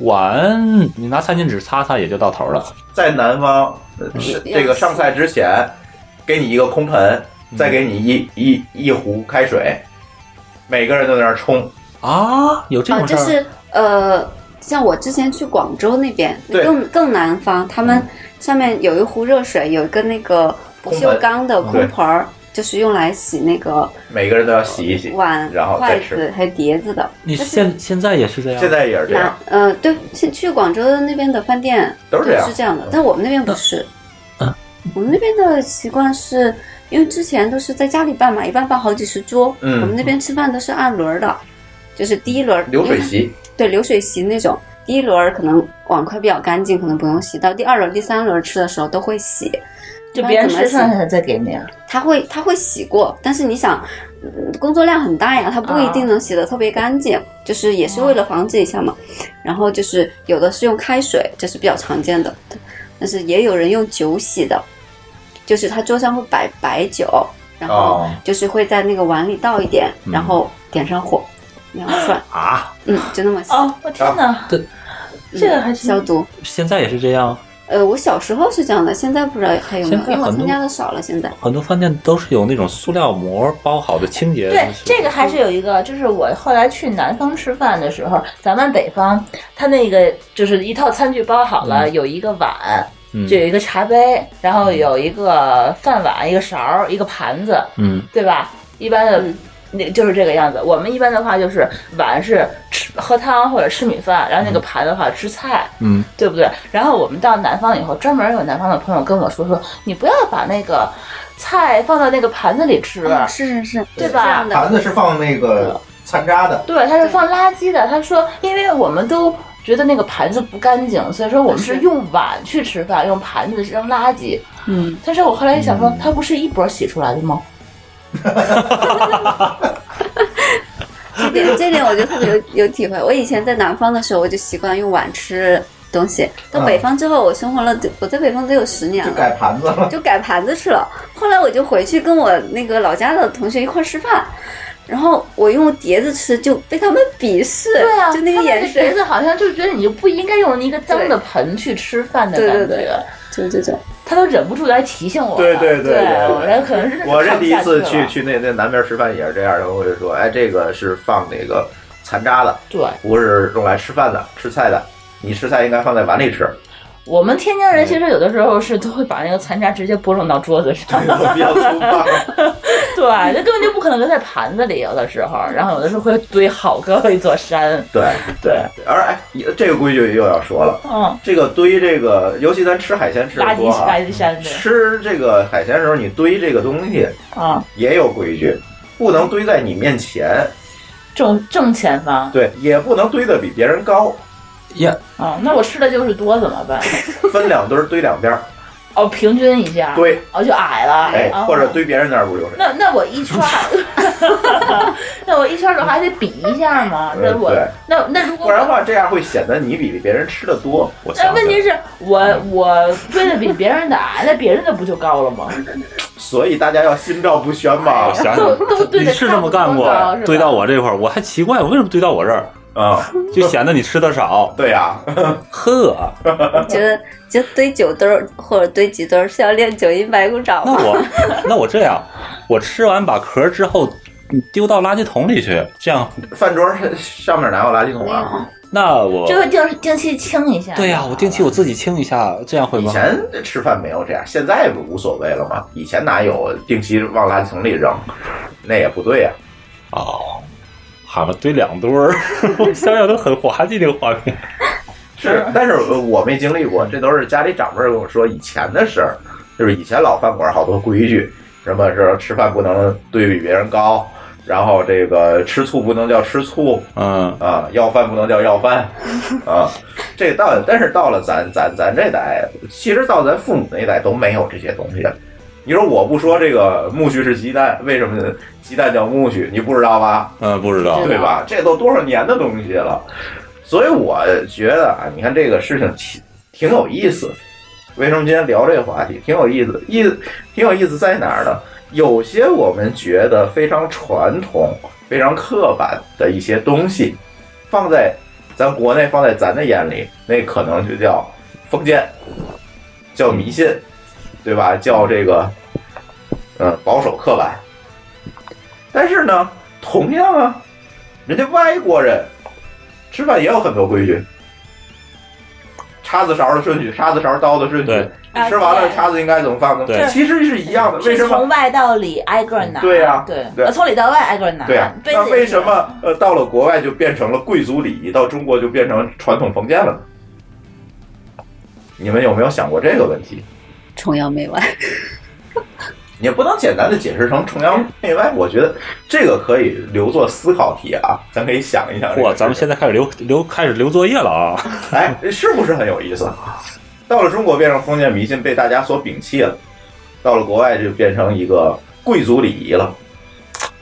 [SPEAKER 7] 碗你拿餐巾纸擦擦也就到头了。
[SPEAKER 4] 在南方，呃是这个上菜之前，给你一个空盆，
[SPEAKER 7] 嗯
[SPEAKER 4] 再给你一一一壶开水，每个人都在那儿冲
[SPEAKER 7] 啊，有
[SPEAKER 8] 啊，就是呃，像我之前去广州那边，
[SPEAKER 4] 对
[SPEAKER 8] 更更南
[SPEAKER 7] 嗯
[SPEAKER 8] 方，他们上面有一壶热水，有一个那个不
[SPEAKER 4] 空
[SPEAKER 8] 锈
[SPEAKER 4] 盆
[SPEAKER 7] 嗯
[SPEAKER 8] 钢的空
[SPEAKER 4] 对
[SPEAKER 8] 盆儿，就是用来洗那个
[SPEAKER 4] 每个人都要洗一洗，
[SPEAKER 8] 碗、
[SPEAKER 4] 然后
[SPEAKER 8] 筷
[SPEAKER 4] 再
[SPEAKER 8] 子
[SPEAKER 4] 吃。
[SPEAKER 8] 还有碟子的。
[SPEAKER 7] 你
[SPEAKER 8] 但是
[SPEAKER 7] 现现在也是这样，
[SPEAKER 4] 现在也是这样
[SPEAKER 8] 拿。呃，对，去去广州的那边的饭店
[SPEAKER 4] 啊都是这样嗯
[SPEAKER 8] 是这样的，但我们那边不是。我们那边的习惯是因为之前都是在家里办嘛，一般办好几十桌。
[SPEAKER 4] 嗯
[SPEAKER 8] 我们那边吃饭都是按轮儿的，就是第一轮儿哎
[SPEAKER 4] 流水席，
[SPEAKER 8] 对流水席那种，第一轮儿可能碗筷比较干净，可能不用洗；到第二轮、第三轮吃的时候都会洗，
[SPEAKER 3] 就别人
[SPEAKER 8] 不然
[SPEAKER 3] 吃
[SPEAKER 8] 怎么
[SPEAKER 3] 剩
[SPEAKER 8] 洗
[SPEAKER 3] 下的再给你啊。
[SPEAKER 8] 他会他会洗过，但是你想，嗯工作量很大呀，他不一定能洗得特别干净，就是也是为了防止一下嘛。然后就是有的是用开水，这是比较常见的，但是也有人用酒洗的，就是他桌上会摆白酒，然后
[SPEAKER 4] 哦
[SPEAKER 8] 就是会在那个碗里倒一点，
[SPEAKER 4] 嗯
[SPEAKER 8] 然后点上火，然后涮，
[SPEAKER 7] 啊，
[SPEAKER 8] 嗯，就那么洗。
[SPEAKER 3] 哦，我天哪，这个还是
[SPEAKER 7] 嗯
[SPEAKER 8] 消毒。
[SPEAKER 7] 现在也是这样，
[SPEAKER 8] 呃，我小时候是这样的，现在不知道还有没有，
[SPEAKER 7] 现在
[SPEAKER 8] 因为我
[SPEAKER 7] 很多
[SPEAKER 8] 参加的少了，现在。
[SPEAKER 7] 很多饭店都是有那种塑料膜包好的清洁。
[SPEAKER 3] 对，这个还是有一个，就是我后来去南方吃饭的时候，咱们北方他那个就是一套餐具包好了，
[SPEAKER 7] 嗯
[SPEAKER 3] 有一个碗，
[SPEAKER 7] 嗯
[SPEAKER 3] 就有一个茶杯，然后有一个饭碗、一个勺儿、一个盘子，
[SPEAKER 7] 嗯
[SPEAKER 3] 对吧？一般的。那就是这个样子。我们一般的话就是碗是吃喝汤或者吃米饭，然后那个盘的话吃菜，
[SPEAKER 7] 嗯
[SPEAKER 3] 对不对？然后我们到南方以后，专门有南方的朋友跟我说说，你不要把那个菜放到那个盘子里吃，
[SPEAKER 8] 是是是，
[SPEAKER 3] 啊对吧？
[SPEAKER 4] 盘子是放那个残渣的，
[SPEAKER 3] 对，他是放垃圾的。他说，因为我们都觉得那个盘子不干净，所以说我们是用碗去吃饭，用盘子扔垃圾。
[SPEAKER 8] 嗯，
[SPEAKER 3] 但是我后来一想说，它不是一波洗出来的吗？
[SPEAKER 8] 这点这点我就特别有有体会。我以前在南方的时候，我就习惯用碗吃东西。到北方之后，我生活了，我在北方得有十年
[SPEAKER 4] 嗯就
[SPEAKER 8] 了，
[SPEAKER 4] 改盘子了。
[SPEAKER 8] 就改盘子吃了。后来我就回去跟我那个老家的同学一块儿吃饭，然后我用碟子吃，就被他们鄙视，
[SPEAKER 3] 对啊，
[SPEAKER 8] 就那个眼
[SPEAKER 3] 他们的碟
[SPEAKER 8] 神
[SPEAKER 3] 子，好像就觉得你就不应该用一个脏的盆去吃饭的
[SPEAKER 8] 对
[SPEAKER 3] 感觉。
[SPEAKER 8] 对对，就 这种。
[SPEAKER 3] 他都忍不住来提醒我了。
[SPEAKER 4] 对
[SPEAKER 3] 对
[SPEAKER 4] 对对对
[SPEAKER 3] 我这可能是
[SPEAKER 4] 我这第一次去
[SPEAKER 3] 看不下
[SPEAKER 4] 去那那南边吃饭也是这样的，我就说，哎，这个是放那个残渣的，
[SPEAKER 3] 对
[SPEAKER 4] 不是用来吃饭的、吃菜的。你吃菜应该放在碗里 吃，
[SPEAKER 3] 了我们天津人其实有的时候是都会把那个残渣直接拨弄到桌子 上，
[SPEAKER 4] 比较粗放。
[SPEAKER 3] 对，那根本就不可能留在盘子里，有的时候，然后有的时候会堆好高一座山。
[SPEAKER 4] 对对。而哎，这个规矩又要说了，
[SPEAKER 3] 嗯，
[SPEAKER 4] 这个堆这个，尤其咱吃海鲜吃
[SPEAKER 3] 垃
[SPEAKER 4] 的
[SPEAKER 3] 圾
[SPEAKER 4] 多啊，
[SPEAKER 3] 垃圾山对
[SPEAKER 4] 吃这个海鲜的时候，你堆这个东西
[SPEAKER 3] 啊，
[SPEAKER 4] 也有规矩，不能堆在你面前，
[SPEAKER 3] 正正前方。
[SPEAKER 4] 对，也不能堆得比别人 高，
[SPEAKER 7] 也
[SPEAKER 3] 啊，那我吃的就是多怎么办？
[SPEAKER 4] 分两堆儿堆两边儿，
[SPEAKER 3] 哦，平均一下。
[SPEAKER 4] 对
[SPEAKER 3] 哦，就矮了。
[SPEAKER 4] 哎，
[SPEAKER 3] 哦
[SPEAKER 4] 或者堆别人那儿不就是？
[SPEAKER 3] 那那我一圈儿， 那我一圈儿的话还得比一下嘛。
[SPEAKER 4] 嗯
[SPEAKER 3] 那我
[SPEAKER 4] 对
[SPEAKER 3] 那那如果
[SPEAKER 4] 不然的话，这样会显得你比别人吃的多。我
[SPEAKER 3] 那
[SPEAKER 4] 想
[SPEAKER 3] 问题
[SPEAKER 4] 想，嗯
[SPEAKER 3] 是我我堆的比别人的矮，那别人的不就高了吗？
[SPEAKER 4] 所以大家要心照不宣嘛。
[SPEAKER 3] 哎
[SPEAKER 7] 我啊想想，你是这么干过
[SPEAKER 3] 差不多高是，吧
[SPEAKER 7] 堆到我这块儿，我还奇怪，我为什么堆到我这儿
[SPEAKER 4] 啊？
[SPEAKER 7] 就显得你吃的少。
[SPEAKER 4] 对呀，
[SPEAKER 7] 呵，
[SPEAKER 8] 我觉得就堆酒堆儿或者堆几堆儿是要练九阴白骨爪
[SPEAKER 7] 那
[SPEAKER 8] 吗？
[SPEAKER 7] 我那我这样，我吃完把壳之后丢到垃圾桶里去，这样
[SPEAKER 4] 饭桌上面哪有垃圾桶啊？
[SPEAKER 7] 那我
[SPEAKER 3] 这个定定期清一下。
[SPEAKER 7] 对呀、我定期我自己清一下，这样会
[SPEAKER 4] 以
[SPEAKER 7] 吗？
[SPEAKER 4] 前吃饭没有这样，现在不无所谓了吗？以前哪有定期往垃圾桶里扔，那也不对啊呀、
[SPEAKER 7] 哦，好了，堆两堆儿， 我想想都很滑稽这个画面。
[SPEAKER 4] 是，但是呃我没经历过，这都是家里长辈跟我说以前的事儿，就是以前老饭馆好多规矩，什么是吃饭不能对比别人高，然后这个吃醋不能叫吃醋，
[SPEAKER 7] 嗯
[SPEAKER 4] 啊，要饭不能叫要饭，啊，这到但是到了咱咱咱这代，其实到咱父母那代都没有这些东西了。你说我不说这个苜蓿是鸡蛋，为什么鸡蛋叫苜蓿？你不知道吧？
[SPEAKER 7] 嗯，不知道，
[SPEAKER 4] 对吧？这都多少年的东西了，所以我觉得啊，你看这个事情挺挺有意思。为什么今天聊这个话题？挺有意思，意挺有意思在哪儿呢？有些我们觉得非常传统、非常刻板的一些东西，放在咱国内、放在咱的眼里，那可能就叫封建，叫迷信，对吧？叫这个，嗯，保守刻板。但是呢，同样啊，人家外国人吃饭也有很多规矩，叉子勺的顺序，叉子勺刀的顺序，
[SPEAKER 3] 啊
[SPEAKER 4] 吃完了
[SPEAKER 3] 对
[SPEAKER 4] 叉子应该怎么放呢？
[SPEAKER 3] 对
[SPEAKER 4] 其实是一样的，为什
[SPEAKER 3] 是
[SPEAKER 4] 么
[SPEAKER 3] 从？外到里挨个拿，
[SPEAKER 4] 对呀
[SPEAKER 3] 对，
[SPEAKER 4] 对
[SPEAKER 3] 呃从里到外挨个拿，
[SPEAKER 4] 对啊，
[SPEAKER 3] 杯
[SPEAKER 4] 那
[SPEAKER 3] 子
[SPEAKER 4] 为什么呃到了国外就变成了贵族礼仪，到中国就变成传统封建了呢？你们有没有想过这个问题？
[SPEAKER 8] 崇洋媚外。
[SPEAKER 4] 也不能简单的解释成崇洋媚外，我觉得这个可以留作思考题啊，咱可以想一想。
[SPEAKER 7] 嚯，咱们现在开始留留开始留作业了啊！
[SPEAKER 4] 哎，是不是很有意思？啊到了中国变成封建迷信，被大家所摒弃了；到了国外就变成一个贵族礼仪了，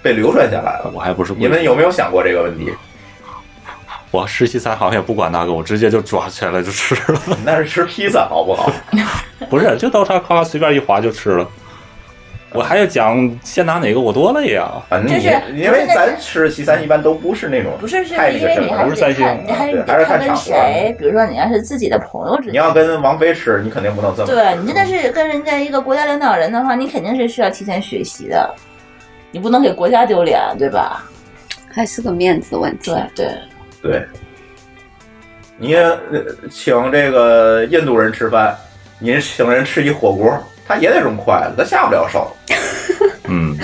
[SPEAKER 4] 被流传下来了。
[SPEAKER 7] 我还不是
[SPEAKER 4] 你们有没有想过这个问题？
[SPEAKER 7] 我吃西餐好像也不管那个，我直接就抓起来就吃了。
[SPEAKER 4] 那是吃披萨好不好？
[SPEAKER 7] 不是，就刀叉咔咔随便一划就吃了。我还要讲先拿哪个，我多累呀、
[SPEAKER 4] 啊！
[SPEAKER 3] 这是
[SPEAKER 4] 因为咱吃西餐一般都不是那种
[SPEAKER 3] 不是是
[SPEAKER 4] 太
[SPEAKER 3] 因
[SPEAKER 4] 那个
[SPEAKER 3] 为
[SPEAKER 4] 什
[SPEAKER 3] 你
[SPEAKER 4] 么，
[SPEAKER 3] 还是得看，你还是
[SPEAKER 4] 对
[SPEAKER 3] 得
[SPEAKER 4] 还是
[SPEAKER 3] 看
[SPEAKER 4] 看
[SPEAKER 3] 跟
[SPEAKER 4] 场合。
[SPEAKER 3] 谁，比如说你要是自己的朋友之
[SPEAKER 4] 你要跟王菲吃，你肯定不 能这么吃
[SPEAKER 3] 对你真的是跟人家一个国家领导人的话，你肯定是需要提前学习的，你不能给国家丢脸，对吧？
[SPEAKER 8] 还是个面子问题。
[SPEAKER 3] 对对，
[SPEAKER 4] 对，你呃请这个印度人吃饭，您请人吃一火锅，他也得用筷子，他下不了手，
[SPEAKER 7] 嗯，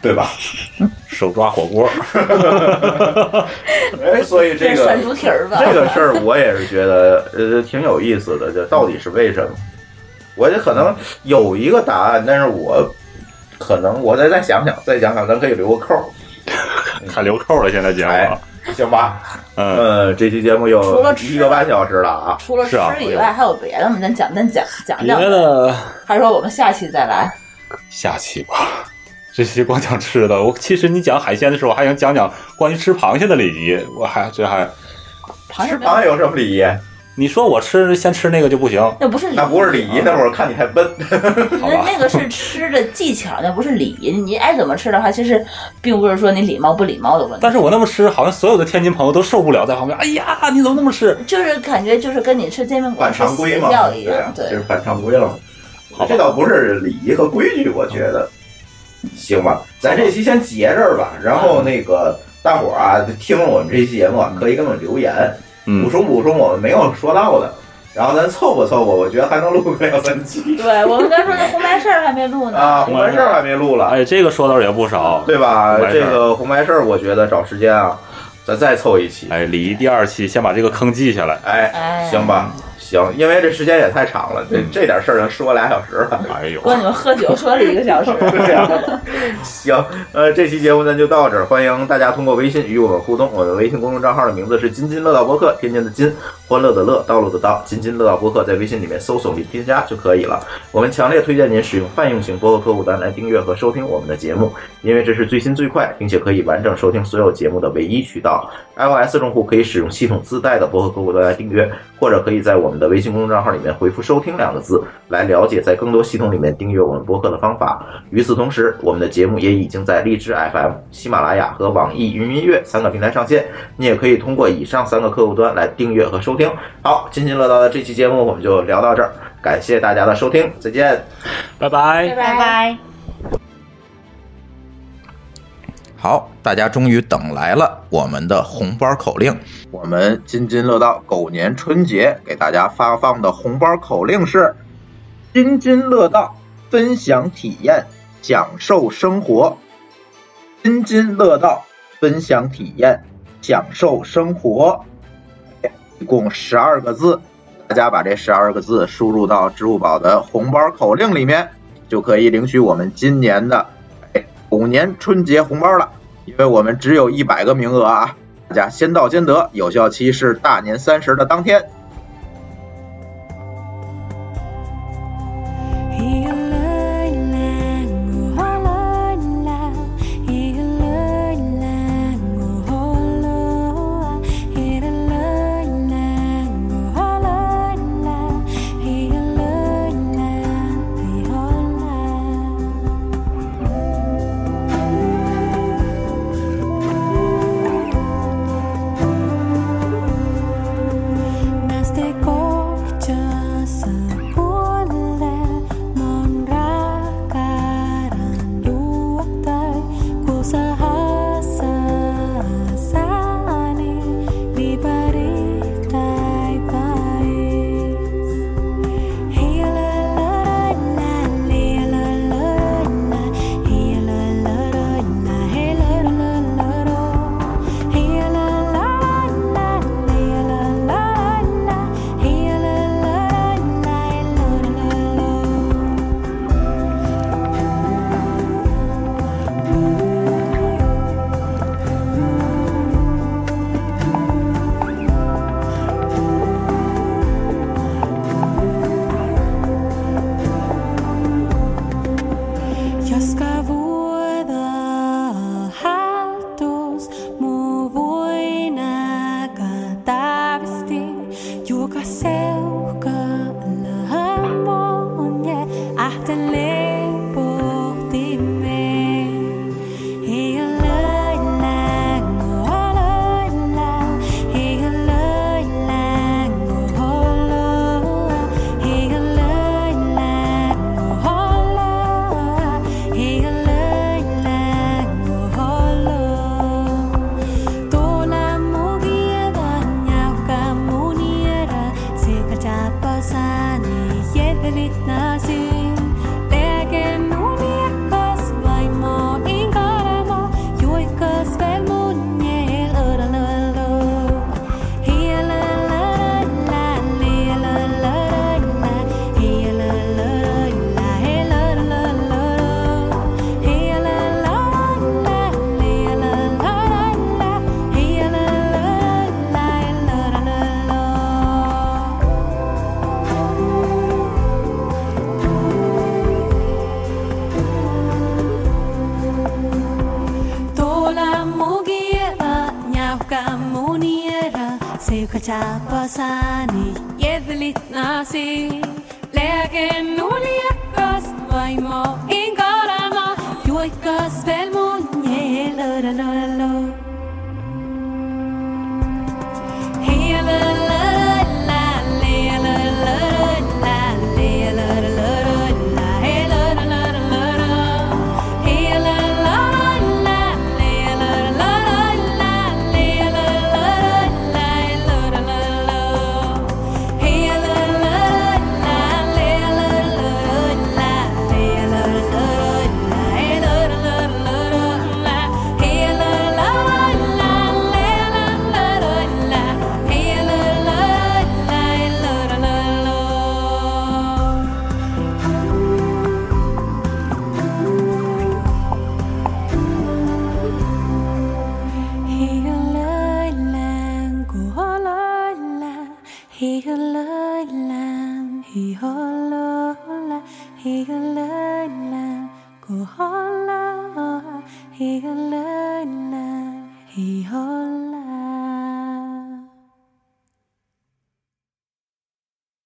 [SPEAKER 4] 对吧？
[SPEAKER 7] 手抓火锅，
[SPEAKER 4] 哎，所以这
[SPEAKER 3] 这
[SPEAKER 4] 个
[SPEAKER 3] 涮猪蹄儿吧
[SPEAKER 4] 这个事儿我也是觉得呃挺有意思的，这到底是为什么？我这可能有一个答案，但是我可能我再再想想，再想想，咱可以留个扣儿，
[SPEAKER 7] 看留扣了，现在节目。
[SPEAKER 4] 行吧？
[SPEAKER 7] 嗯，
[SPEAKER 4] 呃，这期节目又
[SPEAKER 3] 除了吃
[SPEAKER 4] 一个半小时了啊，
[SPEAKER 3] 除了吃以外，还有别的吗？咱讲，咱讲讲
[SPEAKER 7] 别
[SPEAKER 3] 讲，
[SPEAKER 7] 的
[SPEAKER 3] 还是说我们下期再来？
[SPEAKER 7] 下期吧。这期光讲吃的，我其实你讲海鲜的时候，我还想讲讲关于吃螃蟹的礼仪。我还这还
[SPEAKER 4] 吃螃蟹有什么礼仪？
[SPEAKER 3] 嗯
[SPEAKER 7] 你说我吃先吃那个就不行，
[SPEAKER 3] 那不是礼
[SPEAKER 4] 那不是礼仪，那会儿看你太笨。
[SPEAKER 3] 那那个是吃的技巧，那不是礼仪。你爱怎么吃的话，其实并不是说你礼貌不礼貌的问题，
[SPEAKER 7] 但是我那么吃，好像所有的天津朋友都受不了，在旁边，哎呀，你怎么那么吃？
[SPEAKER 3] 就是感觉就是跟你吃煎饼果
[SPEAKER 4] 反
[SPEAKER 3] 子
[SPEAKER 4] 常规
[SPEAKER 3] 邪
[SPEAKER 4] 嘛，
[SPEAKER 3] 教一
[SPEAKER 4] 啊
[SPEAKER 3] 样，，
[SPEAKER 4] 这
[SPEAKER 3] 对
[SPEAKER 4] 是反常规了嘛。这倒不是礼仪和规矩，我觉得，嗯行吧，嗯咱这期先截这儿吧。然后那个大伙儿啊，听了我们这期节目啊，可以给我们留言，
[SPEAKER 7] 嗯
[SPEAKER 4] 补充补充我们没有说到的，然后咱凑合凑合，我觉得还能录个两三期。
[SPEAKER 3] 对，我们刚说那红白事儿还没录呢
[SPEAKER 4] 啊，红白事儿还没录了，
[SPEAKER 7] 哎，这个说道也不少，
[SPEAKER 4] 对吧
[SPEAKER 7] 红？白事
[SPEAKER 4] 这
[SPEAKER 7] 儿
[SPEAKER 4] 个红白事儿，我觉得找时间啊，咱再凑一期。
[SPEAKER 7] 哎，礼仪第二期先把这个坑记下来。
[SPEAKER 4] 哎，行吧，行，因为这时间也太长了，
[SPEAKER 7] 嗯
[SPEAKER 4] 这这点事儿能说俩小时了。
[SPEAKER 7] 哎呦
[SPEAKER 3] 光你们喝酒说了一个小时，
[SPEAKER 4] 对呀、行，呃，这期节目咱就到这儿，欢迎大家通过微信与我们互动。我们微信公众账号的名字是“津津乐道播客”，天津的津，欢乐的乐，道路的道，津津乐道播客，在微信里面搜索并添加就可以了。我们强烈推荐您使用泛用型播客客户端来订阅和收听我们的节目，因为这是最新最快，并且可以完整收听所有节目的唯一渠道。iOS 用户可以使用系统自带的播客客户端来订阅，或者可以在我们的微信公众账号里面回复“收听”两个字，来了解在更多系统里面订阅我们播客的方法。与此同时，我们的节目也已经在荔枝 FM、喜马拉雅和网易云音乐三个平台上线，你也可以通过以上三个客户端来订阅和收听。好，津津乐道的这期节目我们就聊到这儿，感谢大家的收听，再见，
[SPEAKER 7] 拜拜。
[SPEAKER 3] 拜拜。
[SPEAKER 9] 好，大家终于等来了我们的红包口令。我们津津乐道狗年春节给大家发放的红包口令是：津津乐道，分享体验，享受生活。津津乐道，分享体验，享受生活。一共十二个字，大家把这十二个字输入到支付宝的红包口令里面，就可以领取我们今年的狗年春节红包了，因为我们只有一百个名额啊，大家先到先得，有效期是大年三十的当天。
[SPEAKER 12] 「
[SPEAKER 11] e 감모니에라 세과 잡아사니 예들릿 나시 레게 놀이야까스 와이모 인가라마 유아이까스 벨몬 예라라라로 He holla, he holla, he holla.